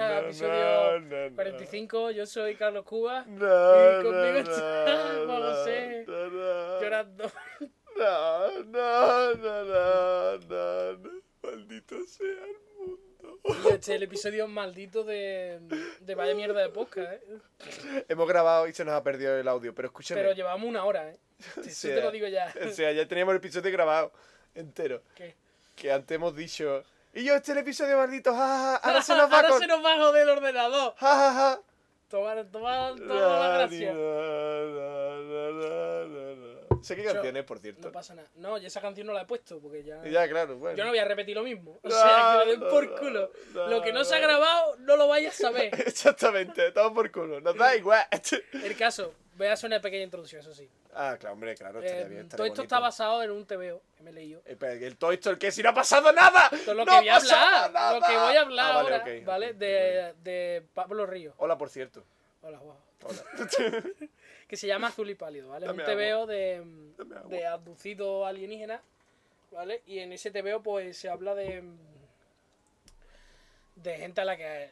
episodio no, no, 45. Yo soy Carlos Cuba. No, y no, conmigo no, está Juan no, José no, no. llorando. No, no, no, no, no, no. Maldito sea el mundo. Y este es el episodio maldito de, de Vaya Mierda de Posca, ¿eh? Hemos grabado y se nos ha perdido el audio, pero escúchame. Pero llevamos una hora, ¿eh? Sí, Sí, eso te lo digo ya. O sea, ya teníamos el episodio grabado entero. ¿Qué? Que antes hemos dicho. Y yo, este es el episodio maldito, ja, ja, ja, ahora se nos va Ahora con. se nos va a joder el ordenador. Ja, ja, ja. Toma, toma, toma la gracia. Sé qué Yo- canción es, por cierto. No pasa nada. No, yo esa canción no la he puesto porque ya. Y ya, claro, bueno. Yo no voy a repetir lo mismo. O sea, que lo den por culo. Lo que no se ha grabado, no lo vayas a saber. Exactamente, estamos por culo. Nos da igual. El caso, voy a hacer una pequeña introducción, eso sí. ah, claro, hombre, claro, estaría Eh, bien. estaría todo esto bonito. está basado en un TVO que me he leído. Eh, pero El todo esto, el que si no ha pasado nada. Todo lo que ¡No ha voy a hablar, pasado nada! lo que voy a hablar Ah, vale, ahora, ok, ok, ¿vale? De, de Pablo Río. Hola, por cierto. Hola, guau. Hola. Que se llama Azul y Pálido, ¿vale? Es un Dame agua. TVO de, Dame agua. de abducido alienígena, ¿vale? Y en ese TVO, pues se habla de. de gente a la que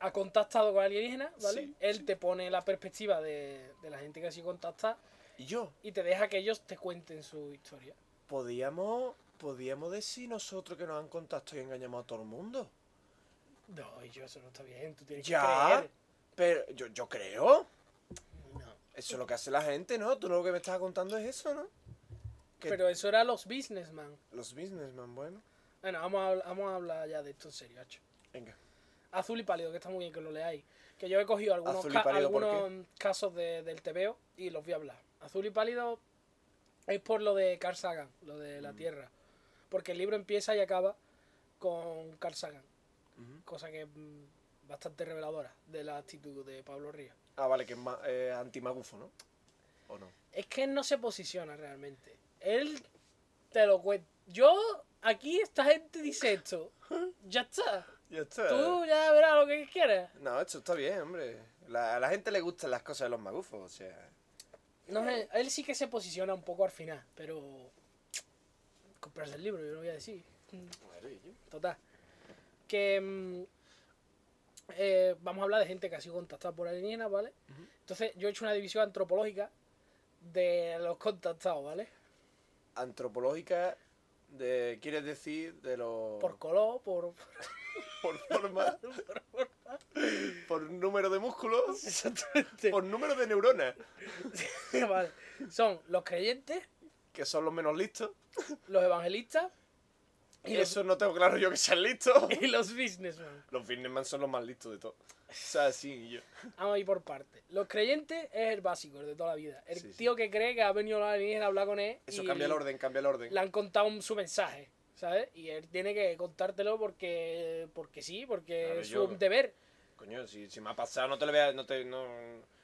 ha contactado con alienígenas, ¿vale? Sí, Él te pone la perspectiva de, de la gente que así contacta y yo, y te deja que ellos te cuenten su historia. podíamos, podíamos decir nosotros que nos han contactado y engañamos a todo el mundo. No, y yo, eso no está bien, tú tienes Ya. que Pero yo, yo creo. creer. No. Eso es lo que hace la gente, ¿no? Tú lo que me estabas contando es eso, ¿no? Que- Pero eso era los businessmen. Los businessmen, bueno. Bueno, vamos a, habl- vamos a hablar ya de esto en serio, hacho. Venga. Azul y Pálido, que está muy bien que lo leáis. Que yo he cogido algunos, Azul y ca- Pálido, ¿por algunos casos de- del TVO y los voy a hablar. Azul y Pálido es por lo de Carl Sagan, lo de Mm. la Tierra. Porque el libro empieza y acaba con Carl Sagan, Ujú. cosa que es mm, bastante reveladora de la actitud de Pablo Ríos. Ah, vale, que es ma- eh, antimagufo, ¿no? ¿O no? Es que él no se posiciona realmente. Él te lo cuenta. Yo, aquí esta gente dice esto. Ya está. Ya está. Tú ya verás lo que quieras. No, esto está bien, hombre. La- a la gente le gustan las cosas de los magufos, o sea. No sé, él sí que se posiciona un poco al final, pero. Comprarse el libro, yo no voy a decir. Total. Que. mm, eh, vamos a hablar de gente que ha sido contactada por alienígenas, ¿vale? Entonces, yo he hecho una división antropológica de los contactados, ¿vale? Antropológica, de, quieres decir, de los. Por color, por. por forma, por número de músculos, Exactamente. por número de neuronas, este, Vale. Son los creyentes, que son los menos listos. los evangelistas y Y los, eso no tengo claro yo que sean listos. y los businessmen. Los businessmen son los más listos de todos. O sea, sí, y yo. Vamos a ir por partes. Los creyentes es el básico, el de toda la vida. El Sí, sí. tío que cree que ha venido la alienígena a hablar con él. Eso y cambia el orden, cambia el orden. Le han contado un- su mensaje, ¿sabes? Y él tiene que contártelo porque, porque sí, porque Claro, es yo- un deber. Coño, si, si me ha pasado, no te lo voy a. No, te, no,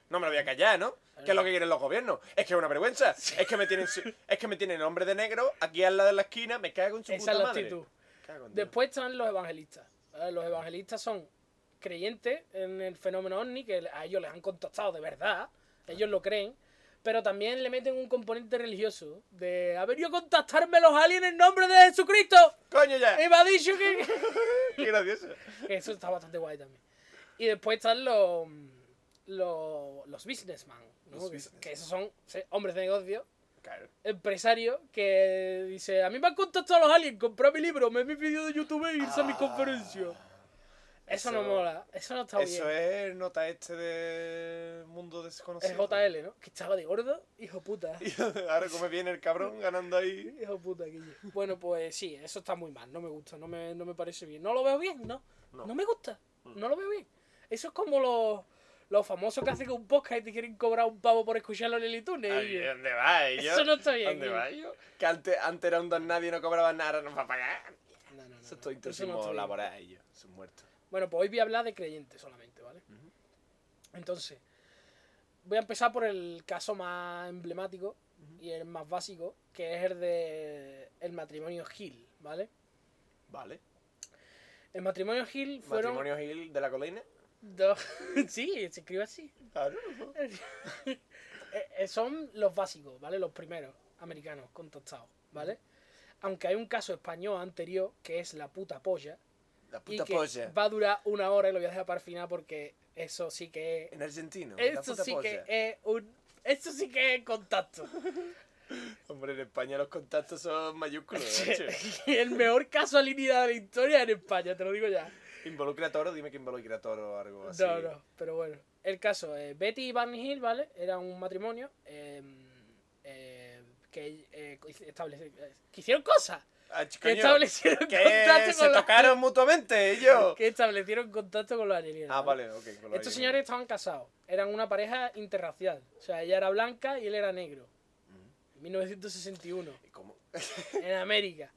no me lo voy a callar, ¿no? ¿Qué es lo que quieren los gobiernos? Es que es una vergüenza. Es que me tienen su- es que me tienen hombre de negro aquí al lado de la esquina, me cago en su Esa puta es la madre. actitud. Cago en Dios. Después están los evangelistas. ¿vale? Los evangelistas son creyentes en el fenómeno ovni, que a ellos les han contactado de verdad, ellos lo creen, pero también le meten un componente religioso de ha venido a contactarme los aliens en nombre de Jesucristo. Coño ya. Y me ha dicho que... Qué gracioso. Que Eso está bastante guay también. Y después están los, los, los businessmen, ¿no? Los que, businessmen. que esos son se- hombres de negocio, Claro. empresarios, que dice, a mí me han contactado los aliens, comprar mi libro, me mi vídeo de YouTube e irse a mi Ah. conferencia. Eso, no Eso- mola, eso no está Eso bien. es nota este de mundo Es, desconocido. JL, ¿no? Que estaba de gordo, hijo puta. Ahora como viene el cabrón ganando ahí. Hijo puta, Guille. Bueno, pues sí, eso está muy mal, no me gusta, no me, no me parece bien. No lo veo bien, no. No, No. Mm. me gusta, no lo veo bien. Eso es como los, los famosos que hacen un podcast y te quieren cobrar un pavo por escucharlo en el iTunes. Ay, Guille. ¿Dónde va ellos? Eso no está bien, ¿Dónde Guille. va ellos? Que antes, antes era un don nadie y no cobraba nada, ahora nos va a pagar. No, no, no, Eso es no, todo eso no intrusismo está bien. laboral ellos. Son muertos. Bueno, pues hoy voy a hablar de creyentes solamente, ¿vale? Entonces, voy a empezar por el caso más emblemático y el más básico, que es el de el matrimonio Gil, ¿vale? Vale. El matrimonio Gil fueron Matrimonio Gil de la colina. dos... sí, se escribe así. Claro. Eh, eh, son los básicos, ¿vale? Los primeros americanos contactados, ¿vale? Aunque hay un caso español anterior que es la puta polla, La Y puta que polla. va a durar una hora y lo voy a dejar para el final porque eso sí que es En argentino. la Eso puta sí polla. que es un. Eso sí que es contacto. Hombre, en España los contactos son mayúsculos. de hecho. el mejor casualidad de la historia en España, te lo digo ya. Involucra a toro, dime que involucra a toro o algo así. No, no, pero bueno. El caso, eh, Betty y Barney Hill, ¿vale? Era un matrimonio eh, eh, que eh, establece- que hicieron cosas. Ah, ch- Que coño, establecieron que contacto se con la- tocaron mutuamente ellos. que establecieron contacto con los alienígenas. Ah, ¿vale? vale, ok. con lo Estos ahí, señores estaban casados. Eran una pareja interracial. O sea, ella era blanca y él era negro. En 1961, ¿Y ¿Cómo? en América.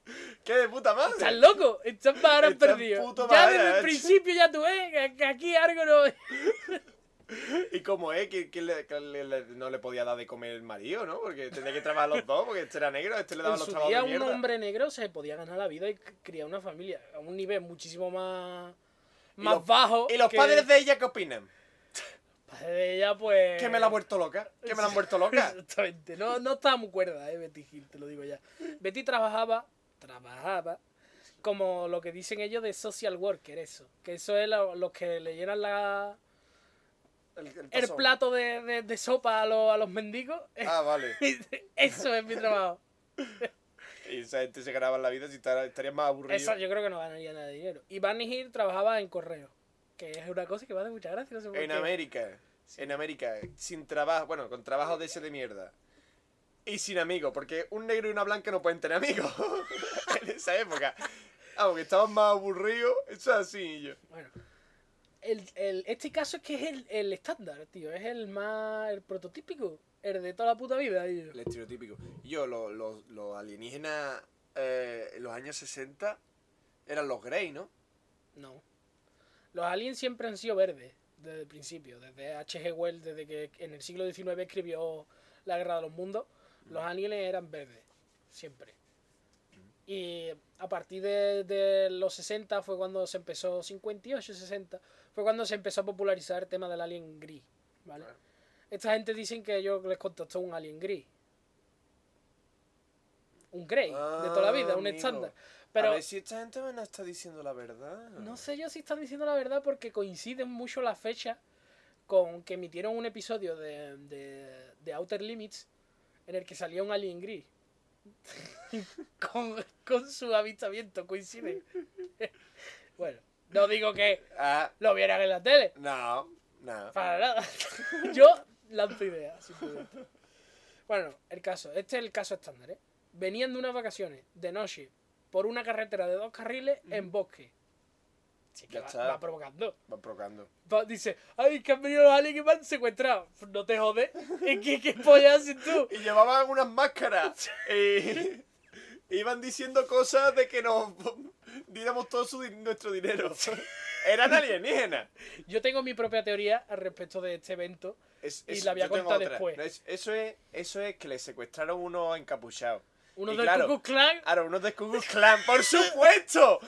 ¿Qué de puta madre? ¡Estás loco! Estás para ahora Estás perdido. puto ¿eh? Ya para desde ahora, el hecho. principio ya tú ves que- que aquí algo no... ¿Y cómo es? que que le- que le- le- no le podía dar de comer el marido, no? Porque tenía que trabajar los dos, porque este era negro, este le daba En los su trabajos día de un mierda. hombre negro se podía ganar la vida y c- criar una familia a un nivel muchísimo más... Y Más los- bajo. ¿Y los que- padres de ella qué opinan? padres de ella, pues... ¿Que me la han vuelto loca? ¿Que me la han vuelto loca? Exactamente. No, no estaba muy cuerda, eh, Betty Hill, te lo digo ya. Betty trabajaba, trabajaba, como lo que dicen ellos de social worker, eso. Que eso es lo- los que le llenan la, El, el el tazón. plato de, de- de sopa a, los- a los mendigos. Ah, vale. Eso es mi trabajo. Y esa gente se ganaba la vida si estar- estarían más aburridos. Eso yo creo que no ganaría nada de dinero. Y Barney Hill trabajaba en correo, que es una cosa que me hace mucha gracia. No sé por En qué. América. En América. Sin trabajo. Bueno, con trabajo de ese de mierda. Y sin amigos. Porque un negro y una blanca no pueden tener amigos. en esa época. Ah, porque estaban más aburridos. Eso es así. y yo. Bueno, el, el- este caso es que es el, el estándar, tío. Es el más. el prototípico. El de toda la puta vida. tío. El estereotípico. Yo, lo- lo- los alienígenas eh, en los años 60 eran los Grey, ¿no? No. Los aliens siempre han sido verdes, desde el principio. Desde H.G. Wells, desde que en el siglo XIX escribió La Guerra de los Mundos, Mm. los aliens eran verdes, siempre. Y a partir de, de los 60 fue cuando se empezó, 58, 60, fue cuando se empezó a popularizar el tema del alien gris, ¿vale? Claro. Esta gente dicen que yo les contactó un alien gris. Un grey, de toda la vida, Ah, un amigo. estándar. Pero... Pero A ver si esta gente me está diciendo la verdad. no sé yo si están diciendo la verdad porque coinciden mucho las fechas con que emitieron un episodio de, de, de Outer Limits en el que salía un alien gris. con, con su avistamiento coinciden. bueno, no digo que Ah, lo vieran en la tele. no. No. Para nada. Yo lanzo ideas. simplemente. Bueno, el caso. Este es el caso estándar, ¿eh? Venían de unas vacaciones, de noche, por una carretera de dos carriles en bosque. Sí que Ya va, está. va provocando. Van provocando. Va- dice, ay, que han venido los aliens y me han secuestrado. No te jodes. ¿Qué, qué, qué polla haces tú? Y llevaban unas máscaras. Y iban diciendo cosas de que nos diéramos todo su, di- nuestro dinero. Eran alienígenas. Yo tengo mi propia teoría al respecto de este evento. Es- Y es- la voy a yo tengo contar otra. después. No, es- eso, es, eso es que le secuestraron unos encapuchados. Uno Y del claro, Ku Klux Klan Ahora, unos de Ku Klux Klan, por supuesto.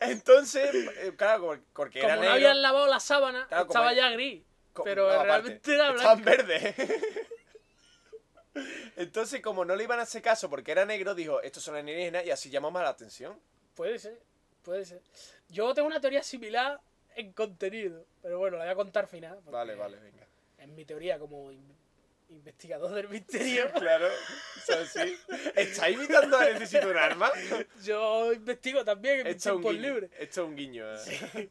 Entonces, eh, claro, por- porque como eran no negros, habían lavado la sábana, Claro, como estaba hay- ya gris. co- Pero no, aparte, realmente era blanco. estaban verdes. Entonces, como no le iban a hacer caso porque era negro, dijo, estos son alienígenas y así llamamos la atención. Puede ser, puede ser. Yo tengo una teoría similar en contenido, pero bueno, la voy a contar final. porque Vale, vale, venga. Es mi teoría como in- investigador del misterio. Claro, eso sí. ¿Está imitando a Necesito un arma? Yo investigo también en mis Esto es un tiempos guiño. libres. Esto es un guiño. eh.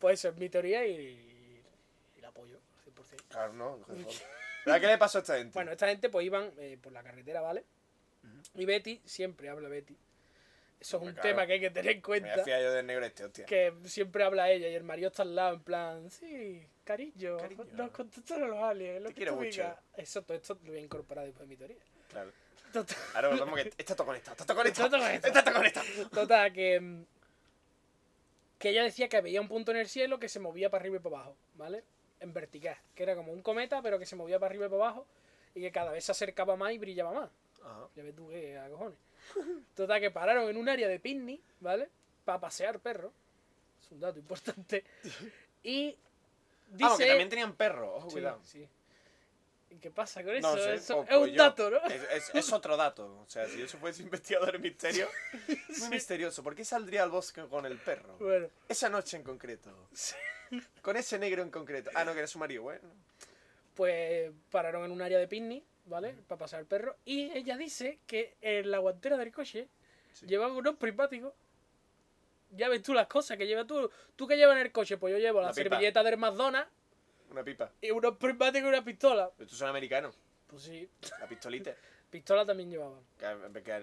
Pues eso es mi teoría y, y la apoyo 100%. Claro, no. por favor. ¿Verdad que le pasó a esta gente? Bueno, esta gente pues iban eh, por la carretera, ¿vale? Y Betty, siempre habla Betty. Eso es Hombre, un claro. tema que hay que tener en me cuenta. hacía yo del negro este, hostia. que siempre habla ella y el marido está al lado en plan, sí, cariño, Cariño. nos contestaron los aliens, lo Te que quiero tú mucho. digas. Eso, todo esto lo voy a incorporar después de mi teoría. Claro. Total, Ahora volvemos que está todo conectado, está todo Está todo conectado, conectado. está todo conectado. total, que, mm, que ella decía que veía un punto en el cielo que se movía para arriba y para abajo, ¿vale? En vertical, que era como un cometa, pero que se movía para arriba y para abajo y que cada vez se acercaba más y brillaba más. Ajá. Ya ves tú que a cojones. Total, que pararon en un área de picnic, ¿vale? Para pasear perro. Es un dato importante. Y dice... Ah, porque también tenían perros, ojo, Sí, cuidado. sí. ¿Qué pasa con eso? sé, Eso po- es pues un yo- dato, ¿no? Es, es- es otro dato. O sea, si yo fuese investigador en misterio, muy misterioso. ¿Por qué saldría al bosque con el perro? Bueno, Esa noche en concreto. Sí. Con ese negro en concreto. Ah, no, que era su marido, bueno. pues pararon en un área de picnic, ¿vale? Para pasar el perro. Y ella dice que en la guantera del coche Sí. llevaba unos prismáticos. Ya ves tú las cosas que llevas tú. ¿Tú qué llevas en el coche? Pues yo llevo la, La pipa. servilleta del McDonald's Una pipa. y unos prismáticos y una pistola. Pero tú son americanos. Pues sí, La pistolita. pistola también llevaban. Para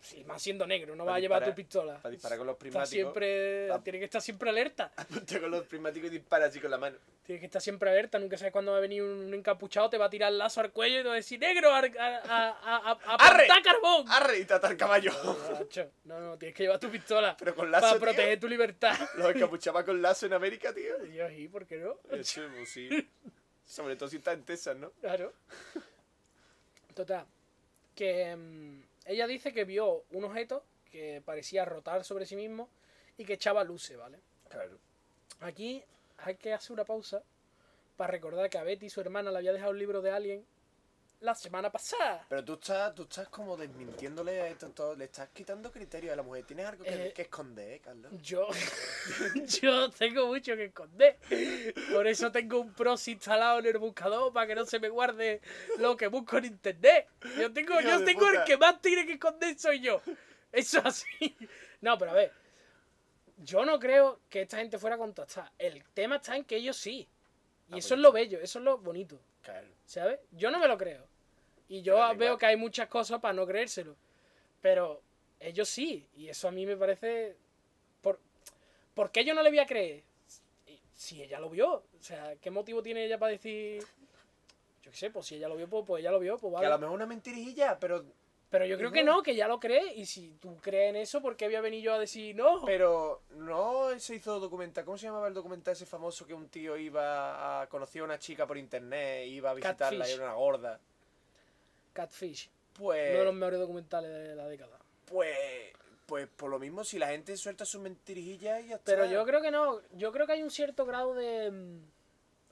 Sí, más siendo negro, no Para vas a llevar tu disparar- pistola. disparar con los Está prismáticos. siempre, Ah. tiene que estar siempre alerta. Apunta con los prismáticos y dispara así con la mano. Tienes que estar siempre alerta, nunca sabes cuándo va a venir un, un encapuchado, te va a tirar el lazo al cuello y te va a decir, negro, a, a, a, a, a ¡Arre! plantar carbón. ¡Arre! Y tratar caballo. Macho, No, no, tienes que llevar tu pistola Pero con para lazo. tío. proteger tu libertad. Los encapuchaban con lazo en América, tío. Dios, ¿y por qué no? Eso, pues, sí. Sobre todo si está en Texas, ¿no? Claro. Total, que mm, ella dice que vio un objeto que parecía rotar sobre sí mismo y que echaba luces, ¿vale? Claro. Aquí hay que hacer una pausa para recordar que a Betty, su hermana, le había dejado un libro de Alien la semana pasada. Pero tú estás, tú estás como desmintiéndole a esto todo. Le estás quitando criterio a la mujer. Tienes algo que, Eh. que esconder, ¿eh, Carlos. Yo, yo tengo mucho que esconder. Por eso tengo un pros instalado en el buscador para que no se me guarde lo que busco en internet. Yo tengo, Hijo yo de tengo el puta. que más tiene que esconder soy yo. Eso es así. No, pero a ver. Yo no creo que esta gente fuera a contactar. El tema está en que ellos sí. Y eso Ah, pues es ya lo está. bello, eso es lo bonito. Claro. ¿Sabes? Yo no me lo creo. Y yo Pero da veo igual. que hay muchas cosas para no creérselo. Pero ellos sí. Y eso a mí me parece. ¿Por, ¿por qué yo no le voy a creer? Y- Si ella lo vio. O sea, ¿qué motivo tiene ella para decir.? Yo qué sé, pues si ella lo vio, pues, pues ella lo vio, pues Que a lo vale. mejor una mentirijilla, pero. Pero yo creo que no, que ya lo cree. Y si tú crees en eso, ¿por qué voy a venir yo a decir no? Pero no se hizo documental. ¿Cómo se llamaba el documental ese famoso que un tío iba a. conocía a una chica por internet, iba a visitarla Catfish. y era una gorda? Catfish. Uno de Pues. los mejores documentales de la década. Pues. Pues por lo mismo, si la gente suelta sus mentirijillas y ya está. Pero yo creo que no. Yo creo que hay un cierto grado de mm,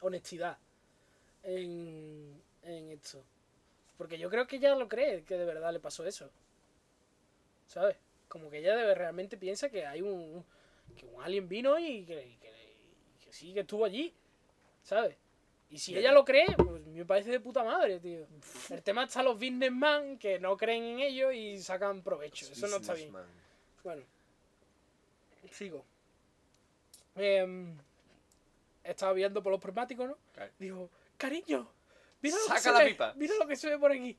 honestidad en, en esto. Porque yo creo que ella lo cree, que de verdad le pasó eso. ¿Sabes? Como que ella debe- realmente piensa que hay un. que un alien vino y que, y que- y que sí, que estuvo allí. ¿Sabes? Y si ella lo cree, pues me parece de puta madre, tío. El tema está los businessman que no creen en ello y sacan provecho. Eso no está bien. Businessman. Bueno. Sigo. Em, estaba viendo por los prismáticos, ¿no? Claro. Digo, cariño, mira lo, que Saca se la ve, pipa". mira lo que se ve por aquí.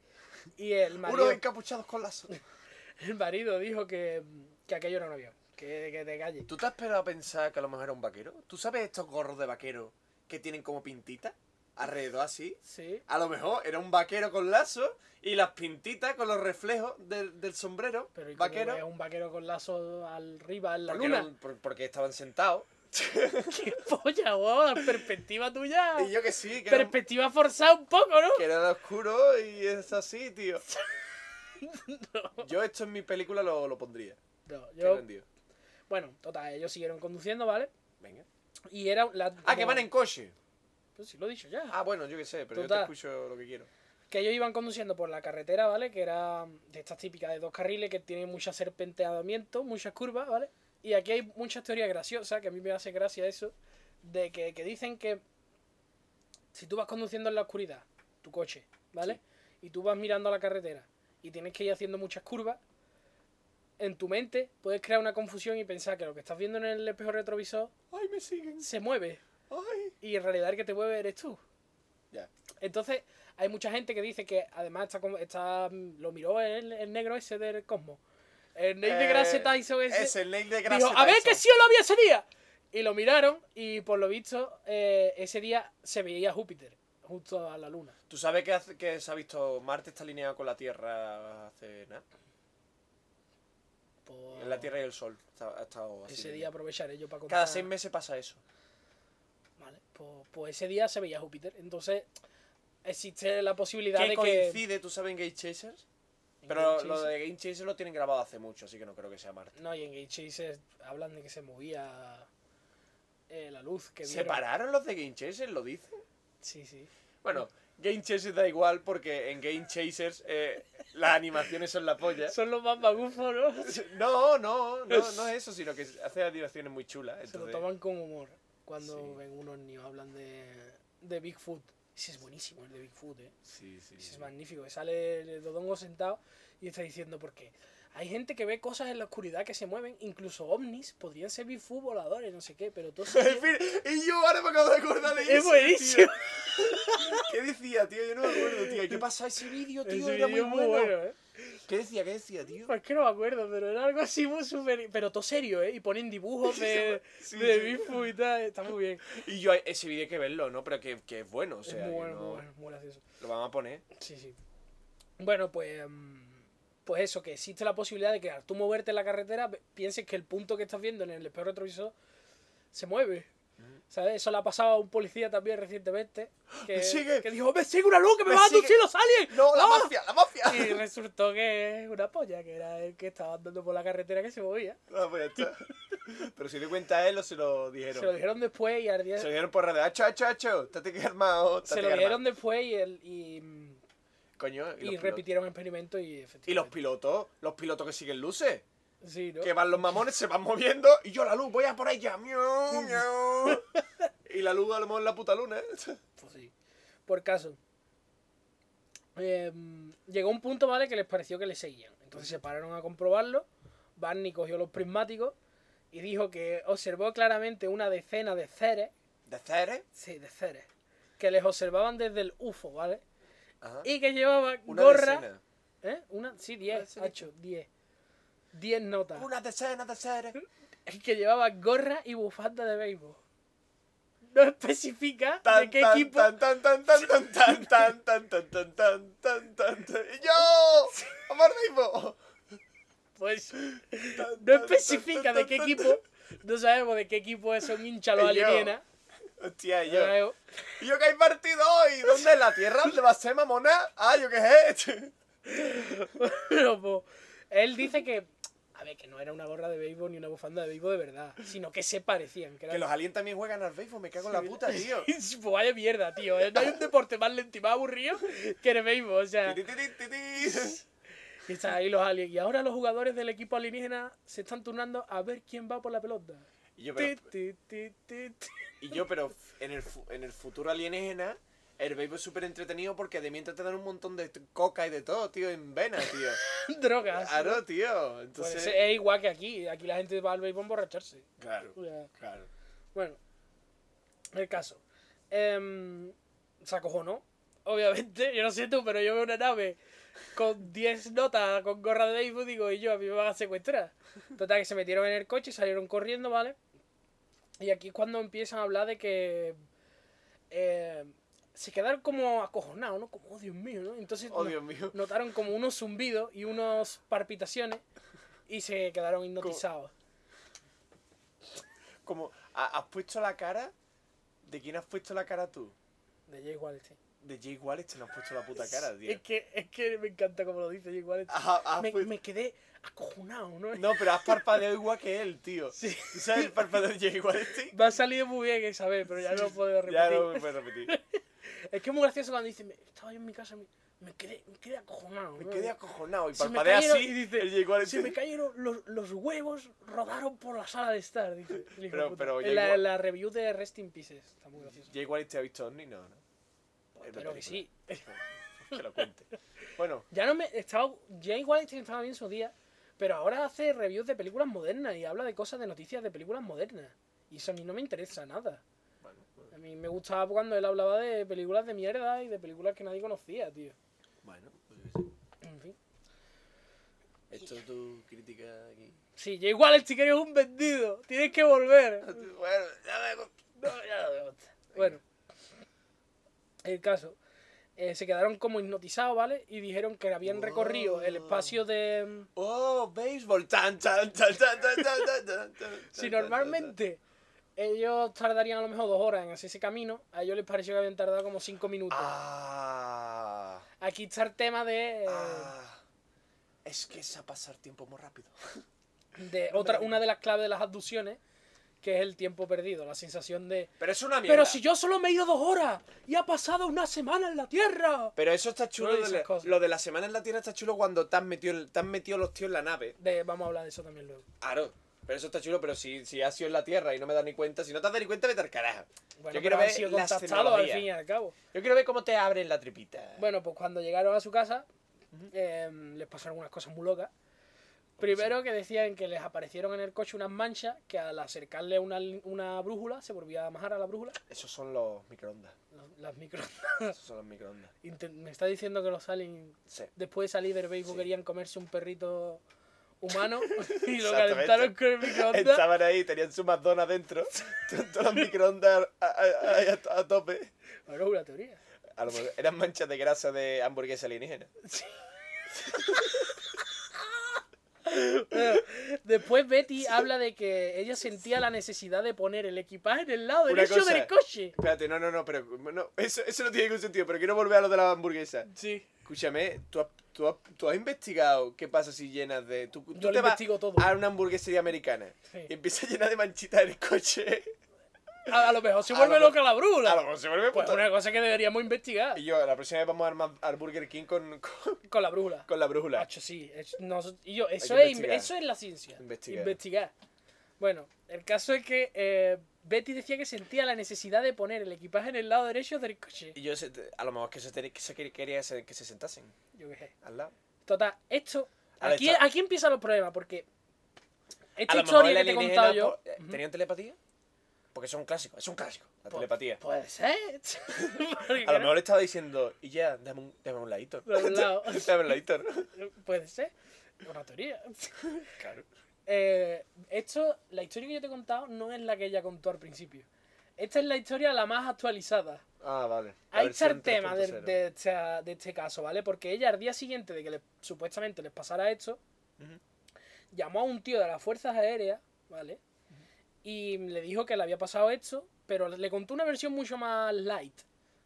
Y el marido, Unos encapuchados con lazo. el marido dijo que, que aquello era un avión, que, que te calle. ¿Tú te has esperado a pensar que a lo mejor era un vaquero? ¿Tú sabes estos gorros de vaquero que tienen como pintita alrededor así? Sí, A lo mejor era un vaquero con lazo y las pintitas con los reflejos del, del sombrero pero ¿y cómo vaquero. ve un vaquero con lazo al- arriba en la porque, luna. eran- por- porque estaban sentados. ¡Qué polla, guau! Perspectiva tuya. Y yo que sí, que era, Perspectiva forzada un poco, ¿no? que era oscuro y es así, tío. Yo esto en mi película lo, lo pondría. No, Qué yo, vendido. bueno, total, ellos siguieron conduciendo, ¿vale? Venga. Y era la... Ah, que como- van en coche. Pues sí, lo he dicho ya. Ah, bueno, yo que sé, pero Total. yo te escucho lo que quiero. Que ellos iban conduciendo por la carretera, ¿vale? Que era de estas típicas de dos carriles que tienen muchos serpenteamientos, muchas curvas, ¿vale? Y aquí hay muchas teorías graciosas, que a mí me hace gracia eso, de que, que dicen que si tú vas conduciendo en la oscuridad, tu coche, ¿vale? Y tú vas mirando a la carretera y tienes que ir haciendo muchas curvas, en tu mente puedes crear una confusión y pensar que lo que estás viendo en el espejo retrovisor Ay, me siguen. se mueve Ay. y en realidad el que te mueve eres tú. Ya. Entonces, hay mucha gente que dice que además está, como- está lo miró el, el negro ese del Cosmo. El Neil Eh, deGrasse Tyson ese. Es el Neil de dijo, Pues a ver que sí o lo había ese día. Y lo miraron y por lo visto eh, ese día se veía Júpiter justo a la luna. ¿Tú sabes que, hace- que se ha visto Marte está alineado con la Tierra hace nada? Pues, En la Tierra y el Sol. Está- ha estado así Ese de día bien. aprovecharé yo para contar. Cada seis meses pasa eso. Vale, pues, pues ese día se veía Júpiter. Entonces, existe la posibilidad de Que que... coincide, ¿tú sabes, en Game Chasers? Pero lo de Game Chasers lo tienen grabado hace mucho, así que no creo que sea Marte. No, y en Game Chasers hablan de que se movía eh, la luz que ¿Se vieron. pararon los de Game Chasers? ¿Lo dicen? Sí, sí. Bueno, Game Chasers da igual porque en Game Chasers eh, las animaciones son la polla. Son los más magufos, ¿no? No, no, no, no es eso, sino que hace animaciones muy chulas. Se lo entonces- toman con humor. Cuando Sí. ven unos niños hablan de, de Bigfoot. Ese es buenísimo, el de Bigfoot, ¿eh? Sí, sí. Ese es magnífico. que Sale el Dodongo sentado y está diciendo porque Hay gente que ve cosas en la oscuridad que se mueven, incluso ovnis, podrían ser Bigfoot voladores, no sé qué, pero todo eso- En fin, y yo ahora me acabo de acordar de eso. Es buenísimo. tío. ¿Qué decía, tío? Yo no me acuerdo, tío. ¿Qué pasó a ese vídeo, tío? Ese Era muy vídeo es bueno. ¿eh? ¿Qué decía, qué decía, tío? Pues que no me acuerdo, pero era algo así muy súper... Pero todo serio, ¿eh? Y ponen dibujos de, Sí, de sí. Bigfoot y tal, está muy bien. Y yo, ese vídeo hay que verlo, ¿no? Pero que, que es bueno, o sea, es que muy bueno, no- muy bueno, muy gracioso. lo vamos a poner. Sí, sí. Bueno, pues, mm, pues eso, que existe la posibilidad de que al tú moverte en la carretera pe- pienses que el punto que estás viendo en el espejo retrovisor se mueve. Mm. ¿Sabes? Eso le ha pasado a un policía también recientemente. Que, ¡Me sigue! que dijo, me sigue una luz, que me, ¡Me va a sigue! conducir los aliens. ¡No, la ¡Ah!". mafia, la mafia! Y resultó que es una polla, que era el que estaba andando por la carretera que se movía. Ah, pues ya está. Pero si dio cuenta él o se lo dijeron. Se lo dijeron después y al día, Se lo dijeron por Ah, radio. ¡Acho, acho, acho! ¡Tate que armado! se tate lo que armado". dijeron después y, el, y, mm, Coño, y y, los pilotos. repitieron el experimento y efectivamente. ¿Y los pilotos? ¿Los pilotos que siguen luces? Sí, ¿no? Que van los mamones, se van moviendo y yo la luz, voy a por ella. Miau, miau. Y la luz a lo mejor la puta luna. ¿eh? Pues sí. Por caso. Eh, llegó un punto, ¿vale? Que les pareció que le seguían. Entonces se pararon a comprobarlo. Barney cogió los prismáticos y dijo que observó claramente una decena de ceres. ¿De Ceres? Sí, de ceres. Que les observaban desde el UFO, ¿vale? Ajá. Y que llevaban Una gorra. decena. ¿Eh? Una, sí, Una 10, decena. 8, 10. 10 notas. Una decena de Ceres. Y Que llevaban gorra y bufanda de béisbol. No especifica de Tan, qué tan, equipo. Tan, tan, tan, tan, tan, tan, tan, tan, tan, tan, tan, tan, tan, tan. ¡Y yo! ¡Amor mismo! Pues no especifica de qué equipo. No sabemos de qué equipo son hinchas los Y yo, alienígenas. Hostia, y no yo. sabemos. ¿Y yo que hay partido hoy? ¿Dónde? ¿En la tierra? ¿Dónde va a ser, mamona? Ah, yo qué sé. Pero, pues, él dice que. A ver, que no era una gorra de béisbol ni una bufanda de béisbol de verdad, sino que se parecían. Que Que eran- los aliens también juegan al béisbol, me cago en la puta, tío. pues vaya mierda, tío. ¿eh? No hay un deporte más lento y más aburrido que el béisbol. O sea, Ti, ti, ti, ti, ti. y están ahí los aliens. Y ahora los jugadores del equipo alienígena se están turnando a ver quién va por la pelota. Y yo, pero, Ti, ti, ti, ti, ti. y yo, pero en, el, fu- en el futuro alienígena, el béisbol es súper entretenido porque de mientras te dan un montón de t- coca y de todo, tío, en vena, tío. Drogas. Claro, tío. Pues Entonces. es igual que aquí. Aquí la gente va al béisbol a emborracharse. Claro, O sea, claro. Bueno, el caso. Em, se acojonó, obviamente. Yo no sé tú, pero yo veo una nave con 10 notas, con gorra de béisbol, digo, y yo, a mí me van a secuestrar. Total, que se metieron en el coche, salieron corriendo, ¿vale? Y aquí es cuando empiezan a hablar de que... em, se quedaron como acojonados, ¿no? Como, oh, Dios mío, ¿no? Entonces Oh, no- Dios mío. notaron como unos zumbidos y unos palpitaciones y se quedaron hipnotizados. Como, ha- ¿has puesto la cara? ¿De quién has puesto la cara tú? De Jay Wallenstein. De Jay Wallace te no has puesto la puta cara, tío. Ah, pues. Es que, es que me encanta como lo dice Jay Wallenstein. Has- has me, puesto- me quedé acojonado, ¿no? No, pero has parpadeado igual que él, tío. Sí. ¿Tú sabes el parpadeo de Jay Wallace? Me ha salido muy bien esa vez, pero ya no puedo repetir. Ya no me puedes repetir. Es que es muy gracioso cuando dice, "Me- estaba yo en mi casa, me, me quedé, me quedé acojonado. Me ¿no? quedé acojonado y Se me parpadea cayeron- así. y dice, el Jay Wallace. Se me cayeron los, los huevos, rodaron por la sala de estar, dice. el hijo de Pero- puta. pero En Jay la, Wall- la review de Rest in Pieces, está muy gracioso. Jay Wallace te ha visto Omni, no, no. Es la Pero que película. sí. que lo cuente. Bueno, Ya no me. Estaba, Jay Wallenstein estaba bien en su día, pero ahora hace reviews de películas modernas y habla de cosas de noticias de películas modernas. Y eso a mí no me interesa nada. bueno, bueno, A mí me gustaba cuando él hablaba de películas de mierda y de películas que nadie conocía, tío. bueno, pues yo qué sé. En fin. Esto es tu crítica aquí. Sí, Jay Wallenstein eres un vendido. Tienes que volver. Bueno, ya me hago- No, ya no me gusta. Bueno. El caso. eh, se quedaron como hipnotizados, ¿vale? Y dijeron que habían recorrido el espacio de... mm, Oh, béisbol. Tan, tan, tan, tan, tan, tan, tan, tan, tan, Si tan, tan, normalmente ellos tardarían a lo mejor dos horas en hacer ese camino, a ellos les pareció que habían tardado como cinco minutos. tan. Ah. Aquí está el tema de, eh, Ah. Es que es a pasar tiempo muy rápido. de otra, una de las claves de las abducciones, que es el tiempo perdido, la sensación de... Pero es una mierda. Pero si yo solo me he ido dos horas y ha pasado una semana en la Tierra. Pero eso está chulo. Solo de esas la- cosas. lo de la semana en la tierra está chulo cuando te has metido, en- te has metido los tíos en la nave. De- vamos a hablar de eso también luego. Claro. Pero eso está chulo, pero si, si has sido en la tierra y no me das ni cuenta, si no te has dado ni cuenta, vete al carajo. Bueno, Yo pero quiero han ver sido las contactados al tecnologías. fin y al cabo. Yo quiero ver cómo te abren la tripita. Bueno, pues cuando llegaron a su casa, eh, les pasaron unas cosas muy locas. Primero que decían que les aparecieron en el coche unas manchas que al acercarle una, una brújula, se volvía a bajar a la brújula, Esos son los microondas. las, las micro... Esos son los microondas. Inte- Me está diciendo que los aliens Sí. después de salir del béisbol Sí. querían comerse un perrito humano y lo Exactamente. calentaron con el microondas. Estaban ahí, tenían su McDonald's dentro, con todas las microondas a, a- a- a tope. Bueno, es una teoría. A lo mejor eran manchas de grasa de hamburguesa alienígena. Bueno, Después Betty habla de que ella sentía la necesidad de poner el equipaje en el lado Una derecho cosa. del coche. Espérate, no, no, no, pero no, eso, eso no tiene ningún sentido, pero quiero volver a lo de la hamburguesa. Sí. Escúchame, ¿tú has, tú has- tú has investigado qué pasa si llenas de... Tú, tú Yo lo te vas investigo todo. a una hamburguesería americana Sí. y empiezas a llenar de manchitas en el coche. A, a lo mejor se A vuelve lo loca la brula. A lo mejor se vuelve Pues puta. una cosa que deberíamos investigar Y yo, la próxima vez vamos a armar al Burger King con, con, con la brújula. con la brújula. Hacho, sí. es- nos- y yo, eso, que es, investigar. eso es la ciencia. Investigar. Bueno, el caso es que eh, Betty decía que sentía la necesidad de poner el equipaje en el lado derecho del coche. Y yo, se- a lo mejor que se, tenía- que se quería se- que se sentasen Yo qué sé. al lado. Total, esto. A ver, Aquí, esto- aquí empiezan los problemas, porque. Esta a lo mejor historia el que te he alienígena contado yo. po- eh, ¿Tenían telepatía? Porque eso es un clásico, es un clásico, la Pues- telepatía. Puede ser. Porque a lo mejor le estaba diciendo, y ya, dame un, dame un ladito. Dame un lado. dame un ladito, ¿no? Puede ser. Una teoría. Claro. Eh, esto, la historia que yo te he contado no es la que ella contó al principio. Esta es la historia la más actualizada. Ah, vale. La Ahí está el versión tema de, 3.0. de esta- de este caso, ¿vale? Porque ella al día siguiente de que le- supuestamente les pasara esto, Ujú. llamó a un tío de las Fuerzas Aéreas, ¿vale? Y le dijo que le había pasado esto, pero le contó una versión mucho más light,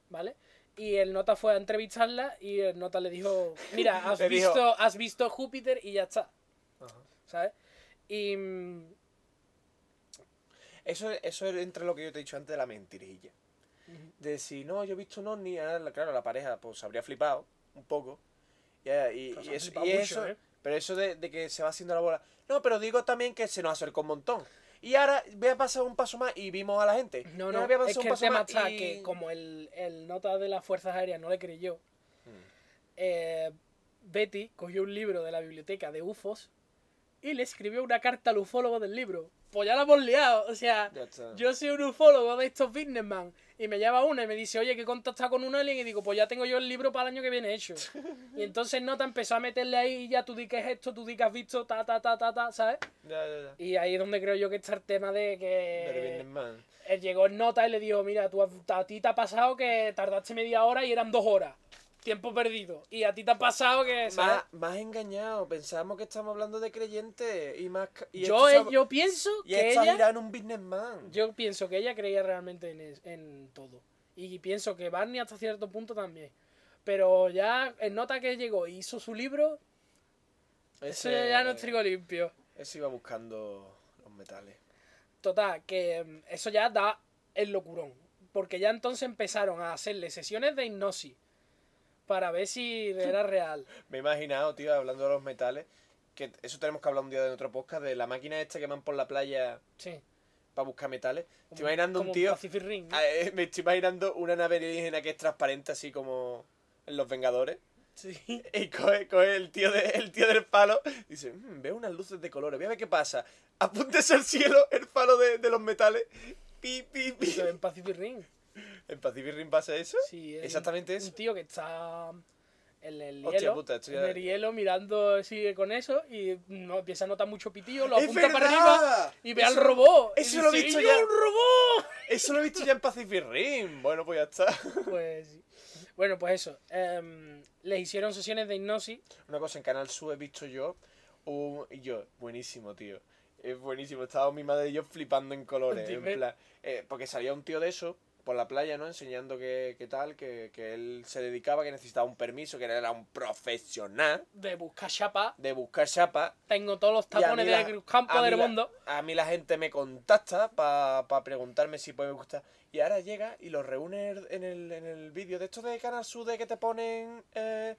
¿vale? Y el nota fue a entrevistarla y el nota le dijo, mira, has, Le dijo- visto, has visto Júpiter y ya está, Ajá. ¿sabes? Y... mm, Eso, eso entra en lo que yo te he dicho antes de la mentirilla. De si, no, yo he visto un ovni, ah, la- claro, la pareja pues se habría flipado un poco. Y, ah, y- Pero se y han eso, flipado y mucho, eso- ¿eh? pero eso de, de que se va haciendo la bola. No, pero digo también que se nos acercó un montón. Y ahora voy a pasar un paso más y vimos a la gente. No, Y no, ahora voy a pasar es un que el paso tema más está y- que como el, el nota de las Fuerzas Aéreas no le creyó, eh, Betty cogió un libro de la biblioteca de UFOs y le escribió una carta al ufólogo del libro. Pues ya la hemos liado, o sea, Ya está. yo soy un ufólogo de estos businessman y me llama una y me dice, oye, que he contactado con un alien y digo, pues ya tengo yo el libro para el año que viene hecho. Y entonces Nota empezó a meterle ahí y ya tú di que es esto, tú di que has visto, ta, ta, ta, ta, ta, ¿sabes? Ya, ya, ya. Y eh, ahí es donde creo yo que está el tema de Pero que... Businessman. Él llegó en nota y le dijo, mira, tú, has- a ti te ha pasado que tardaste media hora y eran dos horas. Tiempo perdido. Y a ti te ha pasado que... ¿sabes? Más, más engañado, pensábamos que estamos hablando de creyentes y más... ca- Y yo, eh, esto se- yo pienso Y que esto ella... irá en un businessman. Yo pienso que ella creía realmente en, es- en todo. Y pienso que Barney hasta cierto punto también. Pero ya en nota que llegó y hizo su libro, eso ya no es trigo limpio. Eso iba buscando los metales. Total, que mm, eso ya da el locurón. Porque ya entonces empezaron a hacerle sesiones de hipnosis para ver si era real. Me he imaginado, tío, hablando de los metales, que eso tenemos que hablar un día de otro podcast, de la máquina esta que van por la playa Sí. para buscar metales. Estoy Como- imaginando como un tío... Pacific Ring, ¿no? Ah, eh, me estoy imaginando una nave alienígena que es transparente así como en Los Vengadores. Sí. Y coge, coge el, tío de- el tío del palo. Dice, "Mm, veo unas luces de colores, voy a ver qué pasa. Apúntese al cielo el palo de, de los metales. Pi, pi, pi. Eso en Pacific Ring. ¿En Pacific Rim pasa eso? Sí, es Exactamente un- eso. Un tío que está en el Hostia hielo, puta, esto en ya- el hielo mirando, sigue con eso y no, empieza a notar mucho pitillo, lo ¡Es apunta para verdad! arriba y ve al Eso- robot. y eso lo he dice, visto "¡Y yo, ya". un robot! Eso lo he visto ya en Pacific Rim. Bueno, pues ya está. Pues sí. Bueno, pues eso. em, les hicieron sesiones de hipnosis. Una cosa, en Canal Sur he visto yo un... Y yo, buenísimo, tío. Es buenísimo. Estaba mi madre y yo flipando en colores. en Dime. plan, eh, porque salía un tío de eso, por la playa, ¿no? Enseñando que, que tal, que, que él se dedicaba, que necesitaba un permiso, que él era un profesional De buscar chapa. de buscar chapa. Tengo todos los Y a tapones mí la- del a campo mí del la- mundo. a mí la gente me contacta para preguntarme si puede gustar. Y ahora llega y los reúne en el, en el vídeo de estos de Canal Sur de que te ponen eh,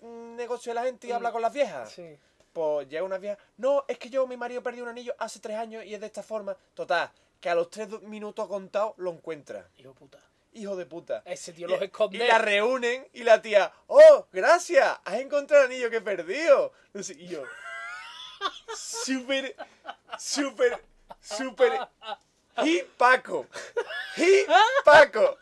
un negocio de la gente y habla con las viejas. Mm. Sí. Pues llega una vieja. No, es que yo, mi marido perdió un anillo hace tres años y es de esta forma. Total, que a los tres du- minutos contados lo encuentra. Hijo puta. Hijo de puta. Ese tío Y- los esconde. Y la reúnen y la tía, ¡oh, gracias! ¡Has encontrado el anillo que he perdido! No sé, y yo, súper, súper, súper. ¡Y Paco! ¡Y Paco!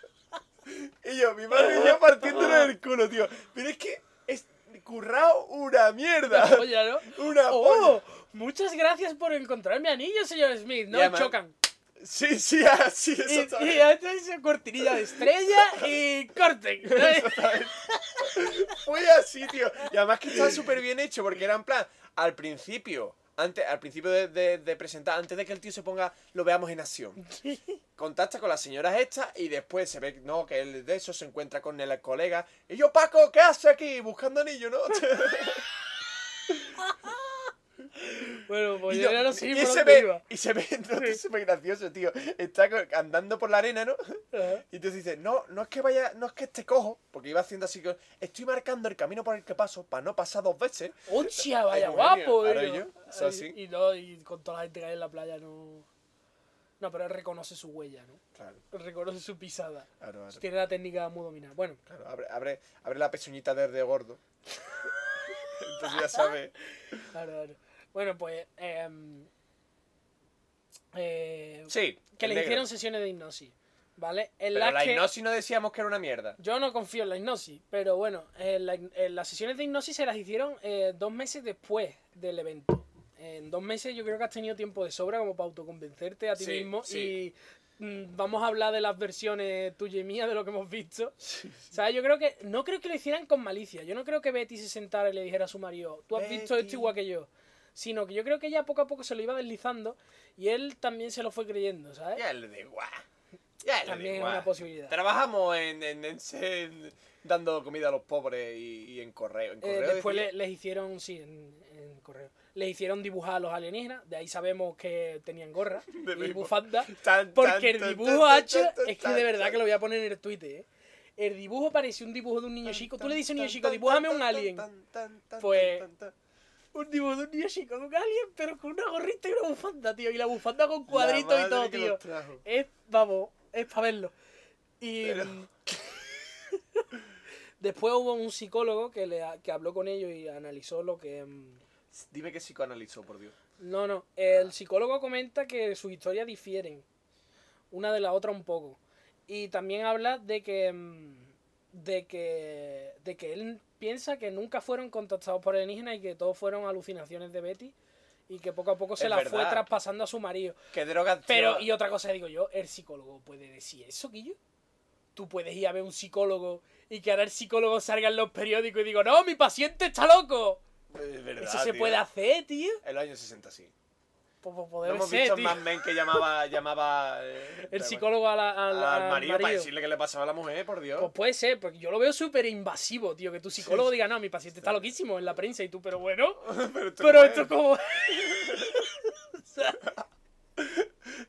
Y yo, mi madre y yo partiéndole el culo, tío. Pero es que es currado una mierda. Una polla, ¿no? Una Oh, polla. muchas gracias por encontrar mi anillo, señor Smith. No Y además- chocan. Sí, sí, así, Y, eso y antes cortinilla de estrella y corten. Fue así, tío. Y además que estaba súper bien hecho, porque era en plan, al principio, antes, al principio de, de- de presentar, antes de que el tío se ponga, lo veamos en acción. Contacta con las señoras estas y después se ve, no, que él de eso se encuentra con el colega. Y yo, Paco, ¿qué hace aquí? Buscando anillo, ¿no? bueno, pues y, yo yo- ya no sé y por se dónde ve, iba. y se ve, no, es súper gracioso, tío. Está co- andando por la arena, ¿no? Ajá. Y entonces dice, no, no es que vaya, no es que esté cojo, porque iba haciendo así que estoy marcando el camino por el que paso para no pasar dos veces. ¡Hostia, vaya Ay, guapo! Eugenio, ahora ¿eh? yo, o sea, Ay, sí. Y no, y con toda la gente que hay en la playa no. No, pero él reconoce su huella, ¿no? Claro, Reconoce su pisada. claro, claro. Tiene la técnica muy dominada. Bueno, Claro, abre, abre, abre la pezuñita desde gordo. Entonces ya sabe. claro, claro. Bueno, pues. em, eh, Sí. que el le negro. hicieron sesiones de hipnosis, ¿vale? En Pero las la que hipnosis no decíamos que era una mierda. yo no confío en la hipnosis, pero bueno, en la- en las sesiones de hipnosis se las hicieron eh, dos meses después del evento. En dos meses yo creo que has tenido tiempo de sobra como para autoconvencerte a ti Sí, mismo sí. y mm, vamos a hablar de las versiones tuya y mía de lo que hemos visto. O sea, yo creo que no creo que lo hicieran con malicia. Yo no creo que Betty se sentara y le dijera a su marido, tú has visto Betty. esto igual que yo. Sino que yo creo que ella poco a poco se lo iba deslizando y él también se lo fue creyendo, ¿sabes? Ya le da igual. Ya le da ¿Eh? También es igual. una posibilidad. Trabajamos en, en, en- en- dando comida a los pobres y, y en correo. En Eh, correo después decía- le- les hicieron, sí, en, en correo. Les hicieron dibujar a los alienígenas, de ahí sabemos que tenían gorra y mismo. bufanda. Tan, tan, Porque el tan, dibujo tan, hecho, tan, tan, es que de tan, verdad tan. que lo voy a poner en el Twitter, ¿eh? El dibujo parece un dibujo de un niño chico. Tú le dices a un niño chico, dibújame un alien. Pues- Un dibujo de un niño chico, de un alien, pero con una gorrita y una bufanda, tío. Y la bufanda con cuadritos y todo, tío. Es, vamos, es para verlo. Y Pero- mm, después hubo un psicólogo que, le, que habló con ellos y analizó lo que... mm, Dime que psicoanalizó, por Dios. No, no, el psicólogo comenta que sus historias difieren una de la otra un poco. Y también habla de que... mm, De que, de que él piensa que nunca fueron contactados por alienígenas y que todos fueron alucinaciones de Betty y que poco a poco se Es la fue verdad. traspasando a su marido. ¿Qué drogas Pero, lleva? y otra cosa digo yo, el psicólogo puede decir eso, Guillo. Tú puedes ir a ver un psicólogo y que ahora el psicólogo salga en los periódicos y digo, no, mi paciente está loco. Es verdad, eso se tío. puede hacer, tío. En los años 60, sí. Pues, pues, No debe hemos ser, visto tío. más men que llamaba, llamaba eh, El psicólogo a la- a al, la- al, marido, marido. para decirle que le pasaba a la mujer, por Dios. Pues puede ser, porque yo lo veo súper invasivo, tío. Que tu psicólogo diga, no, mi paciente está loquísimo en la prensa y tú, pero bueno. pero esto Pero no esto es. como... o sea,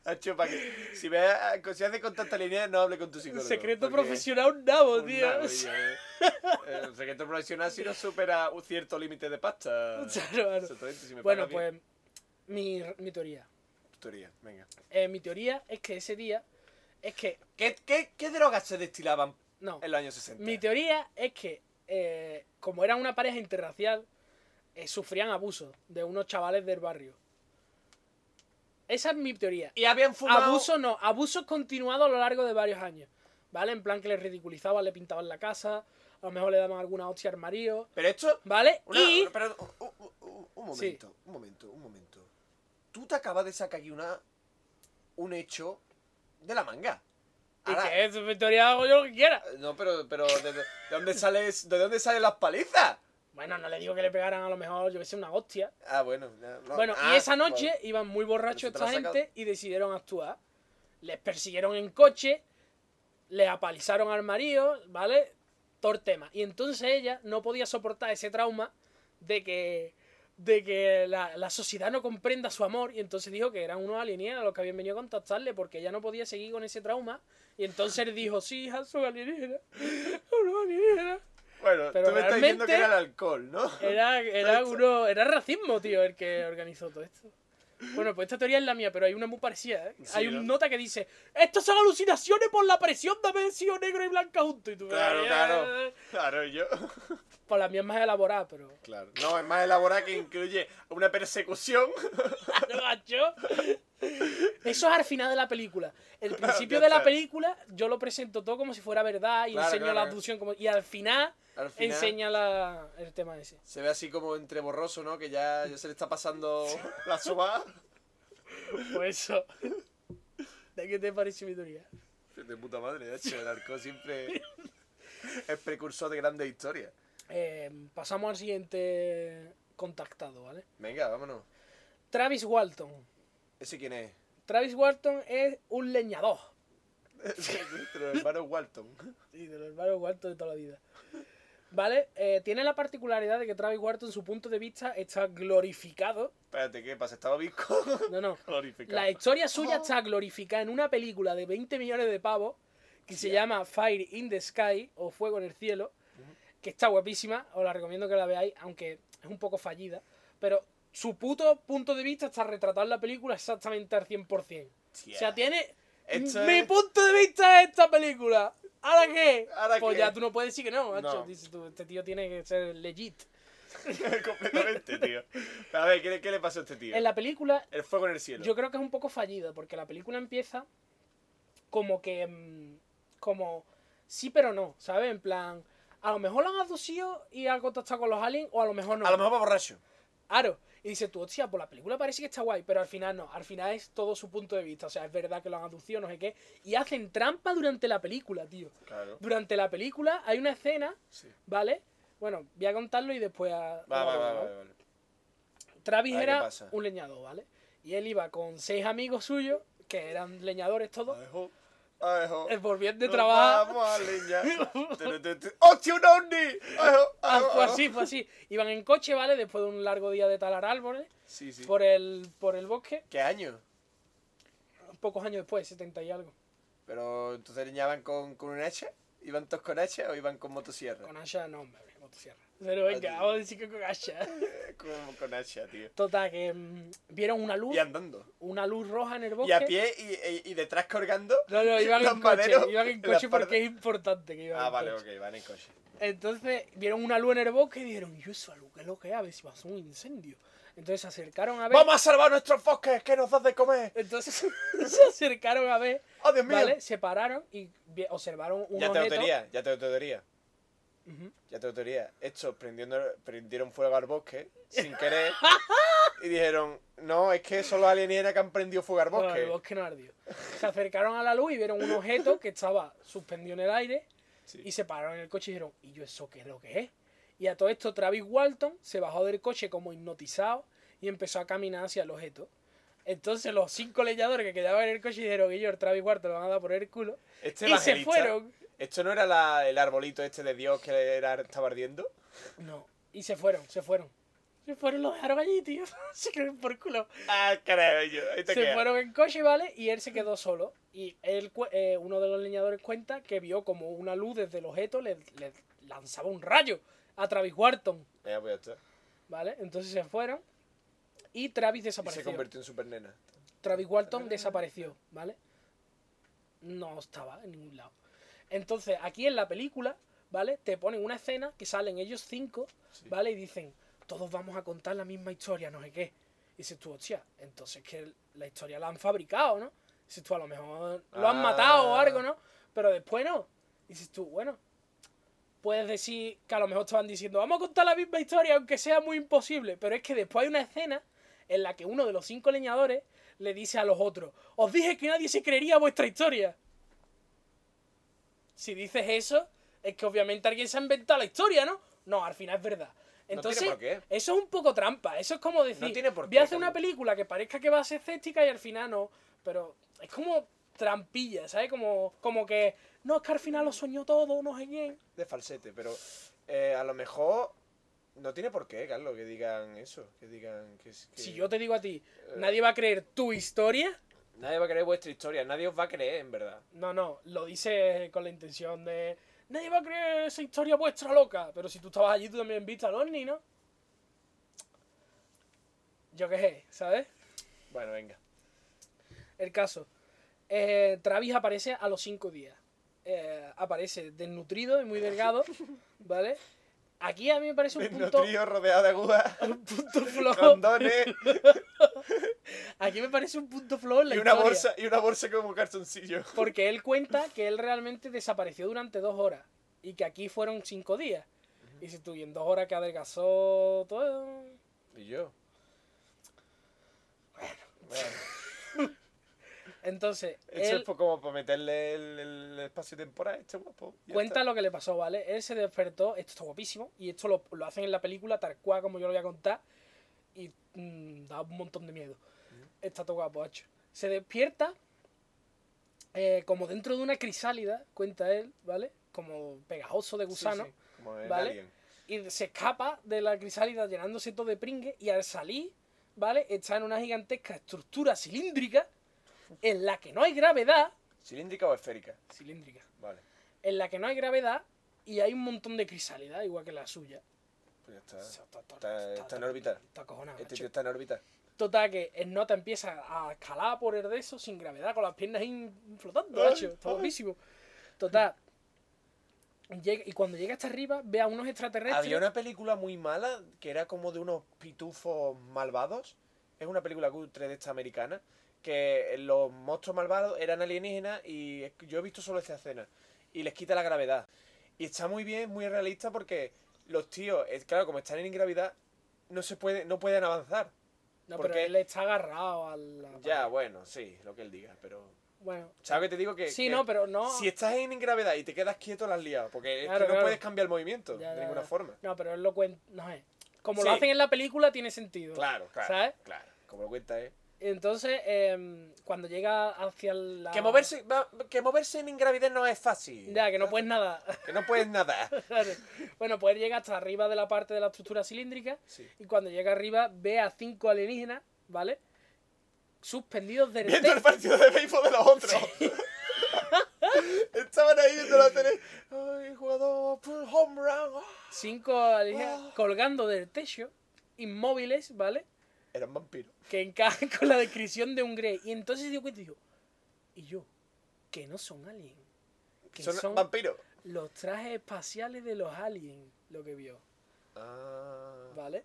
Hacho, para que- si, ve a- si hace contacto línea, no hable con tu psicólogo. secreto porque- profesional, un nabo, un tío. nabo, tío, eh. El secreto profesional si no supera un cierto límite de pasta. Claro, claro. Exactamente, si me Bueno, paga bien. pues mi, mi teoría. Tutoría, venga. Eh, mi teoría es que ese día es que ¿Qué, qué, qué drogas se destilaban no en los años 60? mi teoría es que eh, como eran una pareja interracial eh, sufrían abusos de unos chavales del barrio esa es mi teoría y habían fumado... abuso no abusos continuados a lo largo de varios años vale en plan que les ridiculizaban le pintaban la casa a lo mejor le daban alguna hostia al marido Pero esto... vale Una- y pero, un, un- un- un momento, un momento, un momento. Tú te acabas de sacar aquí una, un hecho de la manga. y Ahora- que es mi teoría hago yo lo que quiera No, pero, pero ¿de, de- de dónde sales, ¿de dónde salen las palizas? bueno no le digo que le pegaran a lo mejor yo que sé una hostia Ah, bueno. ya, no, Bueno, ah, y esa noche vale. iban muy borrachos esta Pero si te lo has gente y decidieron actuar. Les persiguieron en coche, le apalizaron al marido, ¿vale? Todo el tema. Y entonces ella no podía soportar ese trauma de que, de que la, la sociedad no comprenda su amor. Y entonces dijo que eran unos alienígenas los que habían venido a contactarle porque ella no podía seguir con ese trauma. Y entonces dijo, sí, hija, son alienígenas. Son unos alienígenas. Bueno, Pero tú me estás diciendo que realmente era el alcohol, ¿no? Era, era, Entonces- uno, era racismo, tío, el que organizó todo esto. Bueno, pues esta teoría es la mía, pero hay una muy parecida. ¿eh? Sí, hay una ¿no? nota que dice: Estas son alucinaciones por la presión de haber sido negro y blanca juntos. Y tú, Claro, "Ay, claro. ay, ay". Claro, yo. Pues la mía es más elaborada, pero. Claro. No, es más elaborada que incluye una persecución. No, macho. Eso es al final de la película. El principio Ya de la está. película yo lo presento todo como si fuera verdad y Claro, enseño claro. la abducción. Como... Y al final, Al final enseña la- el tema ese. se ve así como entre borroso, ¿no? Que ya, ya se le está pasando la soba. Pues eso. ¿De qué te parece mi teoría? De puta madre, de hecho, el alcohol siempre es precursor de grandes historias. Eh, pasamos al siguiente contactado, ¿vale? Venga, vámonos. Travis Walton. ¿Ese quién es? Travis Walton es un leñador. Nuestro hermano Walton. Sí, de los hermanos Walton de toda la vida. ¿Vale? Eh, tiene la particularidad de que Travis Walton, su punto de vista, está glorificado. Espérate, ¿qué pasa? ¿Estaba visco? No, no. Glorificado. La historia suya está glorificada en una película de 20 millones de pavos que se Hostia. llama Fire in the Sky o Fuego en el Cielo, que está guapísima, os la recomiendo que la veáis, aunque es un poco fallida, pero su puto punto de vista está retratado en la película exactamente al 100%. O sea, tiene... Esto Mi es- punto de vista es esta película. ¿Ahora qué? ¿Ahora pues qué? ya tú no puedes decir que no, macho. No. Dices tú, este tío tiene que ser legit. Completamente, tío. Pero a ver, ¿qué, le- qué le pasó a este tío? En la película El fuego en el cielo. Yo creo que es un poco fallida, porque la película empieza como que. mm, como. sí, pero no, ¿sabes? En plan. A lo mejor lo han aducido y han contactado con los aliens, o a lo mejor no. A lo mejor va borracho. Aro. Y dices tú, hostia, pues la película parece que está guay, pero al final no. Al final es todo su punto de vista. O sea, es verdad que lo han aducido, no sé qué. Y hacen trampa durante la película, tío. Claro. Durante la película hay una escena, Sí. ¿vale? Bueno, voy a contarlo y después. a- Va, va, va, ¿vale? va, vale. Travis A ver qué era pasa. un leñador, ¿vale? Y él iba con seis amigos suyos, que eran leñadores todos, Ajo, ajo. eh, volvían de Nos trabajar. Vamos a leñar. Tu, tu, tu. ¡Hostia, un Oh, ovni! Ajo, Ah, ajo, fue ajo. así, fue así. Iban en coche, ¿vale? Después de un largo día de talar árboles Sí, sí. por el por el bosque, ¿Qué año? pocos años después, 70 y algo, Pero entonces leñaban con, con un hacha. ¿Iban todos con hacha o iban con motosierra? con Asha, no, hombre, motosierra. Pero venga, Ay. vamos a decir que con Asha. Eh, Con, con hacha, tío. Total, que mm, vieron una luz, Y andando. una luz roja en el Y bosque. a pie y, y- y detrás colgando. No, no, iban en coche, Lamparero iban en en coche la porque parte- es importante que iban Ah, en vale, coche. ok, van en coche. Entonces vieron una luz en el bosque y dijeron, yo eso lo que es lo que es, a ver si pasó un incendio. Entonces se acercaron a ver. ¡Vamos a salvar nuestros bosques que nos das de comer! Entonces se acercaron a ver, ¡Oh, Dios mío! ¿vale? Se pararon y vi- observaron un Ya tengo objeto. teoría, ya tengo teoría. Ujú. Ya tengo teoría. Estos prendiendo, prendieron fuego al bosque sin querer y dijeron, no, es que son los alienígenas que han prendido fuego al Bueno, bosque. el bosque no ardió. Se acercaron a la luz y vieron un objeto que estaba suspendido en el aire Sí. y se pararon en el coche y dijeron, ¿y yo eso qué es lo que es? Y a todo esto Travis Walton se bajó del coche como hipnotizado y empezó a caminar hacia el objeto. Entonces los cinco leñadores que quedaban en el coche dijeron, y yo, Travis Walton lo van a dar por el culo. Este y se evangelista- fueron. ¿Esto no era la- el arbolito este de Dios que era, estaba ardiendo? No. Y se fueron, se fueron. Se fueron los dejaron allí, tío. Se quedaron por culo. Ah, caray, yo. Ahí te Se queda. fueron en coche, ¿vale? Y él se quedó solo. Y él, cu- eh, uno de los leñadores cuenta que vio como una luz desde el objeto le, le lanzaba un rayo a Travis Wharton, Venga, pues ya está. ¿vale? Entonces se fueron y Travis Y se desapareció. convirtió en supernena. Travis Walton desapareció, ¿vale? No estaba en ningún lado. Entonces, aquí en la película, ¿vale? Te ponen una escena que salen ellos cinco, Sí. ¿vale? Y dicen, todos vamos a contar la misma historia, no sé qué. Y dices tú, hostia, entonces que la historia la han fabricado, ¿no? Dices tú, a lo mejor lo han Ah. matado o algo, ¿no? Pero después no. Dices tú, bueno, puedes decir que a lo mejor estaban diciendo, vamos a contar la misma historia, aunque sea muy imposible. Pero es que después hay una escena en la que uno de los cinco leñadores le dice a los otros, os dije que nadie se creería vuestra historia. Si dices eso, es que obviamente alguien se ha inventado la historia, ¿no? No, al final es verdad. No tiene Entonces, por qué. eso es un poco trampa. Eso es como decir, No tiene por voy a qué, hacer una Carlos. película que parezca que va a ser escéptica y al final no. Pero es como trampilla, ¿sabes? Como, como que, no, es que al final lo soñó todo, no sé quién. de falsete, pero eh, a lo mejor no tiene por qué, Carlos, que digan eso, que digan que... es- que- Si yo te digo a ti, eh, nadie va a creer tu historia. nadie va a creer vuestra historia, nadie os va a creer, en verdad. No, no, lo dices con la intención de, nadie va a creer esa historia vuestra loca. Pero si tú estabas allí, tú también viste al ovni, ¿no? Yo qué sé, ¿sabes? Bueno, venga. El caso. Eh, Travis aparece a los 5 días. Eh, aparece desnutrido y muy delgado, ¿vale? Aquí a mí me parece un punto, Trío rodeado de agujas, un punto flojo. condones Aquí me parece un punto flojo en la y una historia, bolsa, y una bolsa como calzoncillo. Porque él cuenta que él realmente desapareció durante dos horas y que aquí fueron cinco días. Y si tú, y en dos horas que adelgazó todo... ¿Y yo? Bueno, Entonces, eso él es po- como para meterle el, el espacio temporal a este guapo. ya cuenta está. lo que le pasó, ¿vale? Él se despertó, esto está guapísimo, y esto lo, lo hacen en la película tal cual como yo lo voy a contar, y mm, da un montón de miedo. Está todo guapo, hacho. Se despierta eh, como dentro de una crisálida, cuenta él, ¿vale? Como pegajoso de Sí, gusano, sí, como en ¿vale? Alien. y se escapa de la crisálida llenándose todo de pringue, y al salir, ¿vale? Está en una gigantesca estructura cilíndrica en la que no hay gravedad. ¿Cilíndrica o esférica? Cilíndrica. Vale, en la que no hay gravedad y hay un montón de crisálida, igual que la suya. pues ya O está. sea, Está, Está- está en órbita. Está acojonado, Este macho. tío está en órbita. Total, que el nota empieza a escalar por el de eso sin gravedad, con las piernas ahí flotando, Ay, macho. Está ay. buenísimo. Total. llega- y cuando llega hasta arriba, ve a unos extraterrestres. Había una película muy mala que era como de unos pitufos malvados. Es una película cutre de esta americana. Que los monstruos malvados eran alienígenas y es que yo he visto solo esta escena. Y les quita la gravedad. Y está muy bien, muy realista porque los tíos, es, claro, como están en gravedad, no se puede, no pueden avanzar. No, ¿por pero qué? él está agarrado a la. Ya, bueno, sí, lo que él diga, pero. Bueno. ¿Sabes qué te digo? Que, Sí, que no, pero no. si estás en gravedad y te quedas quieto, la has liado. Porque es que Claro, no claro. puedes cambiar el movimiento Ya, de ya, ninguna ya. forma. No, pero él lo cuenta. No sé. Como lo Sí. hacen en la película, tiene sentido. Claro, claro. ¿Sabes? Claro. Como lo cuenta, ¿eh? Entonces, em, cuando llega hacia la. Que moverse, va- que moverse en ingravidez no es fácil. Ya, que no puedes nada. Que no puedes nada. Claro. bueno, pues él llega hasta arriba de la parte de la estructura cilíndrica Sí. y cuando llega arriba ve a cinco alienígenas, ¿vale? Suspendidos del Viendo el techo. partido de béisbol de los otros. Estaban ahí viendo la tele. Ay, jugador, pum, home run. Ah. Cinco alienígenas Wow. colgando del techo, inmóviles, ¿vale? Eran vampiros. Que encajan con la descripción de un Grey. Y entonces se dio cuenta y dijo, y yo, que no son aliens. Que Son, son, vampiros. los trajes espaciales de los aliens, lo que vio, Ah. ¿vale?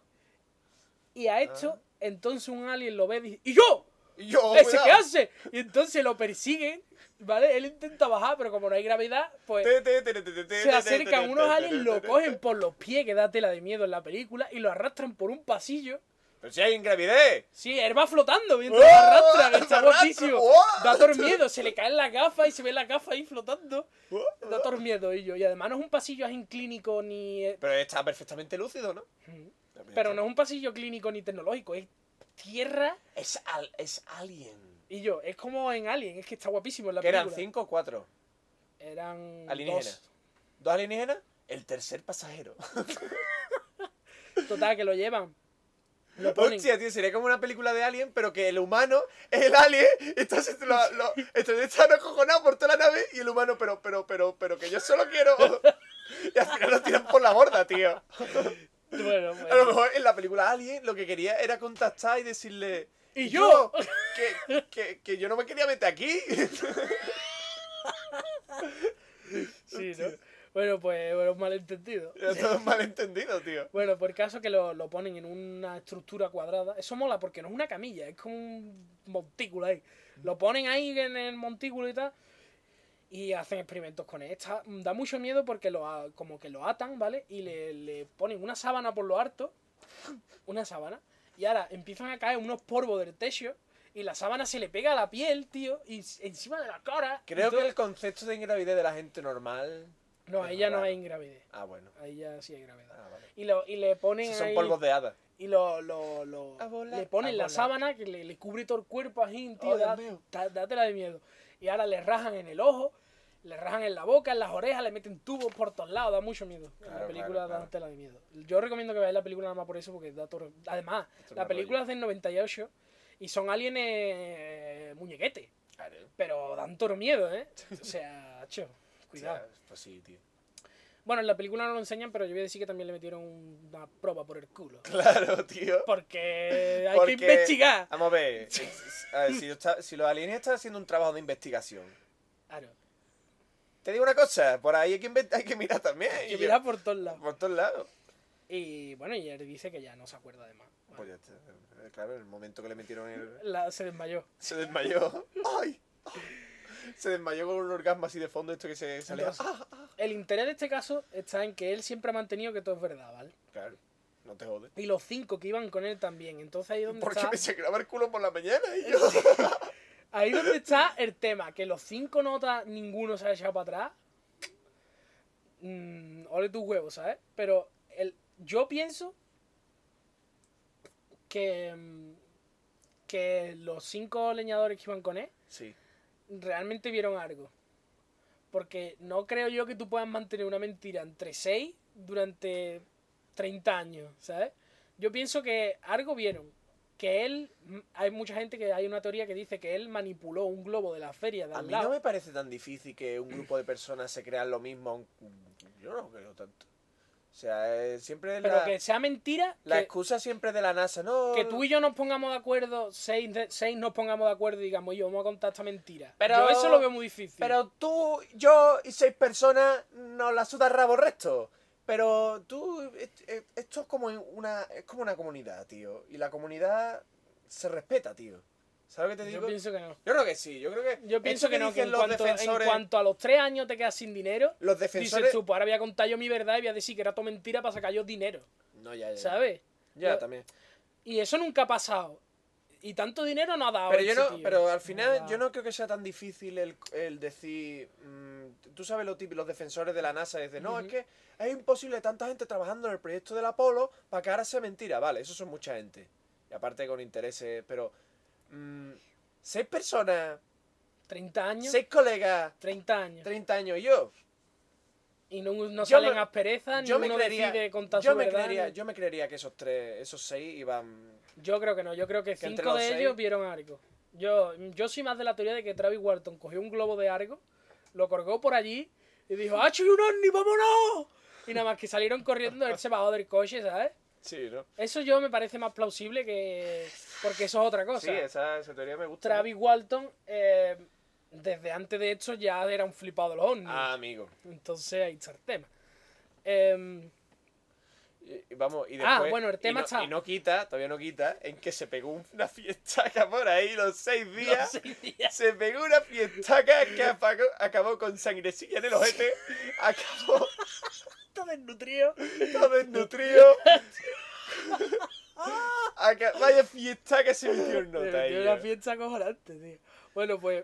Y a esto, Ah. entonces un alien lo ve y dice, ¡y yo! Y yo, ¡Ese Oh, cuidado. qué hace! Y entonces lo persiguen, ¿vale? Él intenta bajar, pero como no hay gravedad, pues Te, te, te, te, te, te, te, se te, acercan te, unos te, aliens, te, lo te, cogen por los pies, que da tela de miedo en la película, y lo arrastran por un pasillo. Pero si hay ingravidez. Sí, él va flotando mientras lo ¡Oh! arrastran, está Lo arrastran, guapísimo. ¡oh! Da todo el miedo, se le caen las gafas y se ve la gafa ahí flotando. ¡Oh! Da todo el miedo, y yo. Y además no es un pasillo así clínico ni. eh, Pero está perfectamente lúcido, ¿no? Pero no es un pasillo clínico ni tecnológico, es tierra. Es, al- es alien. Y yo, es como en Alien, es que está guapísimo en la Que película. eran cinco o cuatro. Eran Alienígenas. dos. ¿Dos alienígenas? El tercer pasajero. Total, que lo llevan. Lo ponen. Hostia, tío, sería como una película de Alien, pero que el humano es el alien, entonces lo, lo, entonces están acojonados por toda la nave y el humano, pero, pero, pero, pero que yo solo quiero. Y al final lo tiran por la borda, tío. Bueno, pues, bueno. A lo mejor en la película Alien lo que quería era contactar y decirle. ¿Y yo? que, que, que yo no me quería meter aquí. Sí, ¿no? Bueno, pues bueno, un malentendido. Era todo un malentendido, tío. Bueno, por caso que lo, lo ponen en una estructura cuadrada. Eso mola porque no es una camilla, es como un montículo ahí. Lo ponen ahí en el montículo y tal. Y hacen experimentos con él. Está- da mucho miedo porque lo, a- como que lo atan, ¿vale? Y le, le ponen una sábana por lo harto. Una sábana. Y ahora empiezan a caer unos polvos del techo. Y la sábana se le pega a la piel, tío. Y s- encima de la cara. y Creo todo. que el concepto de ingravidez de la gente normal. No, es ahí ya no raro. hay ingravidez. Ah, bueno. Ahí ya sí hay gravedad. Ah, vale. Y, lo, y le ponen Esos son ahí- polvos de hada. Y lo, lo, lo- A volar, le ponen a la volar. sábana que le, le cubre todo el cuerpo así, tío. Oh, Dios da- mío. da- dátela de miedo. Y ahora le rajan en el ojo, le rajan en la boca, en las orejas, le meten tubos por todos lados, da mucho miedo. Claro, la película claro, claro. da tela de miedo. Yo recomiendo que veáis la película nada más por eso, porque da todo... Además, Esto es la un película es del 98 y son alienes eh, muñequetes, Claro. O pero dan todo miedo, ¿eh? O sea, cho, sea, cuidado. pues sí, tío. Bueno, en la película no lo enseñan, pero yo voy a decir que también le metieron una proba por el culo. Claro, tío. Porque hay Porque- que investigar. Vamos a ver. A ver, si, está- si los alienígenas están haciendo un trabajo de investigación. Claro, Te digo una cosa, por ahí hay que, inven- hay que mirar también. hay que y mirar por todos yo- lados. por todos lados. Y bueno, y él dice que ya no se acuerda de más. Pues ya está. Eh, Claro, en el momento que le metieron el. La, se desmayó. Se desmayó. ¡Ay! Se desmayó con un orgasmo así de fondo, esto que se sale. Entonces, ah. el interés de este caso está en que él siempre ha mantenido que todo es verdad, ¿vale? Claro, no te jodes. Y los cinco que iban con él también. Entonces ahí donde Porque está, Eh, me sangraba el culo por la mañana y yo. ahí donde está el tema, que los cinco notas ninguno se ha echado para atrás. Mm, ole tus huevos, ¿sabes? Pero el, yo pienso que, mm, que los cinco leñadores que iban con él Sí, realmente vieron algo. Porque no creo yo que tú puedas mantener una mentira entre seis durante 30 años, ¿sabes? Yo pienso que algo vieron. Que él, m- hay mucha gente que hay una teoría que dice que él manipuló un globo de la feria de a al mí lado. no me parece tan difícil que un grupo de personas se crean lo mismo. aunque- Yo no creo tanto. O sea, eh, siempre Pero la, que sea mentira, la que, excusa siempre de la NASA, ¿no? que tú y yo nos pongamos de acuerdo, seis, de- seis nos pongamos de acuerdo y digamos, yo vamos a contar esta mentira. Pero- yo eso lo veo muy difícil. Pero tú, yo y seis personas nos la suda rabo resto. Pero tú, et- et- esto es como en una, es como una comunidad, tío. Y la comunidad se respeta, tío. ¿Sabes lo que te digo? yo pienso que no. Yo creo que sí, yo creo que. Yo pienso esto que, no, que dicen en cuanto, en cuanto a los tres años te quedas sin dinero, Los Dices defensores. tú, pues ahora voy a contar yo mi verdad y voy a decir que era todo mentira para sacar yo dinero, No, ya, ya. ¿sabes? Ya, Yo- también. Y eso nunca ha pasado. Y tanto dinero no ha dado. Pero yo ese no, tío. pero al No ha final dado. yo no creo que sea tan difícil el, el decir. mm, tú sabes lo típico, los defensores de la NASA dicen, no, Ujú. es que es imposible tanta gente trabajando en el proyecto del Apolo para que ahora sea mentira. Vale, eso son mucha gente. Y aparte con intereses, pero. mm, seis personas, 30 años. seis colegas, 30 años. 30 años y yo. Y no, no Yo salen me- asperezas, Yo me ninguno creería. decide contar Yo su me verdad. creería, ni- yo... yo me creería que esos tres, esos seis iban. creo que no, yo creo que, Que entre cinco de los seis- ellos vieron algo. Yo, yo soy más de la teoría de que Travis Walton cogió un globo de algo, lo colgó por allí y dijo, ¡Ah, soy un ovni, vámonos! Y nada más que salieron corriendo, él se bajó del coche, ¿sabes? Sí, ¿no? Eso yo me parece más plausible que. Porque eso es otra cosa. sí, esa, esa teoría me gusta. Travis Walton, eh, desde antes de esto, ya era un flipado de los ovnis. Ah, amigo. Entonces ahí está el tema. Em, Y- y vamos, y Ah, después, bueno, el y tema no- está- Y no quita, todavía no quita, en que se pegó una fiestaca por ahí los seis no días. sé, tía. Se pegó una fiestaca que apagó- acabó con sangrecilla en el ojete, acabó Está desnutrido. todo desnutrido. Aca- Vaya fiesta que se metió en Me nota ahí. metió una ¿eh? fiesta acojonante, tío. Bueno, pues.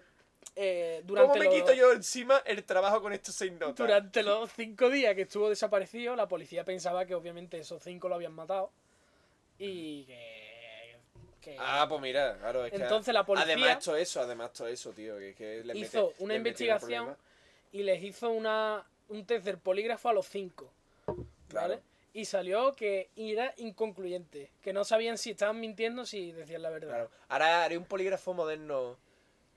eh, durante ¿Cómo me los- quito yo encima el trabajo con estos seis notas? Durante los cinco días que estuvo desaparecido, la policía pensaba que obviamente esos cinco lo habían matado. Y que. que- Ah, pues mira, claro, es que Entonces la policía- Además todo eso, además todo eso, tío, que, que le hizo mete- una le metieron el investigación problema. y les hizo una, un test del polígrafo a los cinco. ¿Vale? Claro. Y salió que era inconcluyente, que no sabían si estaban mintiendo o si decían la verdad. Claro. Ahora haré un polígrafo moderno.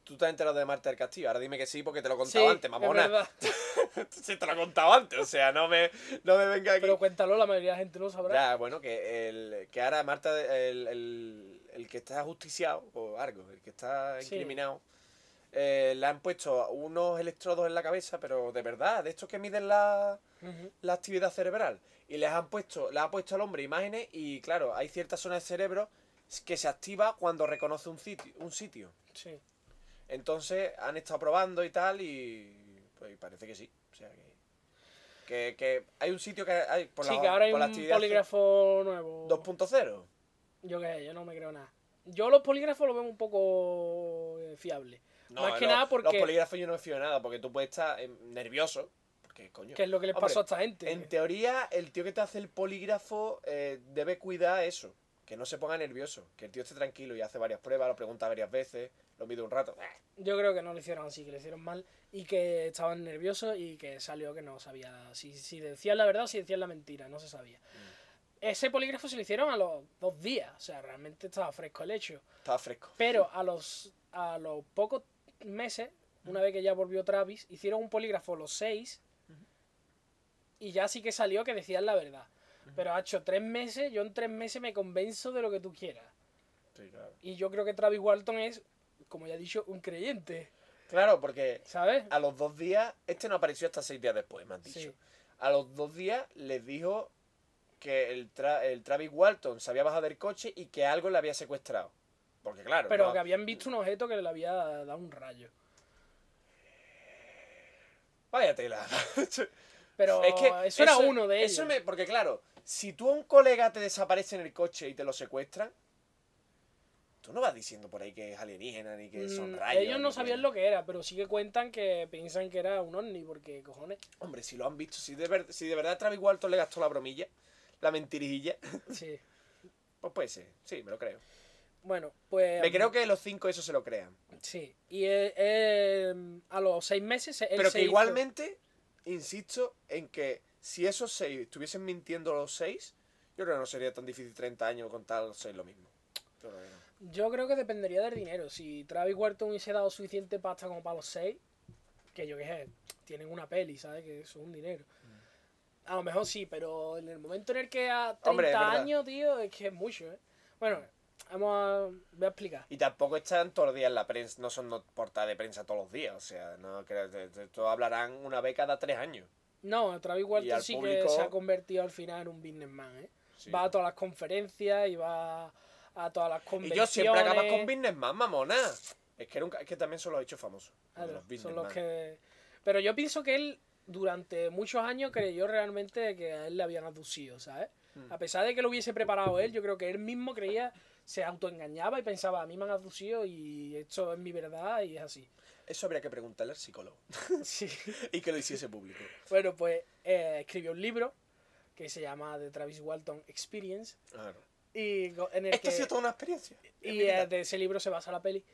Tú te has enterado de Marta del Castillo. Ahora dime que sí, porque te lo he contado Sí, antes, es mamona. verdad. Sí, te lo he contado antes. O sea, no me, no me venga aquí. Pero cuéntalo, la mayoría de la gente lo sabrá. ya, bueno, que, el, que ahora Marta, de- el, el, el que está ajusticiado, o algo, el que está Sí. incriminado, eh, le han puesto unos electrodos en la cabeza, pero de verdad, de estos que miden la, Ujú. la actividad cerebral y les han puesto, le ha puesto al hombre imágenes y claro, hay ciertas zonas del cerebro que se activa cuando reconoce un sitio, un sitio. Sí. Entonces han estado probando y tal y pues parece que sí, o sea que que, que hay un sitio que hay por Sí, la que ahora hay por la un actividad polígrafo nuevo. 2.0. Yo qué sé, yo no me creo nada. Yo los polígrafos los veo un poco eh, fiables. No, Más que no, nada porque- los polígrafos yo no me fío de nada porque tú puedes estar eh, nervioso, porque coño. Que es lo que les Hombre, pasó a esta gente. En teoría, el tío que te hace el polígrafo eh, debe cuidar eso. Que no se ponga nervioso. Que el tío esté tranquilo y hace varias pruebas, lo pregunta varias veces, lo mido un rato. eh, Yo creo que no lo hicieron así, que lo hicieron mal y que estaban nerviosos y que salió que no sabía si, si decían la verdad o si decían la mentira, no se sabía. Ese polígrafo se lo hicieron a los dos días, o sea, realmente estaba fresco el hecho. Estaba fresco. Pero a los, a los pocos meses, una vez que ya volvió Travis, hicieron un polígrafo los seis y ya sí que salió que decían la verdad. Pero ha hecho tres meses, yo en tres meses me convenzo de lo que tú quieras. Sí, claro. Y yo creo que Travis Walton es, como ya he dicho, un creyente, Claro, porque ¿sabes? a los dos días, este no apareció hasta seis días después, me han dicho. Sí. A los dos días les dijo que el, tra- el Travis Walton se había bajado del coche y que algo le había secuestrado. Porque claro, Pero no- que habían visto un objeto que le había dado un rayo. vaya tela. Pero Es que eso era uno de ellos. eso me- porque claro, si tú a un colega te desaparece en el coche y te lo secuestran, tú no vas diciendo por ahí que es alienígena ni que son Mm, rayos. Ellos no sabían lo que era, pero sí que cuentan que piensan que era un ovni, porque cojones. Hombre, si lo han visto, si de, ver- si de verdad Travis Walton le gastó la bromilla, la mentirijilla, Sí. pues puede ser. Sí, me lo creo. Bueno, pues. Me creo que los cinco eso se lo crean. Sí. Y eh, eh, a los seis meses. él Pero se que hizo- igualmente, insisto en que si esos seis estuviesen mintiendo los seis, yo creo que no sería tan difícil 30 años contar los seis lo mismo. Yo creo que no. Yo creo que dependería del dinero. Si Travis Walton hubiese dado suficiente pasta como para los seis, que yo qué sé, tienen una peli, ¿sabes? Que eso es un dinero. A lo mejor sí, pero en el momento en el que a 30 Hombre, es verdad. años, tío, es que es mucho, ¿eh? Bueno, vamos a. Voy a explicar. Y tampoco están todos los días en la prensa, no son no- portadas de prensa todos los días, o sea, no creo de- de- esto hablarán una vez cada tres años. No, Travis Y Walton al sí público- que se ha convertido al final en un businessman, ¿eh? Sí. Va a todas las conferencias y va a todas las y convenciones. yo siempre acabas con businessman, mamona. Es que, nunca, es que también son los hechos famosos. Claro, los son los businessman. que... Pero yo pienso que él durante muchos años creyó realmente que a él le habían aducido, ¿sabes? Mm. A pesar de que lo hubiese preparado él, yo creo que él mismo creía, se autoengañaba y pensaba, a mí me han aducido y esto es mi verdad y es así. Eso habría que preguntarle al psicólogo Sí. y que lo hiciese público. Bueno, pues eh, escribió un libro que se llama The Travis Walton Experience. Claro. Y go- en el Esto que... ha sido toda una experiencia. en mi Y vida. eh, de ese libro se basa la peli.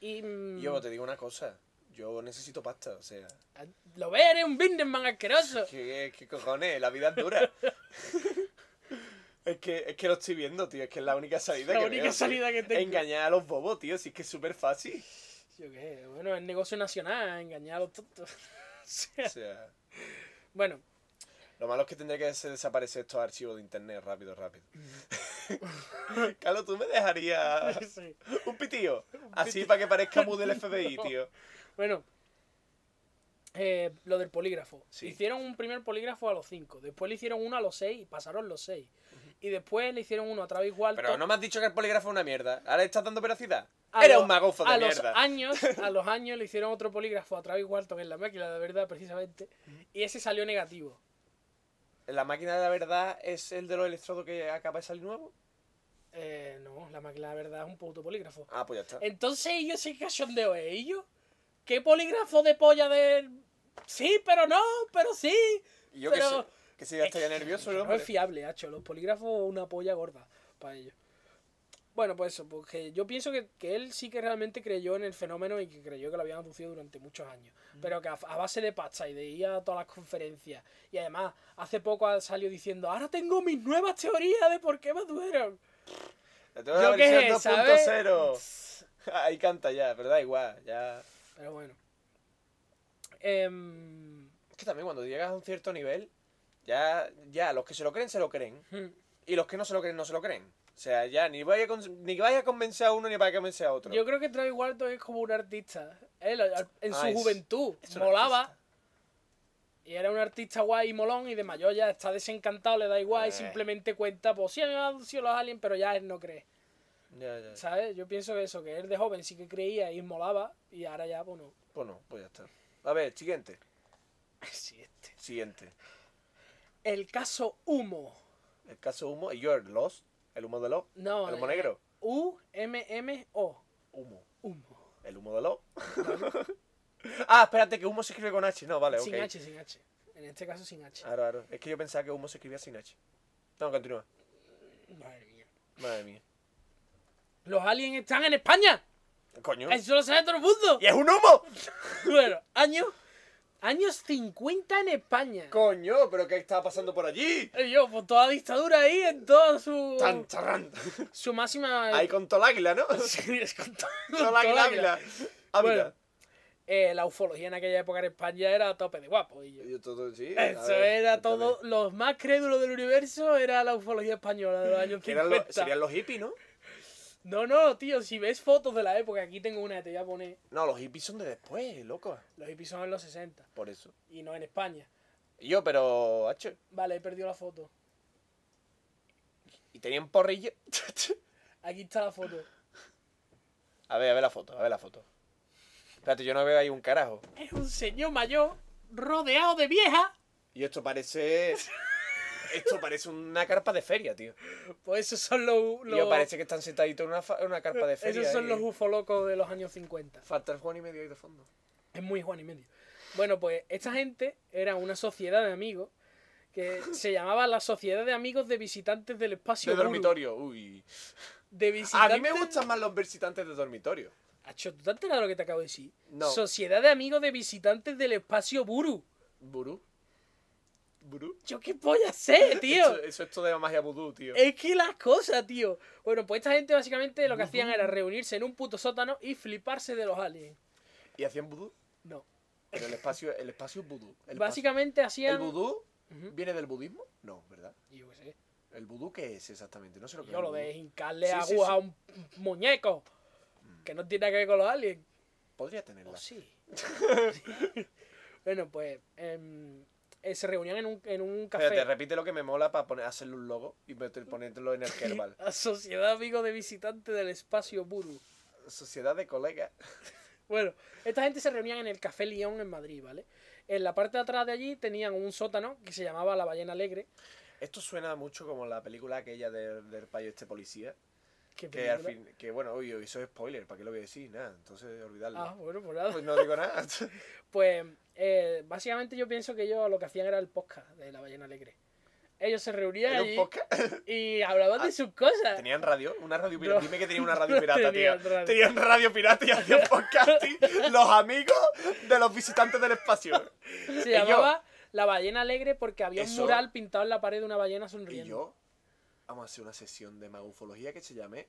Y. mm, Yo te digo una cosa, yo necesito pasta, o sea, Lo ves, eres un businessman asqueroso. ¿qué, qué cojones? La vida es dura. es, que, es que lo estoy viendo, tío, es que es la única salida La que única veo, tío. salida que tengo. Engañar a los bobos, tío, si es que es súper fácil. Yo qué, bueno, el negocio nacional, engañar a los tontos. O O sea, sea, bueno, lo malo es que tendría que des- desaparecer estos archivos de internet rápido, rápido. Mm. Carlos, tú me dejarías sí. un pitío, así para que parezca muy del FBI, No. tío. Bueno, eh, lo del polígrafo. Sí. Hicieron un primer polígrafo a los 5, después le hicieron uno a los 6 y pasaron los 6. Y después le hicieron uno a Travis Walton. Pero no me has dicho que el polígrafo es una mierda, ahora estás dando veracidad. A Eres lo- un magofo de a mierda. Los años, a los años le hicieron otro polígrafo a Travis Walton en la máquina, de verdad, precisamente. Y ese salió negativo. ¿La máquina de la verdad es el de los electrodos que acaba de salir nuevo? Eh, no, la máquina de verdad es un puto polígrafo. Ah, pues ya está. Entonces ellos sí que cachondeo es ellos. ¿Qué polígrafo de polla de Sí, pero no, pero sí. Y yo pero- que sé, que sé, ya estaría nervioso el No hombre. es fiable, hacho. Los polígrafos una polla gorda para ellos. Bueno, pues eso, porque yo pienso que, que él sí que realmente creyó en el fenómeno y que creyó que lo habían aducido durante muchos años. Mm. Pero que a, a base de pasta y de ir a todas las conferencias. Y además, hace poco ha- salió diciendo, ahora tengo mis nuevas teorías de por qué me adujeron. La tengo yo la qué sé, versión ¿sabes? Oh. 2.0. Ahí canta ya, ¿verdad? Igual, ya. Pero bueno. Em, Es que también cuando llegas a un cierto nivel, ya, ya, los que se lo creen, se lo creen. hmm. Y los que no se lo creen, no se lo creen. O sea, ya, ni vaya, a con- ni vaya a convencer a uno ni vaya a convencer a otro. Yo creo que Travis Walton es como un artista. Él, al- en su Ah, es- juventud, es un molaba. artista. Y era un artista guay y molón. Y de mayor ya está desencantado, le da igual. Y Eh. simplemente cuenta, pues sí, me han sido los aliens, pero ya él no cree. Ya, ya. ¿Sabes? Yo pienso que eso, que él de joven sí que creía y molaba. Y ahora ya, pues no. Pues no, pues ya está. A ver, siguiente. Sí, este. Siguiente. El caso Humo. El caso humo. Y yo, el Lost. El humo de Lost. No, el humo eh, negro. U-M-M-O. Humo. Humo. El humo de lo. ah, espérate, que humo se escribe con H. No, vale, ok. Ah. Sin H, sin H. En este caso, sin H. Aro, aro. Es que yo pensaba que humo se escribía sin H. No, continúa. Madre mía. Madre mía. Los aliens están en España. Coño. Eso lo sabe todo el mundo. ¡Y es un humo! Bueno, año, años 50 en España. Coño, pero ¿qué estaba pasando por allí? Y yo, pues toda dictadura ahí en todo su. Tan charrán. Su máxima. Ahí con todo el águila, ¿no? Sí, es Uh. con todo- Todo el con todo águila, la- águila. Ah, Ávila. Eh, la ufología en aquella época en España era a tope de guapo. Y yo, Yo todo, sí, a Eso ver, era yo también. todo. Los más crédulos del universo era la ufología española de los años Que eran los- 50. serían los hippies, ¿no? No, no, tío, si ves fotos de la época, aquí tengo una, te voy a poner. No, los hippies son de después, loco. Los hippies son en los 60 Por eso. y no en España. Y yo, pero, hacho. Vale, he perdido la foto. Y tenían porrillo. Aquí está la foto. a ver, a ver la foto, a ver la foto. Espérate, yo no veo ahí un carajo. Es un señor mayor rodeado de viejas. Y esto parece. Esto parece una carpa de feria, tío. Pues esos son los. los- Yo parece que están sentaditos en una, fa- en una carpa de feria. Eh, esos son ahí. los ufolocos de los años 50. Falta el Juan y medio ahí de fondo. Es muy Juan y medio. Bueno, pues esta gente era una sociedad de amigos que se llamaba la Sociedad de Amigos de Visitantes del Espacio De Buru. dormitorio, uy. De A visitantes... mí me gustan más los visitantes de dormitorio. Acho, ¿tú te has enterado de lo que te acabo de decir? No. Sociedad de Amigos de Visitantes del Espacio Buru. ¿Burú? ¿Burú? Yo qué polla sé, tío. Eh. Eso, eso es todo de magia vudú, tío. Es que las cosas, tío. Bueno, pues esta gente básicamente lo que hacían era reunirse en un puto sótano y fliparse de los aliens. ¿Y hacían vudú? No. Pero el espacio, el espacio es vudú. El Básicamente espacio- hacían... ¿El vudú Ujú. viene del budismo? No, ¿verdad? Yo qué sé. ¿El vudú qué es exactamente? No sé lo que Yo es. lo el de vudú. hincarle Sí, sí, aguja sí. Mm. a un muñeco. Que no tiene nada que ver con los aliens. Podría ¿O tenerla. sí? bueno, pues em, eh, se reunían en un, en un café. Espérate, repite lo que me mola para poner, hacerle un logo y meter- ponértelo en el herbal. La Sociedad Amigo de Visitantes del Espacio Buru. Sociedad de colegas. Bueno, esta gente se reunían en el Café León en Madrid, ¿vale? En la parte de atrás de allí tenían un sótano que se llamaba La Ballena Alegre. Esto suena mucho como la película aquella del, del payo este policía. Que, Que al película- fin, que bueno, uy, eso es spoiler, ¿para qué lo voy a decir? Nada, entonces olvidarlo. Ah, bueno, pues nada. Pues no digo nada. Pues eh, básicamente yo pienso que ellos lo que hacían era el podcast de La Ballena Alegre. Ellos se reunían Era un allí podcast. Ah, y hablaban de sus cosas. ¿Tenían radio? ¿Una radio pirata? Ah. No. Dime que tenía una radio No pirata, tío. tenían radio. Tenían radio pirata y hacían podcasting los amigos de los visitantes del espacio. Se Y yo- llamaba La Ballena Alegre porque había un Eso. mural pintado en la pared de una ballena Y sonriendo. yo, vamos a hacer una sesión de magufología que se llame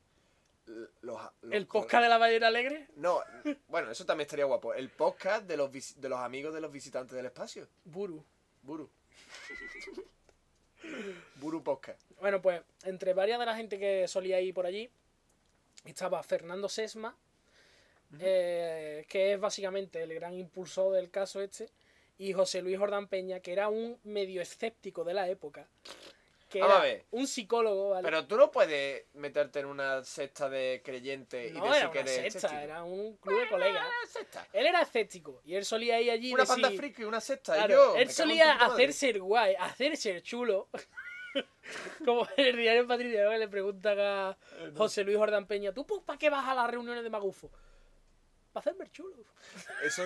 eh, los, los ¿El col- podcast de la ballena alegre? No, bueno, eso también estaría guapo. El podcast de los, vis- de los amigos de los visitantes del espacio. Buru. Buru. Buru Podcast. Bueno, pues entre varias de la gente que solía ir por allí estaba Fernando Sesma, eh, que es básicamente el gran impulsor del caso este, y José Luis Jordán Peña, que era un medio escéptico de la época, que Vamos era a ver. un psicólogo, ¿vale? Pero tú no puedes meterte en una secta de creyentes y no decir era que una eres secta, escéptico. era un club de colegas. Una secta. Él era escéptico y él solía ir allí y Una panda decir- friki, una secta. y Claro, yo, él me cago en solía tu puta madre. hacerse el guay, hacerse el chulo. Como en el diario Patricia Vega le preguntan a José Luis Jordán Peña, ¿tú pues, para qué vas a las reuniones de Magufo? Para hacerme el chulo. Eso,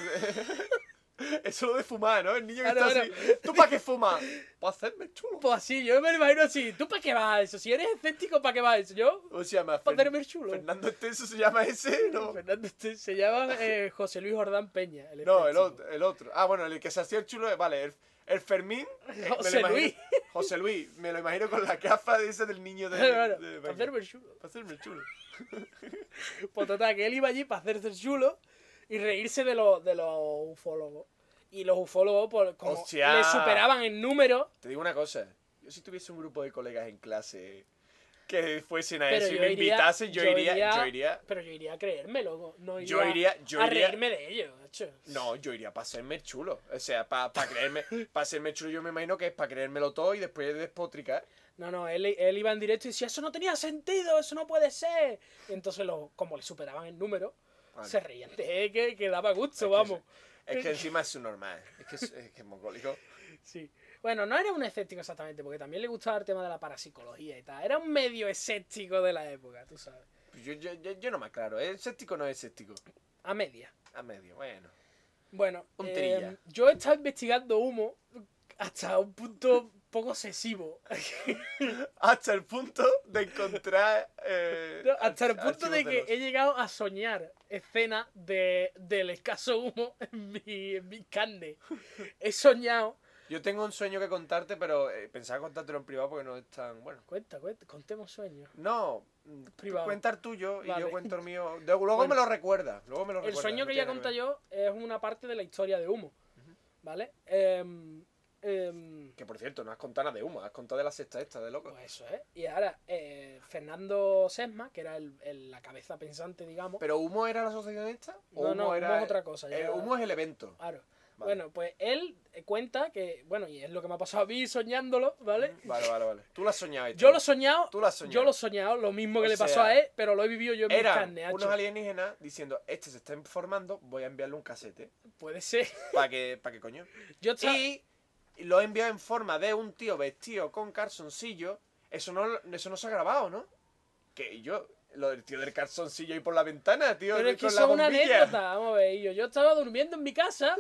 eso lo de fumar, ¿no? El niño que Claro, está así. ¿Tú para qué fumas? Para hacerme chulo. Pues así, yo me lo imagino así, ¿tú para qué vas a eso? Si eres escéptico, ¿para qué vas a eso? Yo, ¿Cómo se llama? para Fer- hacerme el chulo. Fernando Esteso se llama ese, ¿no? Fernando, este se llama eh, José Luis Jordán Peña. El No, el escéptico. otro, el otro. Ah, bueno, el que se hacía el chulo, vale, el, el Fermín. eh, me lo José imagino- Luis. José Luis, me lo imagino con la gafa de ese del niño de. Claro, de- para hacerme el chulo. para hacerme el chulo. Pues total, que él iba allí para hacerse el chulo y reírse de los, de los ufólogos. Y los ufólogos, pues, como Hostia. le superaban en número, Te digo una cosa. Yo si tuviese un grupo de colegas en clase que fuesen a Pero eso y yo Eh, me iría- invitasen, yo, yo iría, iría- yo iría. pero yo iría a creerme, loco. No iría Yo iría- yo a iría- reírme de ellos, macho. No, yo iría para hacerme el chulo. O sea, para creerme. Para hacerme el chulo, yo me imagino que es para creérmelo todo y después despotricar. No, no, él, él iba en directo y decía, eso no tenía sentido, eso no puede ser. Y entonces, lo, como le superaban en número, Vale. se reían de él, que, que daba gusto, que vamos. Es que encima es su normal. Es que es, es que es mongólico. Sí. Bueno, no era un escéptico exactamente, porque también le gustaba el tema de la parapsicología y tal. Era un medio escéptico de la época, tú sabes. Pues Yo, yo, yo, yo no me aclaro. ¿Es séptico o no es séptico? A media. A medio, bueno. Bueno, Un eh, trilla. yo he estado investigando humo hasta un punto poco obsesivo. Hasta el punto de encontrar. eh, No, hasta el arch- punto de archivos que los- he llegado a soñar escena de, del escaso humo en mi, en mi carne. He soñado. Yo tengo un sueño que contarte, pero eh, pensaba contártelo en privado porque no es tan bueno. Cuenta, cuenta, contemos sueños. No, mm, Privado. cuentar tuyo y Vale. yo cuento el mío. Luego luego Bueno. me lo recuerda. Luego me lo El recuerda, sueño no que ya tiene conté ver. yo es una parte de la historia de humo. ¿Vale? Em, em, Que por cierto, no has contado nada de humo, has contado de la sexta esta, de loco. pues eso es. Y ahora, eh, Fernando Sesma, que era el, el- la cabeza pensante, digamos. ¿Pero humo era la asociación esta? ¿O no, humo no, humo era es otra cosa. ya- El eh, humo es el evento. Claro. Vale. Bueno, pues él cuenta que, bueno, y es lo que me ha pasado a mí soñándolo, ¿vale? Vale, vale, vale. Tú lo has soñado. esto. Yo lo he soñado, Tú lo has soñado. yo lo he soñado, lo mismo que O le pasó sea, a él, pero lo he vivido yo en mi Eran carne, hacho. unos alienígenas diciendo, este se está informando, voy a enviarle un casete. Puede ser. ¿Para qué, pa' qué coño? Yo estaba- Y lo he enviado en forma de un tío vestido con calzoncillo. Eso no, lo- eso no se ha grabado, ¿no? Que yo, lo del tío del calzoncillo ahí por la ventana, tío. Pero es que con eso la es una bombilla. anécdota, vamos a ver. y Yo, yo estaba durmiendo en mi casa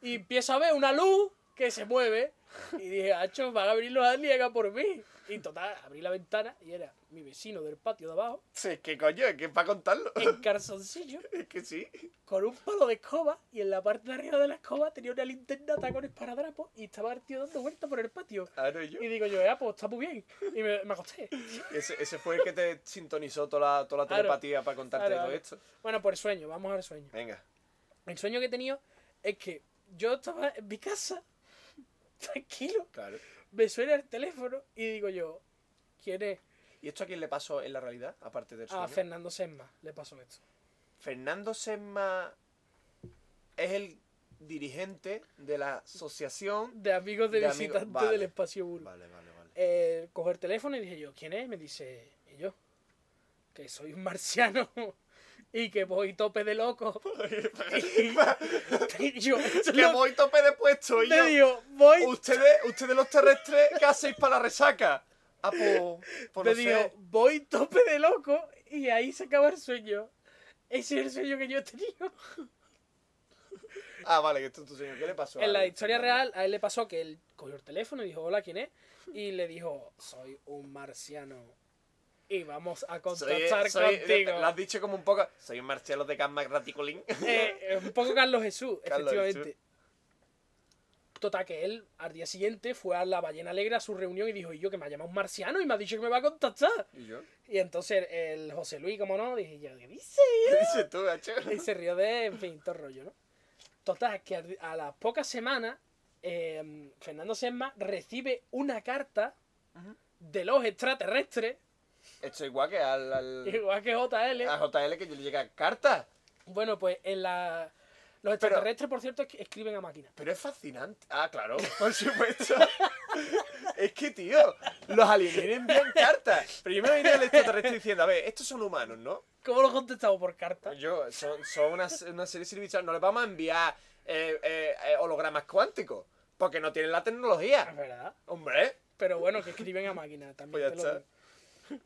y empiezo a ver una luz que se mueve y dije, hacho, van a venir los alienígenas por mí. Y total, abrí la ventana y era mi vecino del patio de abajo, Sí, es que coño, es que para contarlo. en calzoncillo, Es que sí. con un palo de escoba y en la parte de arriba de la escoba tenía una linterna tacones para drapo y estaba el tío dando vueltas por el patio. Ahora yo. Y digo yo, ya, pues está muy bien. Y me, me acosté. Ese, ese fue el que te sintonizó toda la, toda la Claro. telepatía para contarte Claro, todo claro. esto. Bueno, por el sueño, vamos al sueño. Venga. El sueño que he tenido es que yo estaba en mi casa, tranquilo, Claro. me suena el teléfono y digo yo, ¿quién es? ¿Y esto a quién le pasó en la realidad? Aparte del sueño. A Fernando Sesma le pasó esto. Fernando Sesma es el dirigente de la asociación. De amigos de, De amigo- visitantes vale. del espacio 1. Vale, vale, vale. Eh, cojo el teléfono y dije yo, ¿quién es? Me dice, y yo, que soy un marciano y que voy tope de loco. y yo, esto es que lo voy tope de puesto que y le yo. digo, voy Ustedes, ustedes los terrestres, ¿qué hacéis para la resaca? Ah, po- po Te no digo, sé. voy tope de loco y ahí se acaba el sueño. Ese es el sueño que yo he tenido. Ah, vale, que esto es tu sueño. ¿Qué le pasó? a en la Fernando? historia real, a él le pasó que él cogió el teléfono y dijo, hola, ¿quién es? Y le dijo, soy un marciano y vamos a Soy- contactar soy- contigo. Lo has dicho como un poco. Soy un marciano de Gamma Graticulín. Eh, eh, un poco Carlos Jesús, Carlos efectivamente. Total, que él al día siguiente fue a la ballena alegre a su reunión y dijo, y yo que me ha llamado un marciano y me ha dicho que me va a contactar. ¿Y yo? Y entonces el José Luis, como no, dije, yo, ¿qué dice? ¿Qué dices tú, gacho? Y se rió de, en fin, todo el rollo, ¿no? Total, que al- a las pocas semanas, eh, Fernando Sesma recibe una carta Ujú. de los extraterrestres, Esto igual que al, al- igual que JL. a JL que yo le llega carta. Bueno, pues en la... Los Pero- extraterrestres, por cierto, es- escriben a máquina. Pero es fascinante. Ah, claro, por supuesto. es que, tío, los alienígenas envían cartas. Pero yo me imagino al extraterrestre diciendo, a ver, estos son humanos, ¿no? ¿Cómo lo contestamos por carta? Pues Yo, son, son una, una serie servicial. No les vamos a enviar eh, eh, eh, hologramas cuánticos. Porque no tienen la Es tecnología. verdad. Hombre, Pero bueno, que escriben a máquina también. Pues ya te lo digo.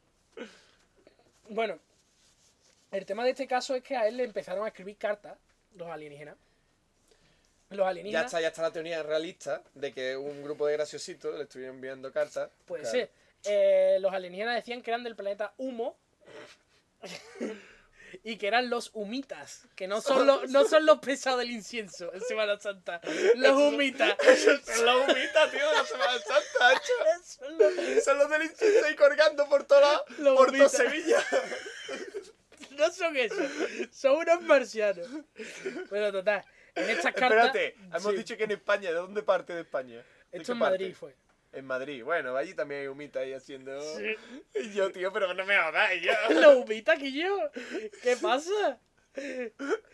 Bueno, el tema de este caso es que a él le empezaron a escribir cartas, los alienígenas. Los ya alienígenas. está, ya está la teoría realista de que un grupo de graciositos le estuvieron enviando cartas. Puede Claro. ser. Eh, los alienígenas decían que eran del planeta Humo. y que eran los humitas. Que no son los, no son los pesados del incienso en Semana Santa. Los humitas. Son los humitas, tío, de la Semana Santa, hacho. Son los- Son los del incienso ahí colgando por toda, la- Los por toda humitas. Sevilla. no son esos. Son unos marcianos. Bueno, total. En estas cartas. Espérate, hemos Sí. dicho que en España, ¿de dónde parte de España? ¿De qué Esto en parte? Madrid fue. En Madrid, bueno, allí también hay humita ahí haciendo. Sí. Y yo, tío, pero no me jodáis, yo. Los humitas que yo. ¿Qué pasa?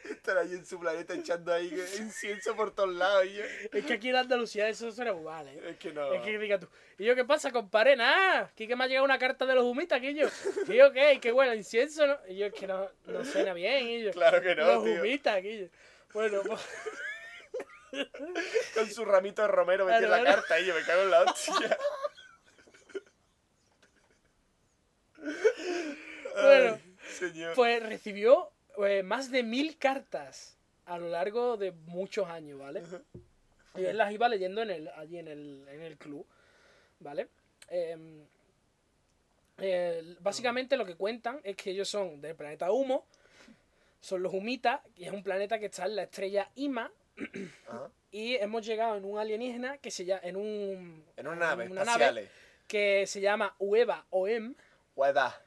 Estar ahí en su planeta echando ahí incienso por todos lados, y yo. Es que aquí en Andalucía eso suena muy mal, ¿eh? Es que no. Es que diga tú. ¿Y yo qué pasa, compadre? Nada. que me ha llegado una carta de los humitas, que yo. Y yo, ¿qué? ¿Qué bueno? ¿Incienso? No? Y yo, es que no, no suena bien, y yo. Claro que no, Los tío. humitas, que yo. Bueno, pues, Con su ramito de romero metido en Claro, la claro. carta, y yo me cago en la hostia. Ay, Bueno, señor. pues recibió eh, más de mil cartas a lo largo de muchos años, ¿vale? Y él las iba leyendo en el, allí en el, en el club, ¿vale? Em, el- básicamente lo que cuentan es que ellos son del planeta Humo, son los Humitas, y es un planeta que está en la estrella Ima, Ajá. y hemos llegado en un alienígena que se llama, en un... En una nave, en una nave espaciales. que se llama Ueva OM. Hueva.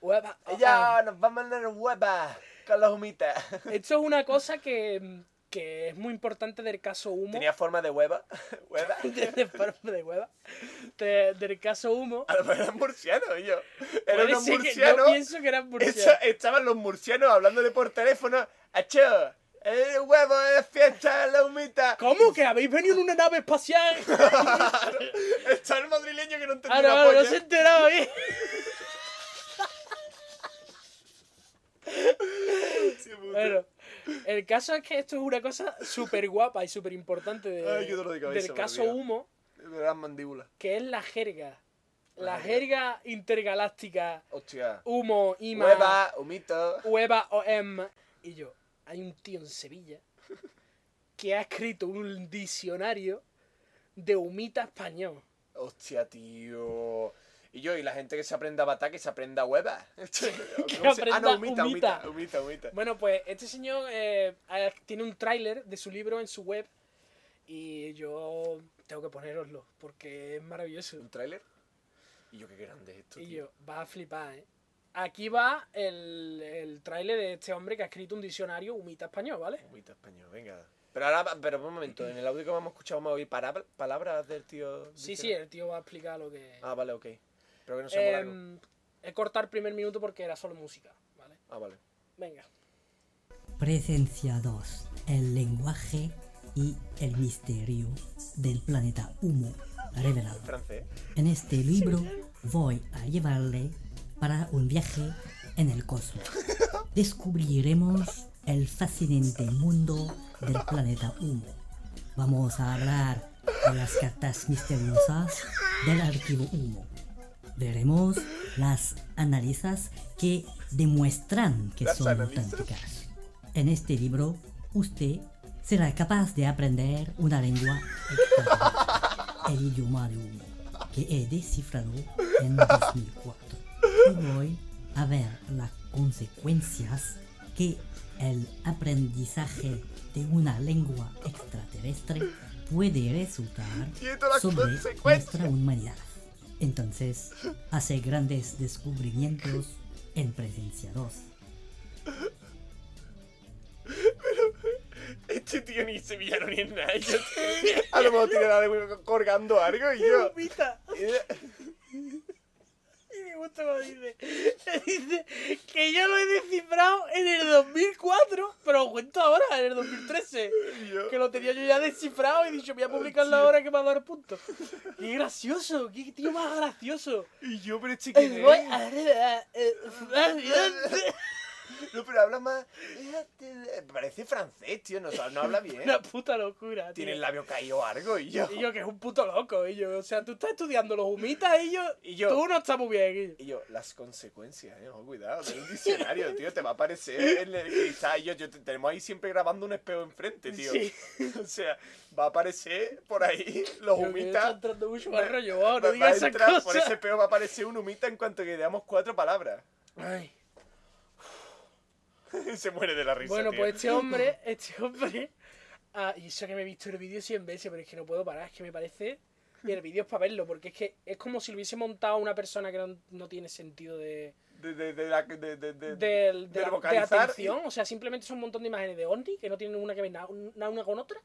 Ueva OM. Ya, nos vamos a mandar hueva con los humitas. Esto es una cosa que, que es muy importante del caso humo. ¿Tenía forma de hueva? ¿Hueva? de, de forma de hueva. De- del caso humo. A lo mejor eran murcianos, yo. Puede Eran unos ser que- murcianos. yo pienso que eran Esa- murcianos. estaban los murcianos hablándole por teléfono. ¡Acho! ¡El huevo es fiesta la humita! ¿Cómo que habéis venido en una nave espacial? Está el madrileño que no entendió Ah, no, no, una no polla. se enteraba bien. Sí, puto. Bueno, el caso es que esto es una cosa súper guapa y súper importante de- Ay, qué dolor de cabeza, del por caso Dios. humo, Gran mandíbula. que es la jerga. La La, jerga. intergaláctica, Hostia. humo, ima, Hueva, humito. Ueva OM. Y yo, hay un tío en Sevilla que ha escrito un diccionario de humita español. Hostia, tío. Y yo, y la gente que se aprenda bataca, que se aprenda hueva. Que ah, no, aprenda humita, humita, humita. humita, humita. Bueno, pues este señor eh, ha- tiene un tráiler de su libro en su web y yo tengo que ponéroslo porque es maravilloso. ¿Un tráiler? Y yo, qué grande es esto, Y tío. yo, vas a flipar, ¿eh? Aquí va el, el tráiler de este hombre que ha escrito un diccionario humita español, ¿vale? Humita español, venga. Pero ahora, pero un momento, en el audio que hemos escuchado vamos a oír palab- palabras del tío. Sí, sí, diciendo- el tío va a explicar lo que... Ah, vale, ok. Pero que no sea muy largo. Em, he cortado el primer minuto porque era solo música, ¿vale? Ah, vale. Venga. Presencia 2, el lenguaje y el misterio del planeta humo revelado. Francés. En este libro voy a llevarle para un viaje en el cosmos. Descubriremos el fascinante mundo del planeta humo. Vamos a hablar de las cartas misteriosas del archivo humo. Veremos las analizas que demuestran que Las son analizas. auténticas. En este libro, usted será capaz de aprender una lengua extraña el idioma de humo que he descifrado en 2004. Y voy a ver las consecuencias que el aprendizaje de una lengua extraterrestre puede resultar Quieto las sobre consecuencias. nuestra humanidad. Entonces, hace grandes descubrimientos en Presencia 2. Este tío ni sevillano ni es nada. Yo, a lo mejor tiene la lengua colgando algo y yo. Humita. Y me gusta cuando dice, dice que yo lo he descifrado en el 2004, pero os cuento ahora, en el 2013. y yo- Que lo tenía yo ya descifrado y he dicho, voy a publicarlo ahora que me va a dar punto. ¡Qué gracioso! ¡Qué tío más gracioso! Y ¿Eh? yo, pero este Eh, que. Voy a revelar, eh, fascinante. No, pero habla más. eh, Parece francés, tío. No, sabe- no habla bien. Una puta locura. tío. Tiene el labio caído o algo y yo. Y yo, que es un puto loco, y yo, o sea, tú estás estudiando los humitas, y yo, Y yo- tú no estás muy bien, y yo. Y yo, las consecuencias, eh, ojo, cuidado, ten un diccionario, tío, te va a aparecer en el cristal. Y yo, yo- te- tenemos ahí siempre grabando un espejo enfrente, tío. Sí. O sea, va a aparecer por ahí los Yo que yo estoy humitas. entrando mucho más rollo, oh, Va- no va digas a esas entrar Por ese cosas. espejo va a aparecer un humita en cuanto que damos cuatro palabras. Ay. Se muere de la risa. Bueno, tío. pues este hombre, este hombre. ah, y eso que me he visto el vídeo 100 veces, pero es que no puedo parar, es que me parece. Y el vídeo es para verlo, porque es que es como si lo hubiese montado una persona que no, no tiene sentido de. De, de, de, la- de, de, de- del- De, del la- de vocalizar atención. O sea, simplemente son un montón de imágenes de Omni que no tienen una que ver nada una, una con otra.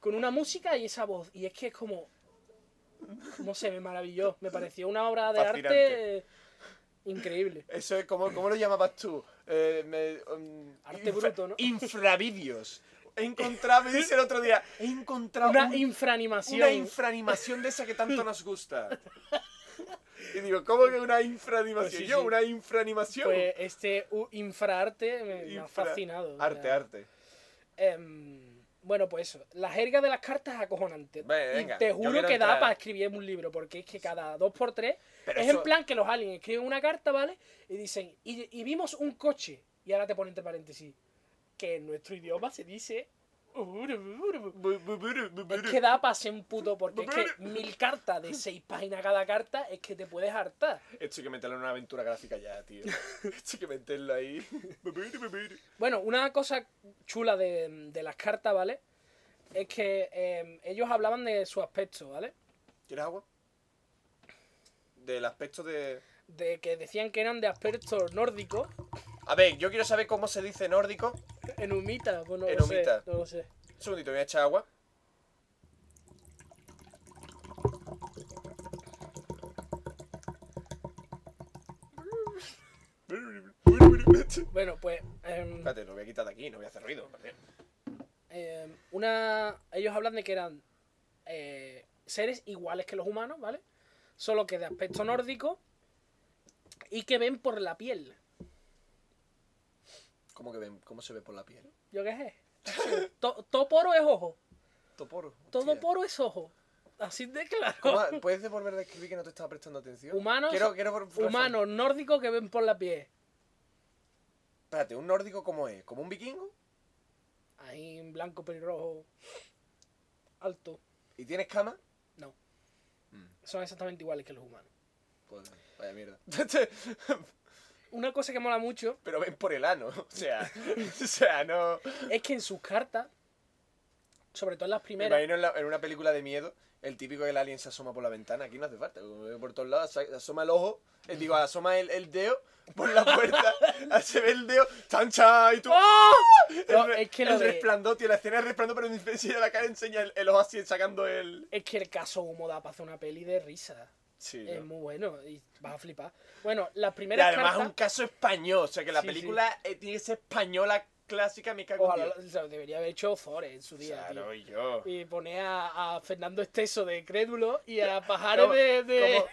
Con una música y esa voz. Y es que es como. No sé, me maravilló. Me pareció una obra de Fascinante. arte increíble. Eso es como, ¿cómo lo llamabas tú? Eh, me- um, Arte bruto, ¿no? Infravideos. He encontrado, me dice el otro día, he encontrado Una un- infraanimación. una infraanimación de esa que tanto nos gusta. Y digo, ¿cómo que una infraanimación? Pues sí, Yo, sí. una infraanimación. Pues este u- infraarte me, me ha Infra- fascinado. o sea. Arte, arte. Em, bueno, pues eso. La jerga de las cartas es acojonante. Ve, Y venga, te yo juro quiero que da entrar. para escribir un libro, porque es que cada dos por tres Pero es eso- en plan que los aliens escriben una carta, ¿vale? Y dicen, y, y vimos un coche. Y ahora te ponen entre paréntesis. Que en nuestro idioma se dice Es que da para ser un puto porque es que mil cartas de seis páginas cada carta es que te puedes hartar. Esto hay que meterlo en una aventura gráfica ya, tío. Esto hay que meterlo ahí. Bueno, una cosa chula de, de las cartas, ¿vale? Es que eh, ellos hablaban de su aspecto, ¿vale? ¿Quieres agua? Del aspecto de... De que decían que eran de aspecto nórdico A ver, yo quiero saber cómo se dice nórdico. en humita. Pues no En lo sé, humita. no lo sé. Un segundito, voy a echar agua. Bueno, pues em, Espérate, lo voy a quitar de aquí, no voy a hacer ruido. espérate. em, una ellos hablan de que eran eh, seres iguales que los humanos, ¿vale? Solo que de aspecto nórdico y que ven por la piel. ¿Cómo que ven? ¿Cómo se ve por la piel? ¿Yo qué sé? Así, to- Todo poro es ojo. Toporo. Todo hostia. poro es ojo. Así de ¿Cómo ha- claro. ¿Puedes volver a escribir que no te estaba prestando atención? Humanos, Quiero, quiero por- por- humanos nórdicos que ven por la piel. Espérate, ¿un nórdico cómo es? ¿Como un vikingo? Ahí en blanco, pelirrojo, alto. ¿Y tienes cama? No. Mm. Son exactamente iguales que los humanos. Pues vaya mierda. Una cosa que mola mucho Pero ven por el ano. O sea, o sea no. es que en sus cartas, sobre todo en las Me primeras, imagino en, la- en una película de miedo, el típico el alien se asoma por la ventana. Aquí no hace falta. como ve Por todos lados, sa- asoma el ojo. eh, digo, asoma el, el dedo por la puerta. ah, se ve el dedo. ¡Chancha! Y tú. ¡ah! El, ¡Ah! No, re- es que lo el de- resplandor, tío. La escena es resplandor, pero en defensa de la cara enseña el, el ojo así sacando el. es que el caso humo da para hacer una peli de risa. Sí. Es ¿no? muy bueno y vas a flipar. Bueno, las Y primeras además es cartas... un caso español. O sea que la Sí, sí. película eh, tiene que ser española clásica. Me cago en Ojalá Dios. lo- lo debería haber hecho Zores en su día, tío. Claro, y yo. Y pone a, a Fernando Esteso de Crédulo y a Pajares de... de-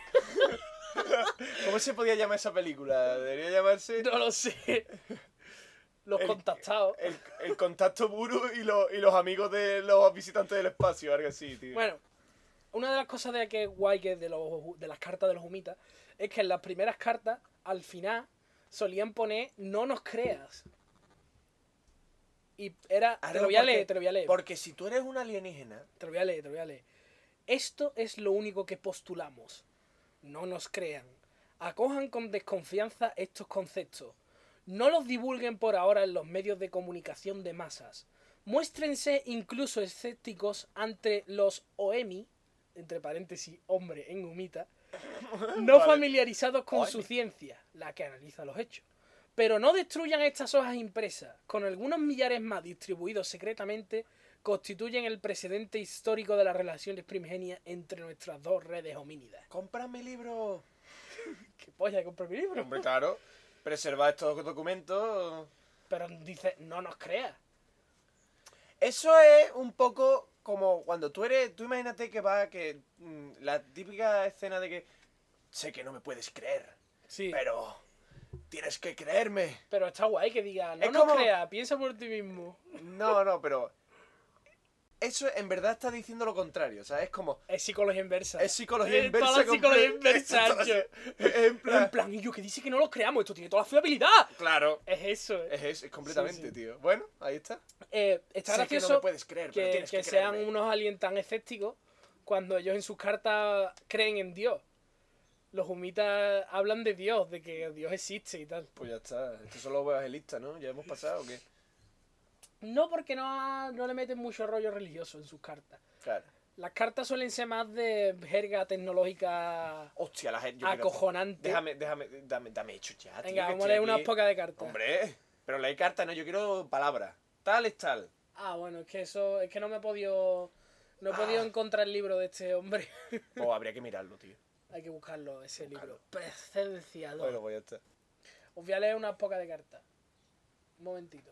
¿Cómo, ¿Cómo se podía llamar esa película? Debería llamarse No lo sé. Los El- contactados. El, el contacto Buru y, lo- y los amigos de los visitantes del espacio, algo así, tío. Bueno, una de las cosas de que es guay que de, los, de las cartas de los humitas es que en las primeras cartas, al final, solían poner no nos creas. Y era. Ahora Te lo voy a porque- leer, te lo voy a leer. Porque si tú eres un alienígena, Te lo voy a leer, te lo voy a leer. Esto es lo único que postulamos. No nos crean. Acojan con desconfianza estos conceptos. No los divulguen por ahora en los medios de comunicación de masas. Muéstrense incluso escépticos ante los OEMI, entre paréntesis, hombre en humita, no Vale. familiarizados con su OEMI. ciencia, la que analiza los hechos. Pero no destruyan estas hojas impresas. Con algunos millares más distribuidos secretamente, constituyen el precedente histórico de las relaciones primigenias entre nuestras dos redes homínidas. cómprame libro. ¿Qué polla comprar mi libro? Hombre, claro. Preserva estos documentos. Pero dice, no nos creas. Eso es un poco como cuando tú eres. Tú imagínate que va que. mm, La típica escena de que. Sé que no me puedes creer, Sí. Pero, pero. Tienes que creerme. está guay que diga, no Es nos como- creas, piensa por ti mismo. No, no, pero. Eso en verdad está diciendo lo contrario, o sea, es como. Es psicología inversa. Es psicología Eh, inversa. Toda la psicología comple- inversa, Esto yo. es- En En plan. plan, y yo que dice que no lo creamos, esto tiene toda la fiabilidad. Claro. Es eso. eh. Es, es, es completamente, Sí, sí. tío. Bueno, ahí está. Eh, está Sé gracioso. que no me puedes creer, pero que, tienes que que, sean creerme. unos aliens tan escépticos cuando ellos en sus cartas creen en Dios. Los humitas hablan de Dios, de que Dios existe y tal. Pues ya está. Estos son los evangelistas, ¿no? Ya hemos pasado, ¿o qué? No porque no, ha- no le meten mucho rollo religioso en sus cartas. Claro. Las cartas suelen ser más de jerga tecnológica Hostia, la gente. yo creo- acojonante. Déjame, déjame, dame, dame hecho ya. Venga, tío, que vamos a estoy leer aquí. unas pocas de cartas. Hombre, pero la carta, no, yo quiero palabras. Tal es tal. Ah, bueno, es que eso, es que no me he podido, no he Ah. podido encontrar el libro de este hombre. Pues habría que mirarlo, tío. Hay que buscarlo, ese Búscalo. libro. Presenciador. Bueno, pues ya está. Os voy a leer unas pocas de cartas. Un momentito.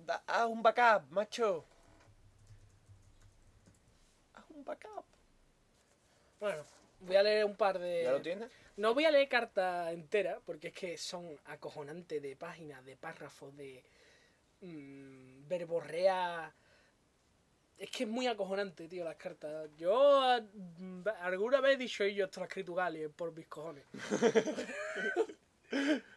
Da- haz un backup, macho. Haz un backup. Bueno, voy a leer un par de. ¿Ya lo tienes? No voy a leer carta entera, porque es que son acojonantes de páginas, de párrafos, de. mm, verborrea. Es que es muy acojonante, tío, las cartas. Yo ah, mm, alguna vez he dicho, "Ey, yo esto lo he escrito Gales por mis cojones.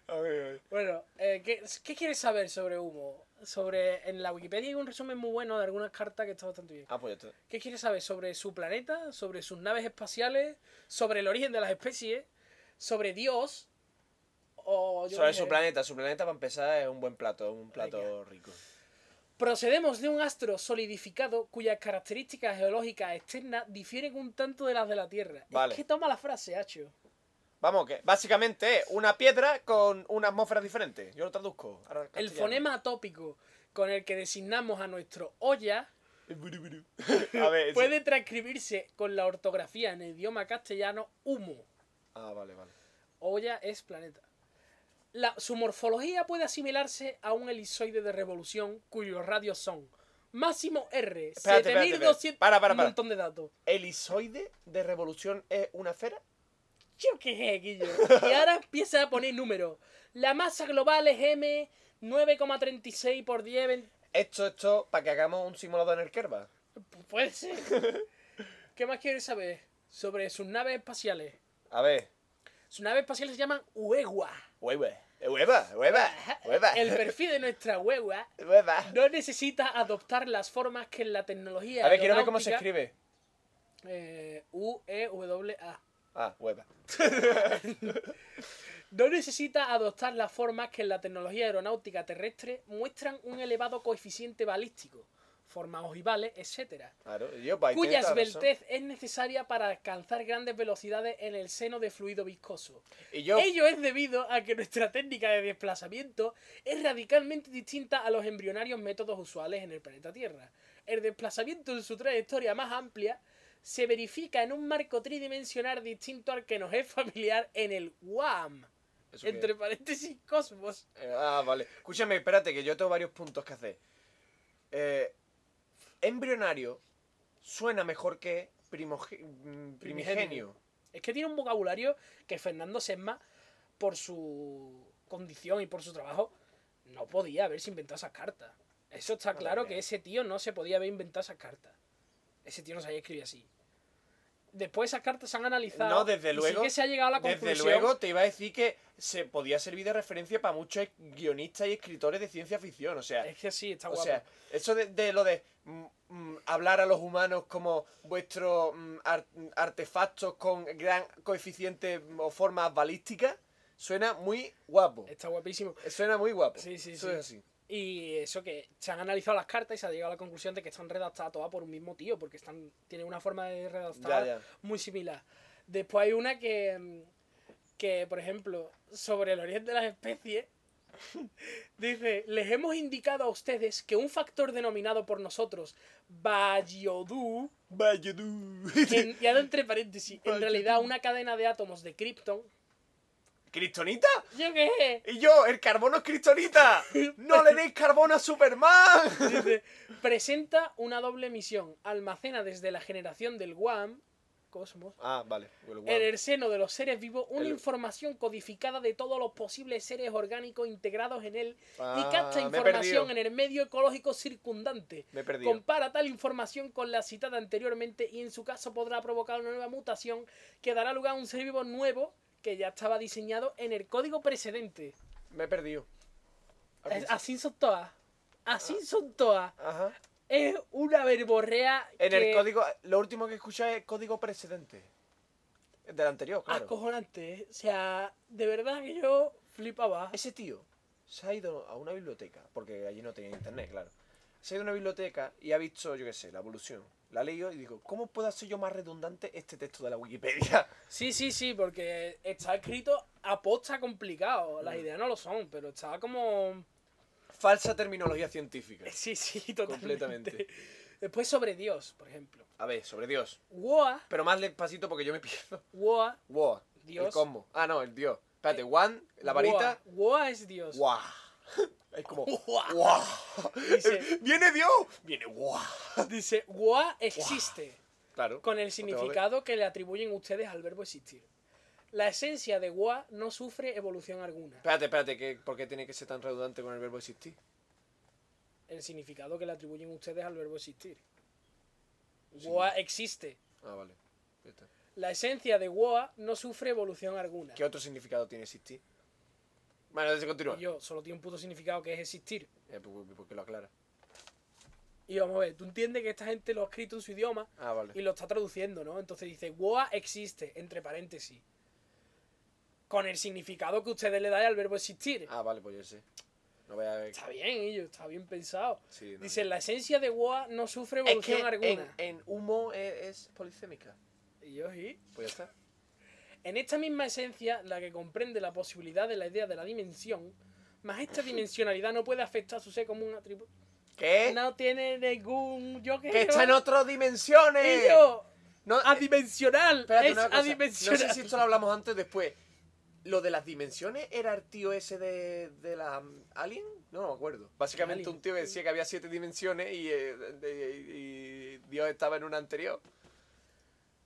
A ver, a ver. Bueno, eh, ¿qué, qué quieres saber sobre humo? Sobre, en la Wikipedia hay un resumen muy bueno de algunas cartas que está bastante bien. Ah, pues ya está. ¿Qué quieres saber sobre su planeta, sobre sus naves espaciales, sobre el origen de las especies, sobre Dios? O yo Sobre qué sé? su planeta, su planeta para empezar es un buen plato, un plato Venga. rico. Procedemos de un astro solidificado cuyas características geológicas externas difieren un tanto de las de la Tierra. Vale. Es que toma la frase, Hacho. Vamos, que básicamente es una piedra con una atmósfera diferente. Yo lo traduzco. ahora al El castellano. fonema atópico con el que designamos a nuestro olla A ver, Eh, sí. puede transcribirse con la ortografía en el idioma castellano humo. Ah, vale, vale. Olla es planeta. La- su morfología puede asimilarse a un helisoide de revolución cuyos radios son máximo R, Espérate, espérate, espérate. 7200... Para, para, para. Un montón de datos. ¿Helisoide de revolución es una esfera? Yo qué sé, Guillo. Y ahora empieza a poner números. La masa global es M 9,36 por 10. ven- Esto, esto, para que hagamos un simulador en el Kerba. Pu- Puede ser. ¿Qué más quieres saber sobre sus naves espaciales? A ver. Sus naves espaciales se llaman Uegua. Hueva, hueva, hueva, hueva. El perfil de nuestra Uegua Hueva. no necesita adoptar las formas que en la tecnología. A ver, quiero ver cómo se aeronáutica- escribe. Eh, U-E-W-A. Ah, hueva. No necesita adoptar las formas que en la tecnología aeronáutica terrestre muestran un elevado coeficiente balístico, formas ogivales, etc. Claro, yo pa' ahí Cuya tiene toda la razón. esbeltez es necesaria para alcanzar grandes velocidades en el seno de fluido viscoso. Y yo, Ello es debido a que nuestra técnica de desplazamiento es radicalmente distinta a los embrionarios métodos usuales en el planeta Tierra. El desplazamiento en su trayectoria más amplia se verifica en un marco tridimensional distinto al que nos es familiar en el WAM, ¿Eso qué entre paréntesis cosmos. Eh, Ah, vale. Escúchame, espérate, que yo tengo varios puntos que hacer. Eh, embrionario suena mejor que primoge- mm, primigenio. Primigenio. Es que tiene un vocabulario que Fernando Sesma, por su condición y por su trabajo, no podía haberse inventado esas cartas. Eso está claro que mía. ese tío no se podía haber inventado esas cartas. Ese tío no sabía escribir así. Después esas cartas se han analizado. No, desde y sí luego- que se ha llegado a la Desde conclusión. luego te iba a decir que se podía servir de referencia para muchos guionistas y escritores de ciencia ficción. O sea, Es que sí, está o guapo. sea eso de, de lo de mm, mm, hablar a los humanos como vuestros mm, ar- artefactos con gran coeficiente mm, o formas balísticas suena muy guapo. Está guapísimo. Suena muy guapo. Sí, sí, Eso sí. es así. Y eso que se han analizado las cartas y se ha llegado a la conclusión de que están redactadas todas por un mismo tío, porque están tienen una forma de redactar Ya, ya. muy similar. Después hay una que, mm, que, por ejemplo, sobre el origen de las especies, dice, les hemos indicado a ustedes que un factor denominado por nosotros Bayodú, en- y ahora entre paréntesis, en realidad una cadena de átomos de Krypton, ¿Kryptonita? yo qué sé, Y yo, el carbono es Kryptonita. No le deis carbono a Superman. Dice, presenta una doble misión. Almacena desde la generación del Guam, Cosmos, Ah, vale. el guapo. en el seno de los seres vivos una El- información codificada de todos los posibles seres orgánicos integrados en él Ah, y capta me he información perdido. en el medio ecológico circundante. Me he perdido. Compara tal información con la citada anteriormente y en su caso podrá provocar una nueva mutación que dará lugar a un ser vivo nuevo que ya estaba diseñado en el código precedente. Me he perdido. Es- Así son todas. Así Ah. son todas. Ajá. Es una verborrea. En que- el código, lo último que escuché es el código precedente. Del anterior, claro. Acojonante. ¿eh? O sea, de verdad que yo flipaba. Ese tío se ha ido a una biblioteca, porque allí no tenía internet, claro. Se ha ido a una biblioteca y ha visto, yo qué sé, la evolución. La ha leído y digo, ¿cómo puedo hacer yo más redundante este texto de la Wikipedia? Sí, sí, sí, porque está escrito a posta complicado. Mm. Las ideas no lo son, pero está como. Falsa terminología científica. Sí, sí, totalmente. Completamente. Después sobre Dios, por ejemplo. A ver, sobre Dios. Woa, Pero más despacito porque yo me pierdo. Woa, Wow. El Dios. Eh, combo. Ah, no, el Dios. Espérate, One, la varita. Woa, Woa es Dios. Wow. Es como. Guau. Wow. Dice- Viene Dios. Viene wow. Dice, Woa existe. Claro. con el No te va a ver. significado que le atribuyen ustedes al verbo existir. La esencia de Woa no sufre evolución alguna. Espérate, espérate, que, ¿por qué tiene que ser tan redundante con el verbo existir? El significado que le atribuyen ustedes al verbo existir. Woa existe. Ah, vale. Ya está. La esencia de Woa no sufre evolución alguna. ¿Qué otro significado tiene existir? Bueno, se continúa. Y yo, solo tiene un puto significado que es existir. Eh, pues, pues, que lo aclara. Y vamos a ver, tú entiendes que esta gente lo ha escrito en su idioma Ah, vale. y lo está traduciendo, ¿no? Entonces dice, Goa existe, entre paréntesis. Con el significado que ustedes le dan al verbo existir. Ah, vale, pues yo sé. No voy a ver. Está bien, ellos, está bien pensado. Sí, no, Dice, la esencia de Goa no sufre Es evolución que en, alguna. en humo e, es, es polisémica. Y yo, ¿y? Pues ya está. En esta misma esencia, la que comprende la posibilidad de la idea de la dimensión, más esta dimensionalidad no puede afectar a su ser como un atributo. ¿Qué? No tiene ningún... Yo qué ¿Eh? ¡Que está sé. en otras dimensiones! Y yo, No, eh, adimensional. Espérate, es una cosa. adimensional. No sé si esto lo hablamos antes o después. ¿Lo de las dimensiones era el tío ese de, de la um, Alien? No, no me acuerdo. Básicamente Alien. un tío que decía que había siete dimensiones y, eh, de- y- y Dios estaba en una anterior.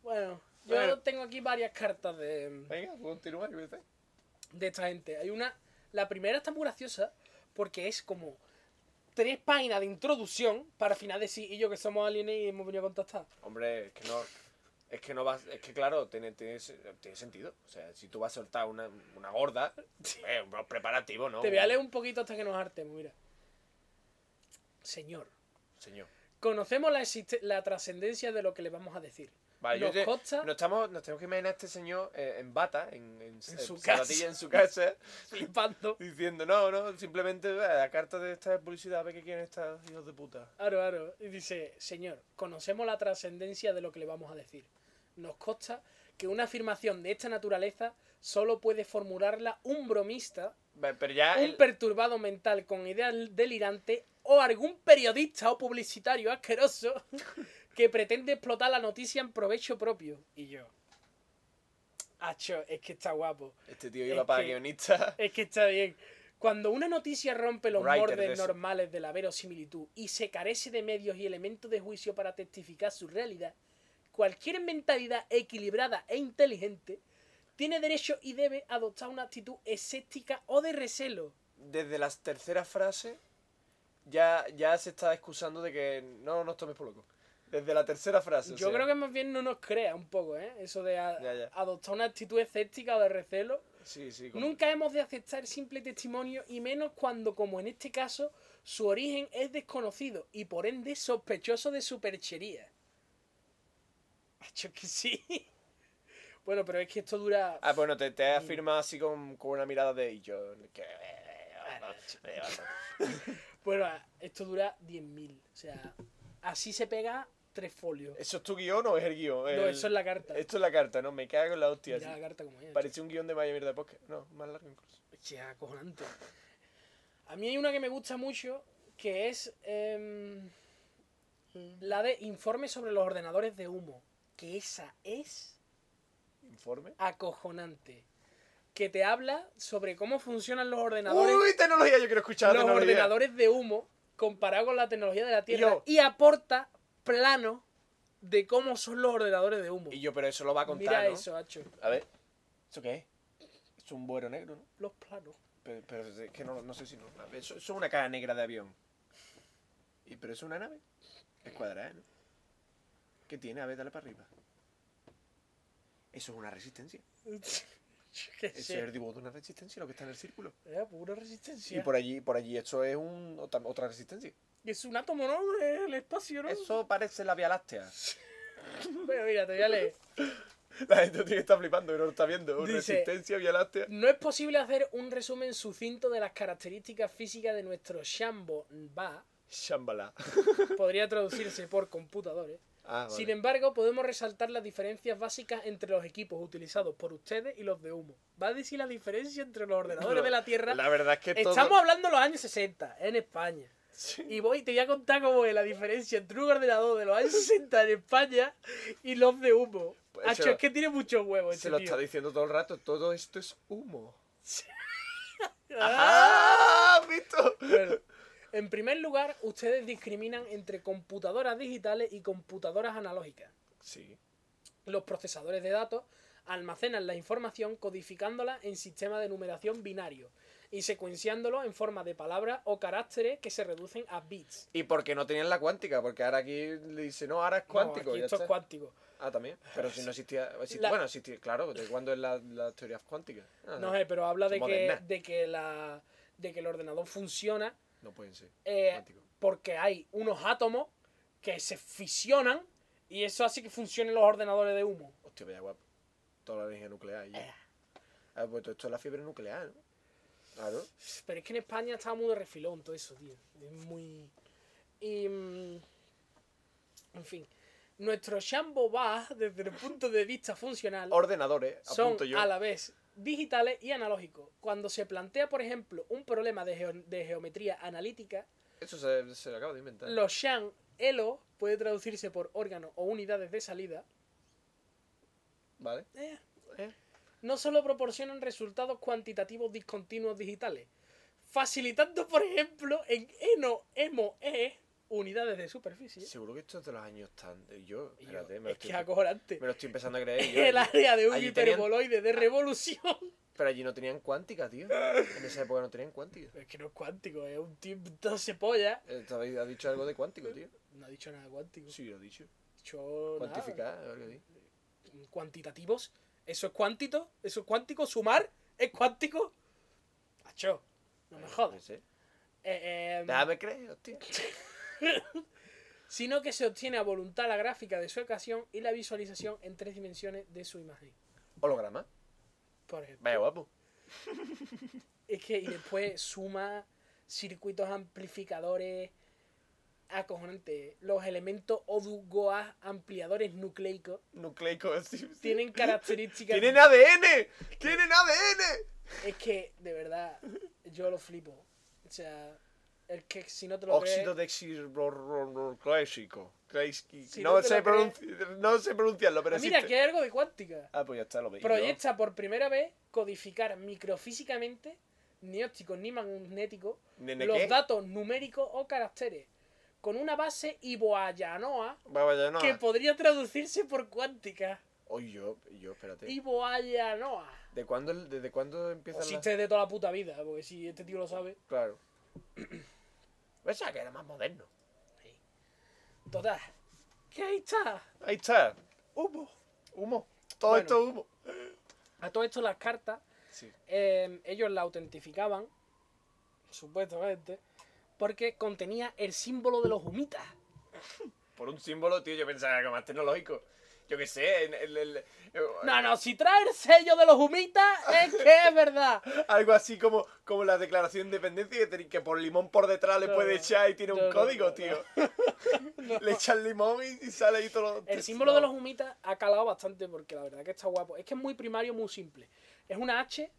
Bueno, yo Bueno. tengo aquí varias cartas de, Venga, pues continúa, yo qué sé. de esta gente. Hay una. La primera está muy graciosa porque es como tres páginas de introducción para al final decir y yo que somos alienes y hemos venido a contactar. Hombre, es que no. Es que no vas. Es que claro, tiene, tiene, tiene sentido. O sea, si tú vas a soltar una, una gorda, eh, un preparativo, ¿no? Te voy a leer un poquito hasta que nos hartemos, mira. Señor, Señor. conocemos la, existe- la trascendencia de lo que le vamos a decir. Vale, yo nos te- consta nos, estamos, nos tenemos que imaginar a este señor eh, en bata, en, en, su casa. sabatilla, en su casa, flipando. diciendo, no, no, simplemente eh, la carta de esta publicidad, a ver qué quieren estos hijos de puta. Aro, aro. Y dice, señor, conocemos la trascendencia de lo que le vamos a decir. Nos consta que una afirmación de esta naturaleza solo puede formularla un bromista, Ve, Pero ya, un Ah, el- perturbado mental con ideas delirantes o algún periodista o publicitario asqueroso que pretende explotar la noticia en provecho propio. Y yo. Acho, es que está guapo. este tío es iba para que- guionista. Es que está bien. Cuando una noticia rompe los Writer de bordes eso. normales de la verosimilitud y se carece de medios y elementos de juicio para testificar su realidad, cualquier mentalidad equilibrada e inteligente tiene derecho y debe adoptar una actitud escéptica o de recelo. Desde la tercera frase, ya, ya se está excusando de que no nos tomes por loco. Desde la tercera frase. o Yo sea, creo que más bien no nos crea un poco, ¿eh? Eso de a- Ya, ya. adoptar una actitud escéptica o de recelo. Sí, sí. con- Nunca hemos de aceptar simple testimonio y menos cuando, como en este caso, su origen es desconocido y por ende sospechoso de superchería. Acho que sí. Bueno, pero es que esto dura. Ah, bueno, te, Mm. te afirma así con, con una mirada de y yo. Que... eh, Bueno, ah, esto dura 10.000. O sea, así se pega tres folios. ¿Eso es tu guión o es el guión? No, El- eso es la carta. Esto es la carta, ¿no? Me cago en la hostia. Mira así. la carta como es. Parecía un guión de Vaya Mierda de Podcast. No, más largo incluso. Che, acojonante. A mí hay una que me gusta mucho, que es em, Mm. la de informe sobre los ordenadores de humo. Que esa es ¿Informe? acojonante. Que te habla sobre cómo funcionan los ordenadores, ¡Uy, tecnología! Yo quiero escuchar los tecnología. ordenadores de humo comparado con la tecnología de la Tierra. yo- Y, aporta planos de cómo son los ordenadores de humo. Y yo, pero eso lo va a contar, Mira ¿no? eso, Hacho. A ver. ¿Eso qué es? Es un vuelo negro, ¿no? Los planos. Pero, pero es que no, no sé si no. a ver, Eso, eso es una caja negra de avión. ¿Y, ¿Pero eso es una nave? Es cuadrada, ¿no? ¿Qué tiene? A ver, dale para arriba. Eso es una resistencia. Yo qué Eso sé. es el dibujo de una resistencia, lo que está en el círculo. Era pura resistencia. Y por allí, por allí, esto es un, otra, otra resistencia. Es un átomo, ¿no? El espacio, ¿no? Eso parece la Vía Láctea. Bueno, mira, te voy a leer. La gente tiene que estar flipando, que no lo está viendo. Dice- Resistencia, Vía Láctea. No es posible hacer un resumen sucinto de las características físicas de nuestro Shambo Ba, Shambhala. podría traducirse por computadores. Ah, Sin vale. embargo, podemos resaltar las diferencias básicas entre los equipos utilizados por ustedes y los de humo. Va a decir la diferencia entre los ordenadores de la Tierra. La verdad es que todo- Estamos hablando de los años 60 en España. Sí. Y voy, te voy a contar cómo es la diferencia entre un ordenador de los años 60 en España y los de humo. Pues Hacho, se lo- es que tiene muchos huevos Se este lo tío. está diciendo todo el rato, todo esto es humo. Ah. ¡Ah! ¿Visto? Bueno, en primer lugar, ustedes discriminan entre computadoras digitales y computadoras analógicas. Sí. Los procesadores de datos almacenan la información codificándola en sistema de numeración binario y secuenciándolo en forma de palabras o caracteres que se reducen a bits. Y porque no tenían la cuántica, porque ahora aquí le dice, no, ahora es cuántico. No, aquí ya esto es está. cuántico. Ah, también. Pero si no existía. exist- La- Bueno, existía, claro, ¿de cuándo es la, la teoría cuántica? Ah, No sé, pero habla de que, Moderna. de que la de que el ordenador funciona No pueden ser. eh, Cuántico. porque hay unos átomos que se fisionan y eso hace que funcionen los ordenadores de humo. Hostia, vaya guapo. Toda la energía nuclear. Y... Eh. Ah, pues todo esto es la fiebre nuclear, ¿no? Claro. Pero es que en España estaba muy de refilón todo eso, tío. Es muy. Y. mm, En fin. Nuestro Shambo va, desde el punto de vista funcional, Ordenadores, son apunto yo. a la vez digitales y analógicos. Cuando se plantea, por ejemplo, un problema de, geo- de geometría analítica, Eso se, se lo acabo de inventar. los Sham Elo puede traducirse por órgano o unidades de salida. Vale. Eh, Eh. no solo proporcionan resultados cuantitativos discontinuos digitales, facilitando, por ejemplo, en eno, emo, e, unidades de superficie. Seguro que esto es de los años tan. Yo, Y yo, espérate, me, lo es estoy, que es acojonante. me lo estoy empezando a creer. yo. El área de un allí tenían- hiperboloide de revolución. Pero allí no tenían cuántica, tío. En esa época no tenían cuántica. Es que no es cuántico, es un tipo 12 pollas. Eh, te habéis- Ha dicho algo de cuántico, tío. No ha dicho nada cuántico. Sí, lo ha dicho. Ha dicho nada. Mm, Cuantificar, algo así. Cuantitativos. Eso es cuántito. Eso es cuántico. Sumar es cuántico. Hacho, no me Eh, jodas. sé. Eh, em, Déjame creer, hostia. sino que se obtiene a voluntad la gráfica de su ecuación y la visualización en tres dimensiones de su imagen. Holograma. Por ejemplo. Vaya guapo. Es que y después suma circuitos amplificadores acojonantes. Los elementos ODU-GOA ampliadores nucleicos Nucleico. sí, sí. tienen características. ¡Tienen ADN! ¡Tienen ADN! Es que, de verdad, yo lo flipo. O sea, el que si no te lo crees, Óxido de clásico. Si no No, te sé lo crees- pronunci- no sé pronunciarlo, pero Ah, mira, existe. que hay algo de cuántica. Ah, pues ya está, lo veis. Proyecta por primera vez codificar microfísicamente, ni ópticos ni magnéticos, ¿Nene los qué? datos numéricos o caracteres, con una base iboayanoa Vaya, que podría traducirse por cuántica. Oye, yo, yo, espérate. Iboayanoa. ¿De cuándo, el- ¿Desde cuándo empieza O la...? existe de toda la puta vida, porque si este tío lo sabe. Claro. Pensaba que era más moderno. Total. Que ahí está. Ahí está. Humo. Humo. Todo Bueno. esto es humo. A todo esto las cartas Sí. Eh, ellos la autentificaban, supuestamente, porque contenía el símbolo de los humitas. Por un símbolo, tío, yo pensaba que era más tecnológico. Yo qué sé, en el- el- eh, el- No, no, si trae el sello de los humitas es que es verdad. Algo así como, como la declaración de independencia que, te- que por limón por detrás le No, puede no. echar y tiene No, un no, código, no, no. tío. Le echan limón y, y sale ahí todo. El símbolo de los humitas ha calado bastante porque la verdad que está guapo. Es que es muy primario, muy simple. Es una H,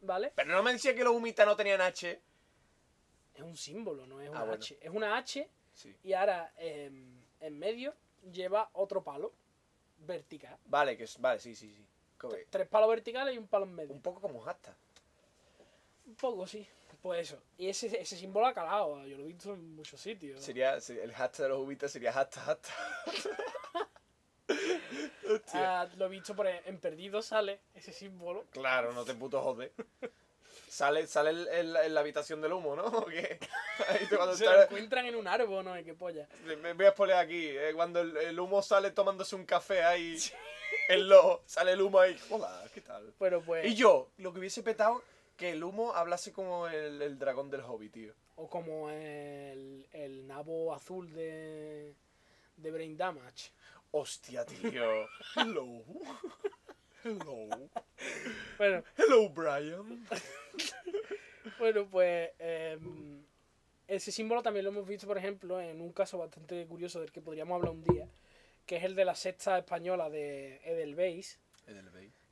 ¿vale? Pero no me decía que los humitas no tenían H. Es un símbolo, no es una Ah, bueno. H. Es una H Sí. y ahora em, en medio lleva otro palo vertical. Vale, que es- vale, sí, sí, sí. Como- Tres palos verticales y un palo en medio. Un poco como hasta. Un poco, sí. Pues eso. Y ese, ese símbolo ha calado. Yo lo he visto en muchos sitios. Sería, sería- el hashtag de los humitas sería hashtag, hashtag. Hostia. Ah, lo he visto por en, en Perdido sale ese símbolo. Claro, no te puto jode. Sale, sale en, en la- en la habitación del humo, ¿no? ¿O qué? Ahí te- cuando Se lo está- encuentran en un árbol, no sé qué polla. Me- Me voy a spoiler aquí. eh, cuando el, el humo sale tomándose un café ahí. El lobo. Sale el humo ahí. Hola, ¿qué tal? Pero pues. Y yo, lo que hubiese petado, que el humo hablase como el, el dragón del hobby, tío. O como el, el nabo azul de. de Brain Damage. Hostia, tío. Hello. Hello. Bueno, Hello, Brian. bueno pues. em, ese símbolo también lo hemos visto, por ejemplo, en un caso bastante curioso del que podríamos hablar un día. Que es el de la sexta española de Edelweiss.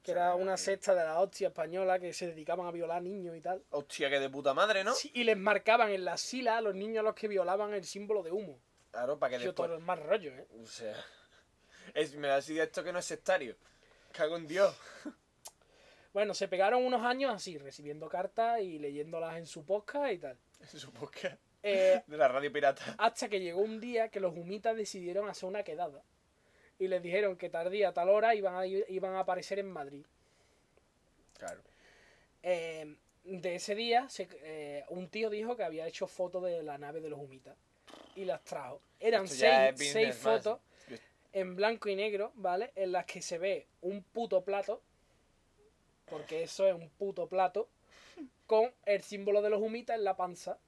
Que era una secta de la hostia española que se dedicaban a violar niños y tal. Hostia, que de puta madre, ¿no? Sí, y les marcaban en la sila a los niños a los que violaban el símbolo de humo. Claro, para que Yo después. todo el más rollo, ¿eh? O sea. Es, me da así esto que no es sectario. Cago en Dios. Bueno, se pegaron unos años así, recibiendo cartas y leyéndolas en su podcast y tal. Supongo que. Eh, De la radio pirata. hasta que llegó un día que los humitas decidieron hacer una quedada. Y les dijeron que tardía a tal hora iban a, ir- iban a aparecer en Madrid. Claro. Eh, de ese día, se- eh, un tío dijo que había hecho fotos de la nave de los humitas y las trajo. Eran Esto seis, ya es business seis más. fotos Yo- en blanco y negro, ¿vale? En las que se ve un puto plato, porque eso es un puto plato, con el símbolo de los humitas en la panza.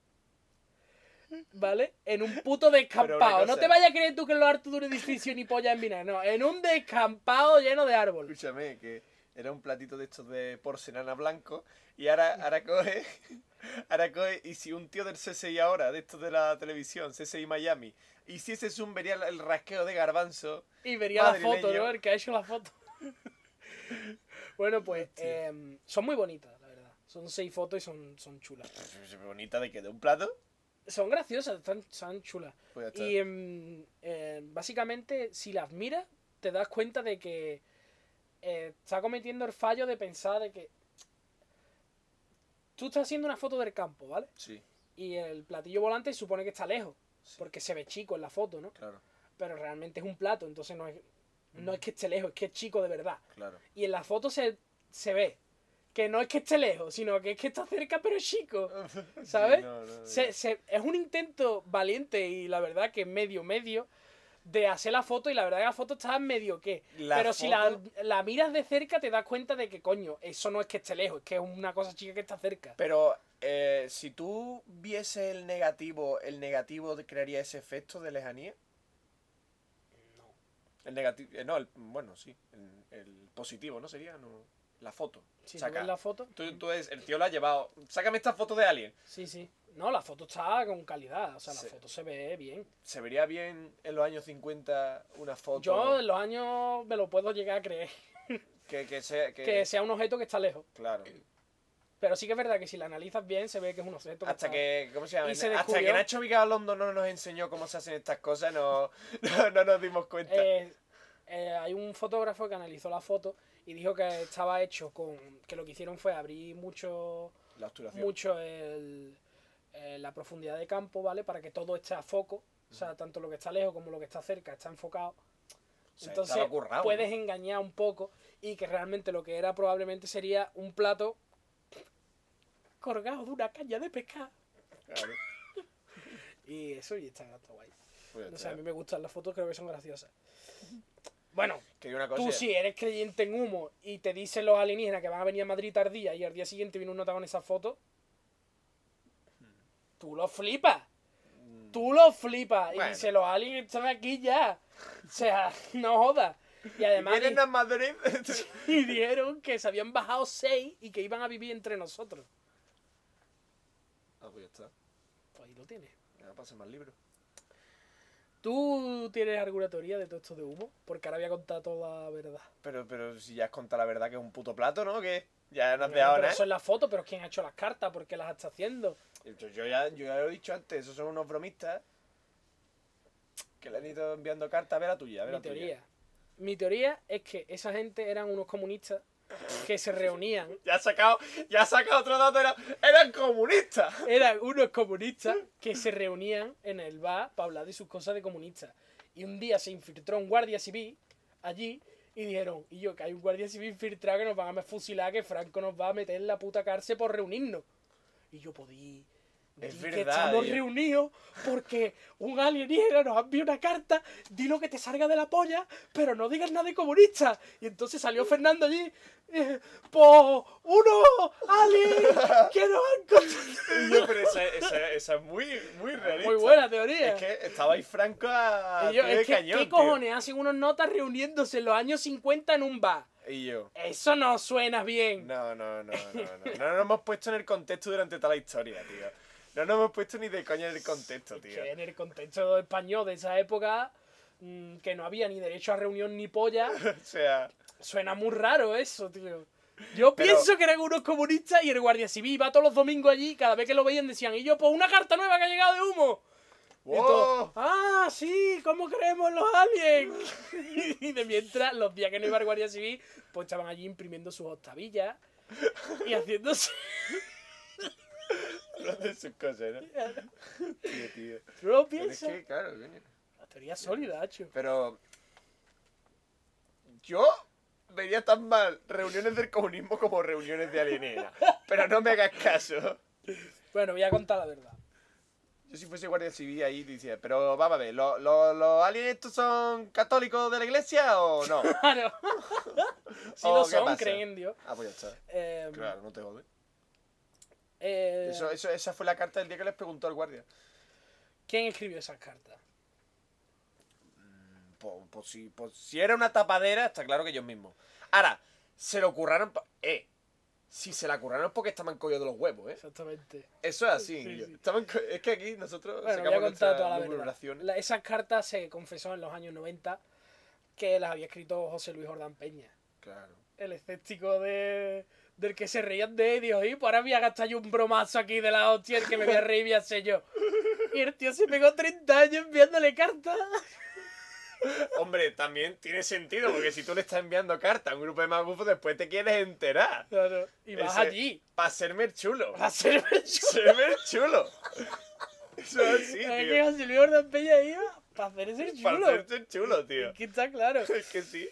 ¿Vale? En un puto descampado. No cosa- te vayas a creer tú que en los altos de un edificio ni polla en vinagre. No, en un descampado lleno de árboles. Escúchame, que era un platito de estos de porcelana blanco y ahora, ahora coge, ahora coge, y si un tío del CSI ahora, de estos de la televisión, CSI Miami, hiciese zoom vería el- el rasqueo de garbanzo, Y vería la foto, Madrileño. ¿no? El que ha hecho la foto. bueno, pues em, son muy bonitas, la verdad. Son seis fotos y son, son chulas. pues, bonita de que de un plato, Son graciosas, están, están chulas. pues ya está. Y em, em, básicamente, si las miras, te das cuenta de que eh, está cometiendo el fallo de pensar de que tú estás haciendo una foto del campo, ¿vale? Sí, Y el platillo volante supone que está lejos, Sí. porque se ve chico en la foto, ¿no? claro, Pero realmente es un plato, entonces no es, no es que esté lejos, es que es chico de verdad. claro. Y en la foto se, se ve que no es que esté lejos, sino que es que está cerca, pero es chico. ¿Sabes? Sí, no, no, no. Se- se- es un intento valiente y la verdad que medio, medio, de hacer la foto y la verdad que la foto está medio que. La pero si la, foto- la miras de cerca te das cuenta de que, coño, eso no es que esté lejos, es que es una cosa chica que está cerca. Pero eh, si tú viese el negativo, ¿el negativo crearía ese efecto de lejanía? El negativo, no, el- bueno, sí, el, el positivo, ¿no? Sería, no, la foto. Si tú saca. ves la foto... Tú, tú es, el tío la ha llevado, sácame esta foto de alguien. Sí, sí. No, la foto está con calidad, o sea, la Sí. foto se ve bien. ¿Se vería bien en los años 50 una foto Yo en los años me lo puedo llegar a creer, que, que sea... Que, que eh, sea un objeto que está lejos. Claro. Pero sí que es verdad que si la analizas bien se ve que es un objeto que Hasta está- que, ¿cómo se llama? Y se Hasta que descubrió- Nacho Vigalondo no nos enseñó cómo se hacen estas cosas, no, no, no nos dimos cuenta. Eh, eh, hay un fotógrafo que analizó la foto y dijo que estaba hecho con... que lo que hicieron fue abrir mucho, la obturación. mucho el- eh, la profundidad de campo, ¿vale? Para que todo esté a foco. O sea, tanto lo que está lejos como lo que está cerca está enfocado. O sea, Entonces estaba currado, ¿no? puedes engañar un poco y que realmente lo que era probablemente sería un plato colgado de una caña de pescar. Claro. Y eso y está, está guay. Pues ya No sé, está. a mí me gustan las fotos, creo que son graciosas. Bueno, Que hay una cosa. tú si eres creyente en humo y te dicen los alienígenas que van a venir a Madrid tardía y al día siguiente viene un nota con esa foto, Hmm. tú lo flipas. Tú lo flipas. Y Bueno. dices, los aliens están aquí ya. O sea, no jodas. Y además ¿Vienen a Madrid? y dijeron que se habían bajado seis y que iban a vivir entre nosotros. ah, pues ya está. Pues ahí lo tienes. Ya pasen más libros. ¿Tú tienes alguna teoría de todo esto de humo? Porque ahora voy a contar toda la verdad. Pero, pero si ya has contado la verdad que es un puto plato, ¿no? Que ya no has Bueno, dejado pero nada. eso es la foto, pero ¿quién ha hecho las cartas? ¿Por qué las está haciendo? Yo, yo ya, yo ya lo he dicho antes, esos son unos bromistas que le han ido enviando cartas. Ve la tuya, ve Mi la tuya. teoría. Mi teoría es que esa gente eran unos comunistas que se reunían. Ya ha sacado, ya ha sacado otro dato, era- eran comunistas. Eran unos comunistas que se reunían en el bar para hablar de sus cosas de comunistas. Y un día se infiltró un guardia civil allí y dijeron, y yo, que hay un guardia civil infiltrado que nos van a fusilar, que Franco nos va a meter en la puta cárcel por reunirnos. Y yo podí... Es di que verdad, estamos yo- reunidos porque un alienígena nos ha enviado una carta, di lo que te salga de la polla, pero no digas nada de comunista. Y entonces salió Fernando allí, eh, por uno alien que nos han contado. Y yo, pero esa, esa- esa es muy, muy realista. Muy buena teoría. Es que estaba ahí Franco a Y yo, pie de es que, cañón. ¿Qué tío. cojones hacen unos notas reuniéndose en los años 50 en un bar? Y yo. Eso no suena bien. No, no, no, no, no. No nos hemos puesto en el contexto durante toda la historia, tío. No nos hemos puesto ni de coña en el contexto, tío. que en el contexto español de esa época, mm, que no había ni derecho a reunión ni polla, O sea, suena muy raro eso, tío. Yo Pero- pienso que eran unos comunistas y el guardia civil iba todos los domingos allí, y cada vez que lo veían decían, y yo, pues una carta nueva que ha llegado de humo. Y ¡wow! todo, ah, sí, ¿cómo creemos los aliens? y de mientras, los días que no iba el Guardia Civil, pues estaban allí imprimiendo sus octavillas y haciéndose. Hablando de sus cosas, ¿no? Tío, tío. ¿Tú lo Pero es piensas? que, claro, coño. La teoría sólida, hacho. Pero. Yo Vería tan mal reuniones del comunismo como reuniones de alienígenas. Pero no me hagas caso. Bueno, voy a contar la verdad. Yo si fuese guardia civil ahí decía, pero vamos a ver, ¿lo- lo- ¿los aliens estos son católicos de la iglesia o no? Claro. si Oh, lo ¿qué son, pasa? creen en Dios. Ah, pues ya está. Em, Claro, no te jodes. eh, Eso, eso- esa fue la carta del día que les preguntó al guardia. ¿Quién escribió esas cartas? Pues, pues si, pues si era una tapadera, está claro que ellos mismos. Ahora, se lo curraron... pa- Eh, si se la curraron es porque estaban cogidos de los huevos, ¿eh? Exactamente. Eso es así. Sí, sí. Estaban co- es que aquí nosotros Bueno, voy a sacamos contar nuestras toda la verdad. lucubraciones. La- esas cartas se confesó en los años 90 que las había escrito José Luis Jordán Peña. Claro. el escéptico de, del que se reían de él. Dijo, y pues ahora voy a gastar yo un bromazo aquí de la hostia, el que me voy a reír, voy a ser yo. Y el tío se pegó 30 años enviándole cartas. Hombre, también tiene sentido, porque si tú le estás enviando carta a un grupo de magufos, después te quieres enterar. Claro, y vas Ese- allí. Para hacerme el chulo. A ser vergüenza. Serme el chulo. Eso es ¿Sabes así, Eh, que tío. José Luis Ordaz Peña iba para hacer ese Para chulo. hacerte el chulo, tío. Que está claro. Es que sí.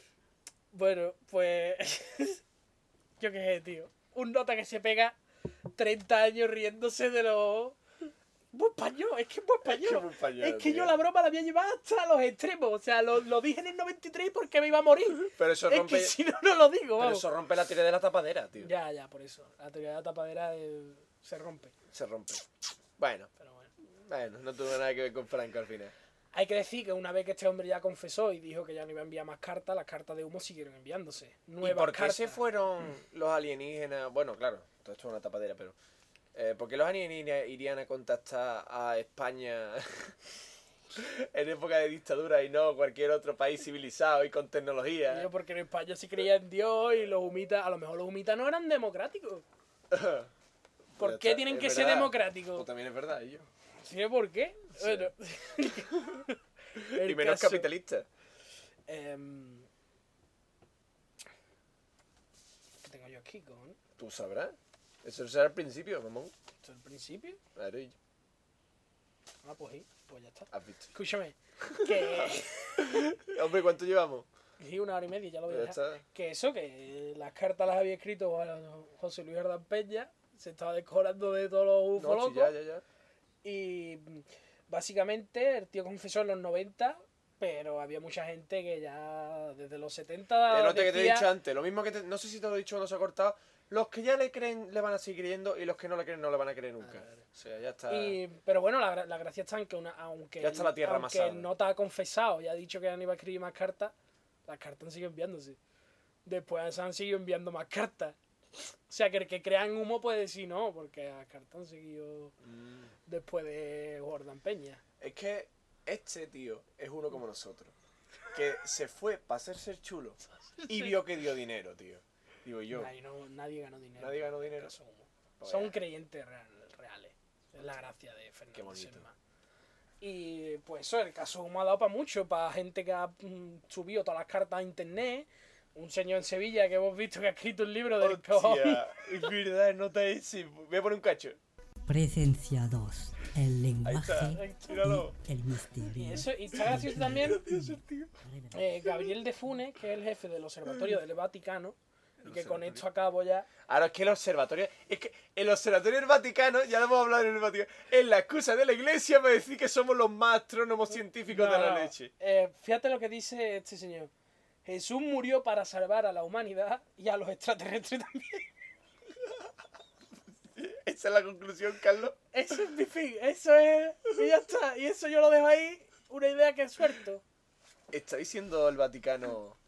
Bueno, pues. Yo qué sé, tío. Un nota que se pega 30 años riéndose de los. Muy español, es que es muy español. Es que es muy español, Es que tío. yo la broma la había llevado hasta los extremos. O sea, lo, lo dije en el 93 porque me iba a morir. Pero eso es rompe, que si no, no lo digo, pero vamos. eso rompe la tira de la tapadera, tío. Ya, ya, por eso. La teoría de la tapadera eh, se rompe. Se rompe. Bueno, Pero bueno. bueno, no tuvo nada que ver con Franco al final. Hay que decir que una vez que este hombre ya confesó y dijo que ya no iba a enviar más cartas, las cartas de humo siguieron enviándose. Nuevas ¿Y por qué cartas. se fueron los alienígenas? Bueno, claro, todo esto es una tapadera, pero. eh, ¿Por qué los alienígenas irían a contactar a España en época de dictadura y no cualquier otro país civilizado y con Y tecnología? yo, porque en España sí creía en Dios y los humitas, a lo mejor los humitas no eran democráticos. ¿Por Pero qué está- tienen es que ser verdad. democráticos? Pues también es verdad, ellos. ¿Sí, ¿Por qué? Bueno. El Y menos caso, capitalistas. em, ¿Qué tengo yo aquí, con? Tú sabrás. Eso será al principio, mamón. ¿Esto es el principio? Claro, y- Ah, pues sí, pues ya está. has visto. Escúchame, que. Hombre, ¿cuánto llevamos? Sí, una hora y media, ya lo voy a Ya dejar. está. Que eso, que las cartas las había escrito bueno, José Luis Hernán Peña, se estaba descolando de todos los No, ufolocos. sí, ya, ya, ya. Y mm, básicamente el tío confesó en los 90, pero había mucha gente que ya desde los 70. El otro que te he decía- dicho antes, lo mismo que te, no sé si te lo he dicho cuando se ha cortado, los que ya le creen le van a seguir creyendo y los que no le creen no le van a creer nunca. Vale, vale. O sea, ya está. Y- pero bueno, la, gra- la gracia está en que una- aunque, Ya está la tierra aunque amasada. no te ha confesado y ha dicho que ya no iba a escribir más cartas, las cartas han seguido enviándose. Después han seguido enviando más cartas. O sea, que el que crea en humo puede decir no, porque las cartas han seguido Mm. después de Jordan Peña. Es que este tío es uno como nosotros, que se fue para hacerse el chulo y vio que dio dinero, tío. Digo yo, Nadie, no- nadie ganó dinero. nadie ganó dinero. Pero son, Pues son ya. creyentes real- reales. Es la gracia de Fernando Qué bonito. Sesma. Y pues eso, el caso Humo ha dado para mucho, para gente que ha mm, subido todas las cartas a internet. Un señor en Sevilla que hemos visto que ha escrito un libro del cojón. Hostia, es verdad, no está ese. Voy a poner un cacho. Presencia 2. El Ahí está, lenguaje tíralo. y el Y, misterio. eso, y está gracioso también eh, Gabriel de Funes, que es el jefe del Observatorio del Vaticano, y que con esto acabo ya. Ahora es que el observatorio. Es que el observatorio del Vaticano, ya lo hemos hablado en el Vaticano, es la excusa de la iglesia para decir que somos los más astrónomos científicos de No, la no. leche. Eh, fíjate lo que dice este señor. Jesús murió para salvar a la humanidad y a los extraterrestres también. Esa es la conclusión, Carlos. Eso es mi fin, eso es. Y ya está. Y eso yo lo dejo ahí, una idea que suelto. Está diciendo el Vaticano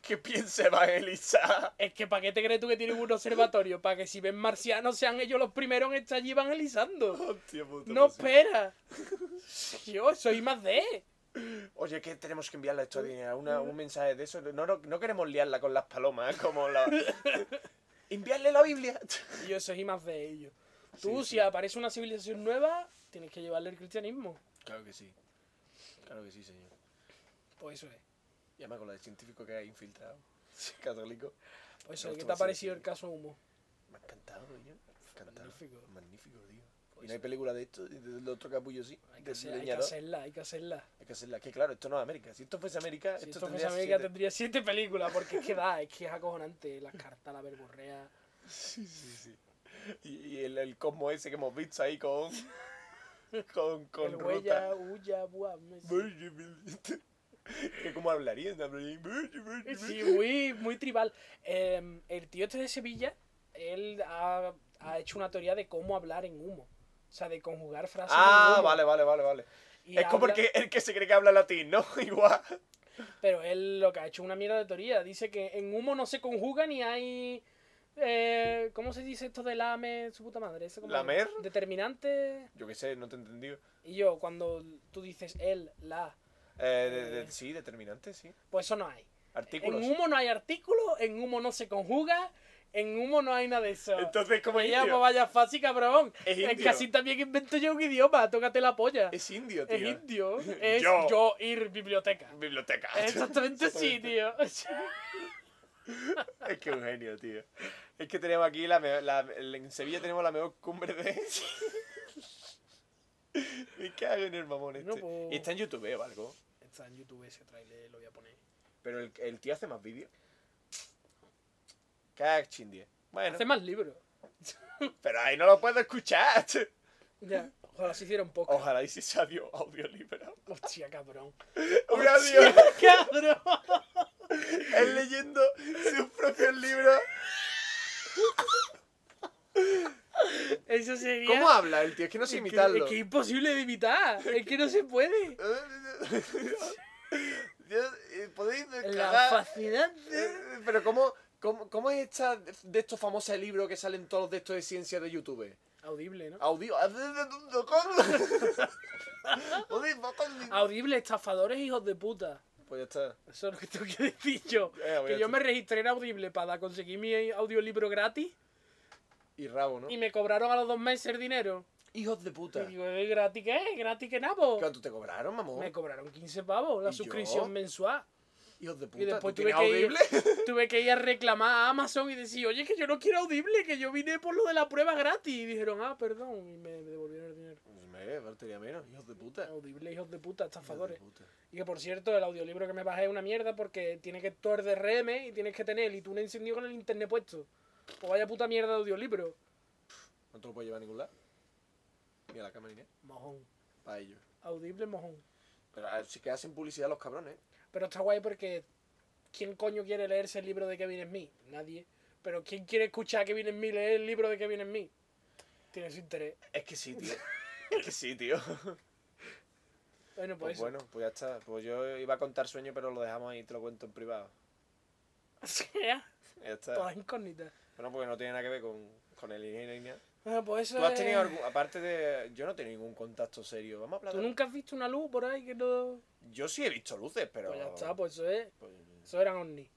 que piensa evangelizar. Es que ¿para qué te crees tú que tienes un observatorio? Para que si ven marcianos sean ellos los primeros en estar allí evangelizando. Hostia puta, No pues sí. espera. Yo soy más de. Oye, que tenemos que enviarle esto dinero, una, un mensaje de eso. No, no, no queremos liarla con las palomas, ¿eh? como la. Enviarle la Biblia. Yo soy más de ellos. Sí, Tú, sí. si aparece una civilización nueva, tienes que llevarle el cristianismo. Claro que sí. Claro que sí, señor. Pues eso es. Y además con lo de científico que hay infiltrado. Católico. Pues Me eso, ¿qué gusta te ha más el parecido el cine. caso Humo? Me ha encantado, tío. Me ha encantado. Magnífico. Pues Magnífico, tío. Y no hay película de esto, y del otro capullo sí. Hay que, del hacer- hay que leñador. hacerla, hay que hacerla. Hay que hacerla. Que claro, esto no es América. Si esto fuese América, Si esto, esto fuese tendría América siete. tendría siete películas, porque es que da, es que es acojonante. Las cartas, la verborrea. Y, y el, el cosmo ese que hemos visto ahí con. con. con el huella, Ruta. huya, buah. no sé. que cómo hablarían. hablarían- Sí, muy, muy tribal. Eh, el tío este de Sevilla, él ha, ha hecho una teoría de cómo hablar en humo. O sea, de conjugar frases. en Ah, humo. vale, vale, vale, vale. Y Es como habla- el que, el que se cree que habla latín, ¿no? Igual. Pero él lo que ha hecho una mierda de teoría. Dice que en humo no se conjuga ni hay. eh, ¿Cómo se dice esto de lame, su puta madre? ¿Eso cómo es? ¿Lamer? Determinante. Yo qué sé, no te he entendido. Y yo, cuando tú dices él, la. Eh, de- de- sí, determinante, sí. Pues eso no hay. Artículos. En humo no hay artículo, en humo no se conjuga, en humo no hay nada de eso. Entonces, como es Ya, pues indio. vaya fácil, cabrón. Es Es indio. que así también invento yo un idioma, tócate la polla. Es, Es indio, tío. indio. Es Yo. yo, ir biblioteca. Biblioteca. Exactamente sí, tío. Es que un genio, tío. Es que tenemos aquí la, meo- la- en Sevilla tenemos la mejor cumbre de. Me cago en el mamón este. No, pues- Y está en YouTube ¿eh? o algo. Está en YouTube ese trailer, lo voy a poner. Pero el, el tío hace más vídeos. Cachín, tío. Bueno, Hace más libros. pero ahí no lo puedo escuchar. Ya. Ojalá se hiciera un poco. Ojalá y si sabio audio libre. Hostia, cabrón. Oh, Un audio. ¡Cabrón! Él leyendo sus propios libros. Eso sería. ¿Cómo habla el tío? Es que no sé Es que- imitarlo. Es que es imposible de imitar. Es que no se puede. Dios, eh, podéis La descargar. fascinante. Eh, Pero ¿cómo, cómo, cómo es esta de estos famosos libros que salen todos de estos de ciencia de YouTube? Audible, ¿no? Audio. Podéis- Audible, estafadores, hijos de puta. Pues ya está. Eso es lo que tengo que decir yo. Ya, voy a que yo hacer- me registré en Audible para conseguir mi audiolibro gratis Y rabo, ¿no? y me cobraron a los dos meses el dinero. Hijos de puta. Y digo, ¿eh, ¿gratis qué? ¿Gratis qué nabo? ¿Cuánto te cobraron, mamón? Me cobraron 15 pavos la ¿Y yo? suscripción mensual. Hijos de puta. Y después ¿Tú tuve tienes que, ir, audible? tuve que ir a reclamar a Amazon y decir, oye, que yo no quiero Audible, que yo vine por lo de la prueba gratis. Y dijeron, ah, perdón, y me devolvieron el dinero. Pues me partiría menos. Hijos de puta. Hijos Audible, hijos de puta, de estafadores. puta. Y que por cierto, el audiolibro que me bajé es una mierda porque tiene que actuar de RM y tienes que tener el iTunes encendido con el internet puesto. O vaya puta mierda de audiolibro. No te lo puedes llevar a ningún lado. Mira la camarina. Mojón. Para ellos. Audible mojón. Pero ah, sí que hacen publicidad los cabrones. ¿eh? Pero está guay porque ¿quién coño quiere leerse el libro de Kevin Smith? Nadie. Pero ¿quién quiere escuchar a Kevin Smith leer el libro de Kevin Smith? Tiene su interés. Es que sí, tío. es que sí, tío. Bueno, pues, Pues bueno, pues ya está. Pues yo iba a contar sueño, pero lo dejamos ahí, te lo cuento en privado. eso. Ya, Ya está. Todas incógnitas. Bueno, porque no tiene nada que ver con, con el ingenio ni nada. Bueno, pues eso Tú has es- tenido algún. Aparte de. Yo no he tenido ningún contacto serio. Vamos a hablar ¿Tú de- nunca has visto una luz por ahí que no...? Yo sí he visto luces, pero. Pues ya está, pues eso es... Pues- Eso eran ovnis.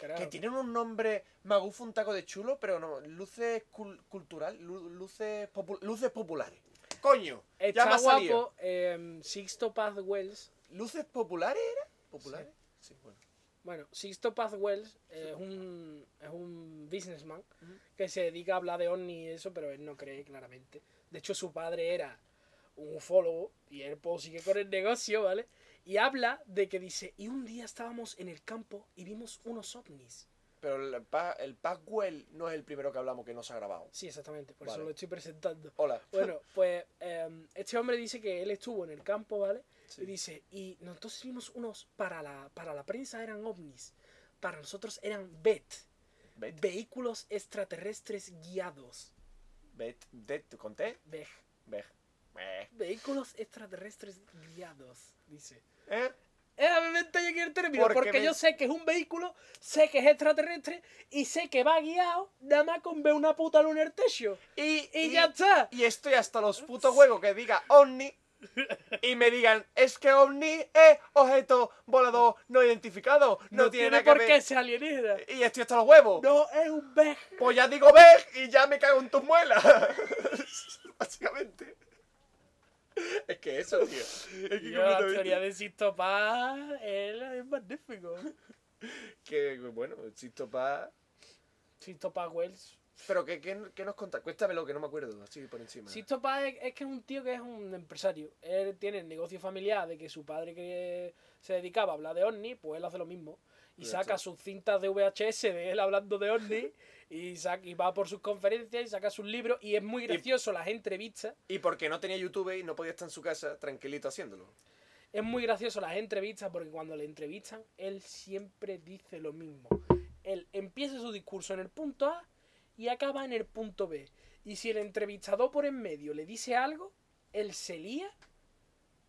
Carajo. Que tienen un nombre magufo, un taco de chulo, pero no. Luces cul- cultural. lu- luces, popu- luces populares. ¡Coño! ya me Está ha salido. guapo em, Sixto Paz Wells. ¿Luces populares era? ¿Populares? Sí, bueno. Bueno, Sixto Paz Wells eh, es un, es un businessman que se dedica a hablar de ovni y eso, pero él no cree claramente. De hecho, su padre era un ufólogo y él pues, sigue con el negocio, ¿vale? Y habla de que dice, y un día estábamos en el campo y vimos unos ovnis. Pero el, pa el Pascual no es el primero que hablamos que no se ha grabado. Sí, exactamente, por Vale. eso lo estoy presentando. Hola. Bueno, pues em, este hombre dice que él estuvo en el campo, ¿vale? Sí. Y dice, y nosotros vimos unos, para la, para la prensa eran ovnis, para nosotros eran BET, Bet, vehículos extraterrestres guiados. bet, det, conté, Vej, bej, bej. vehículos extraterrestres guiados, dice. ¿Eh? Es la momento yo quiero término, Porque porque, me- yo sé que es un vehículo, sé que es extraterrestre y sé que va guiado nada más con ver una puta luna en el techo. Y, Y ya está. Y estoy hasta los putos juegos que diga ovni y me digan, es que ovni es objeto volador no identificado. No, tiene, nada por que qué ver. Eh, oh. ser alienígena. Y estoy hasta los huevos. No es un Vej. Pues ya digo bej y ya me cago en tus muelas. Básicamente. Es que eso, tío. Es que Yo, la completamente- teoría de Sisto Paz él es magnífico. Que bueno, Sisto Paz Sisto Paz Wells, Pero ¿qué, qué, qué nos contás? Cuéntame lo que no me acuerdo, así por encima. Si esto es, es que es un tío que es un empresario. Él tiene el negocio familiar de que su padre que se dedicaba a hablar de ovni, pues él hace lo mismo. Y Pero saca esto- sus cintas de VHS de él hablando de ovni y, saca, y va por sus conferencias y saca sus libros. Y es muy gracioso las entrevistas. Y porque no tenía YouTube y no podía estar en su casa tranquilito haciéndolo. Es muy gracioso las entrevistas porque cuando le entrevistan, él siempre dice lo mismo. Él empieza su discurso en el punto A y acaba en el punto B. Y si el entrevistador por en medio le dice algo, él se lía,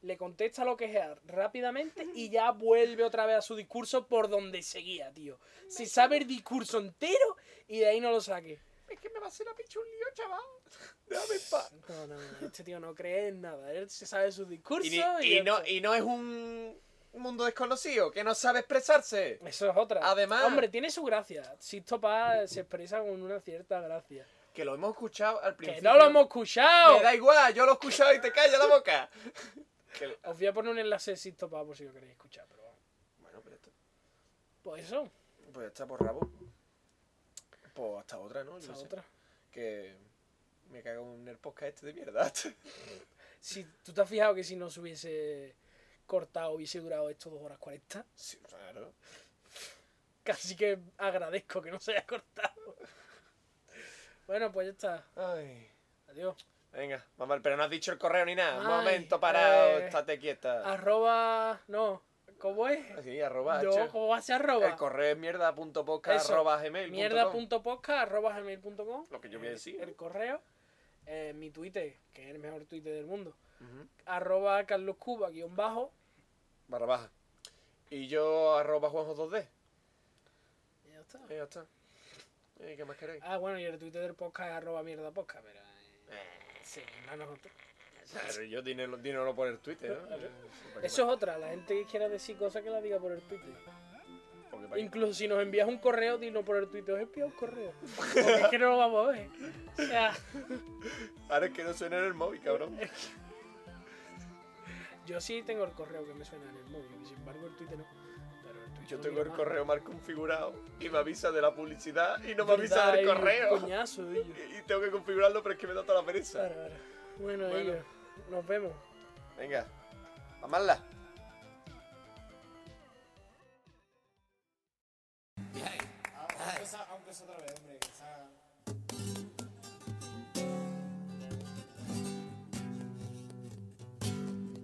le contesta lo que es rápidamente y ya vuelve otra vez a su discurso por donde seguía, tío. Se sabe el discurso entero y de ahí no lo saque. Es que me va a hacer la picha un lío, chaval. Déjame en paz. No, no, no, este tío no cree en nada. Él se sabe su discurso Y, y, ni- y ya no, está. y no es un mundo desconocido, que no sabe expresarse. Eso es otra. Además- Hombre, tiene su gracia. Sisto Paz se expresa con una cierta gracia. Que lo hemos escuchado al ¡Que principio. no lo hemos escuchado! Me da igual, yo lo he escuchado y te calla la boca. Que- Os voy a poner un enlace de Sisto Paz por si lo queréis escuchar, pero vamos. Bueno, pero esto- Pues eso, pues está por rabo. Pues hasta otra, ¿no? Yo esa no sé. otra. Que me cago en el podcast este de mierda. Si tú te has fijado que si no se hubiese cortado hubiese durado esto 2 horas 40, sí, claro. casi que agradezco que no se haya cortado. Bueno, pues ya está. Ay. Adiós. Venga, mamá, pero no has dicho el correo ni nada. Un Ay, momento parado, eh, estate quieta. Arroba... No. ¿Cómo es? Así, arroba. No, che. ¿cómo va a ser el arroba? correo es mierda.podcast Eso. arroba gmail. Mierda.podcast arroba gmail.com Lo que yo voy a decir, El ¿no? correo. eh, mi Twitter, que es el mejor Twitter del mundo. Ujú. Arroba Carlos Cuba, guión bajo. Barra baja. Y yo arroba juanjo2d. Y ya está. Y ya está. Eh, ¿Qué más queréis? Ah, bueno, y el Twitter del podcast es arroba mierda podcast, pero... eh, sí, no nos conté. Claro, yo dinero, dinero por el Twitter, ¿no? Eso es otra, la gente que quiera decir cosas que la diga por el Twitter. Porque para- Incluso si nos envías un correo, dinos por el Twitter, os envía un correo. Porque es que no lo vamos a ver. O sea, Ahora es que no suena en el móvil, cabrón. yo sí tengo el correo que me suena en el móvil, sin embargo el Twitter no. Pero el Twitter Yo lo tengo miro el más. correo mal configurado y me avisa de la publicidad y no me avisa ¿Verdad? eh, del Hay un correo. Coñazo, eh, ellos. Y y tengo que configurarlo, pero es que me da toda la pereza. Claro, claro. Bueno, Bueno. ellos, nos vemos. Venga, amarla.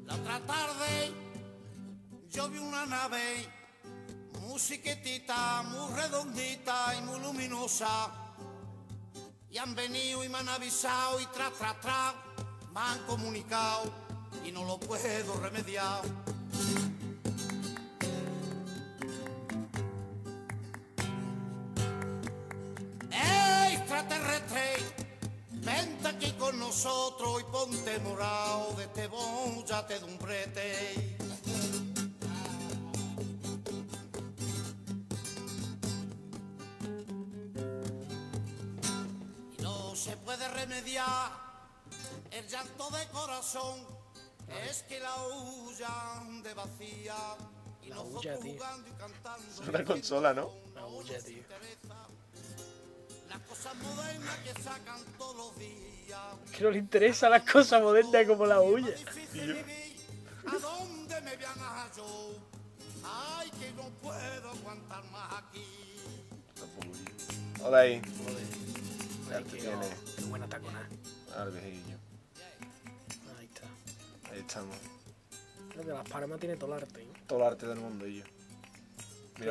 La otra tarde yo vi una nave muy chiquitita, muy redondita y muy luminosa. Y han venido y me han avisado y tras, tras, tras, me han comunicado y no lo puedo remediar. ¡Ey, extraterrestre! Vente aquí con nosotros y ponte morado de este bollate de un brete. Y no se puede remediar el llanto de corazón, es que la huyan de vacía. Y La nosotros huya, tío. jugando y cantando. una consola, ¿no? La huya, tío. Las cosas modernas que sacan todos los días. Que no le interesa las cosas modernas como la Más huya. difícil vivir. ¿A dónde me voy a najar yo? Ay, que no puedo aguantar más aquí. Hola ahí. Ay, te qué, tiene. qué buena tacona. Al viejillo. Ahí está. Ahí estamos. Creo que las palmas tiene todo el arte. ¿eh? Todo el arte del mundo, y yo. Tiene,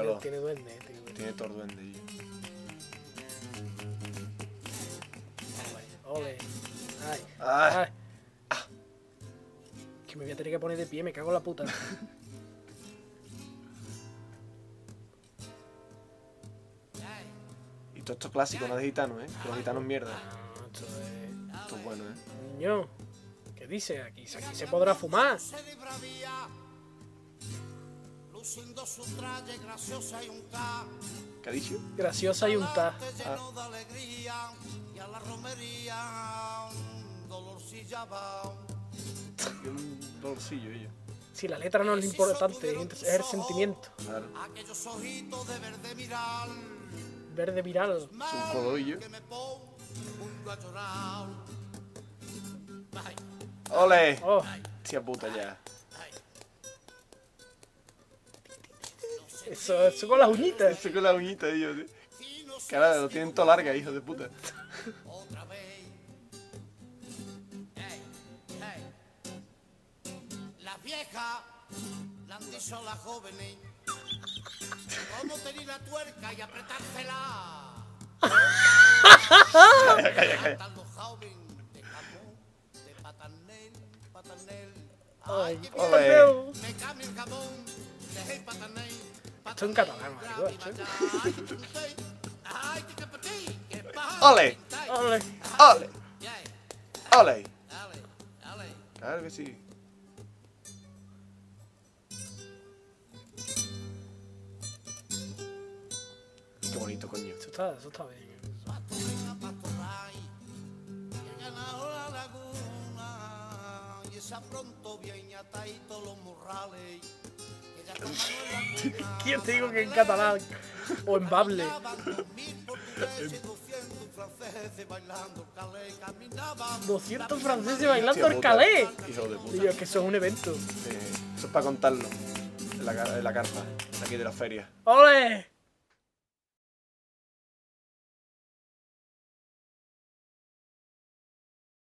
Míralo. tiene duende, eh, tiene duende. Tiene todo el duende, y yo. Ole. Ay. Ah. Ay. Que me voy a tener que poner de pie, me cago en la puta. Y todo esto clásico, no de gitanos, ¿eh? Que Los gitanos mierda. No, Ah, esto es- Esto es bueno, ¿eh? Niño. ¿Qué dice? Aquí, aquí se podrá fumar. Se libravía, luciendo su traje graciosa y un K. ¿Qué ha dicho? Graciosa y untada. Te llenó ah. de alegría y a la romería dolorcilla va. Y un dolcillo, y yo. Si la letra no es lo importante, es el sentimiento. Claro. Aquellos ojitos de verde mirar verde viral. mal codillo. que me pongo a llorar. Ay, ¡Ole! Oh, Hostia puta ya. ay, eso, eso con las uñitas. Estoy Este con la uñita, tío. tío. si no sé Cara, lo tienen todo larga, hijo de puta. otra vez. Ey, ey. Las viejas la han dicho a las jóvenes cómo tener la tuerca y apretársela. Cantan los jóvenes de jamón, de patanel, patanel. Ay, qué bien. Ole. Me cambio el jabón, dejé patanay. Esto en catalán, marico, ¿eh? Ole. Ole. ¡Ole! ¡Ole! Claro que sí. Qué bonito, coño. Eso está, eso está bien. Pronto bien atadito los morrales. que ya ¿Quién te digo que en catalán? O en bable. Caminaban dos mil portugueses, 200 franceses bailando calé, caminaban 200 franceses bailando el puta. calé. Hijo de puta. Tío, es que eso es un evento. Eh, eso es para contarlo. En la, car- en la carpa. Aquí de la feria. ¡Ole!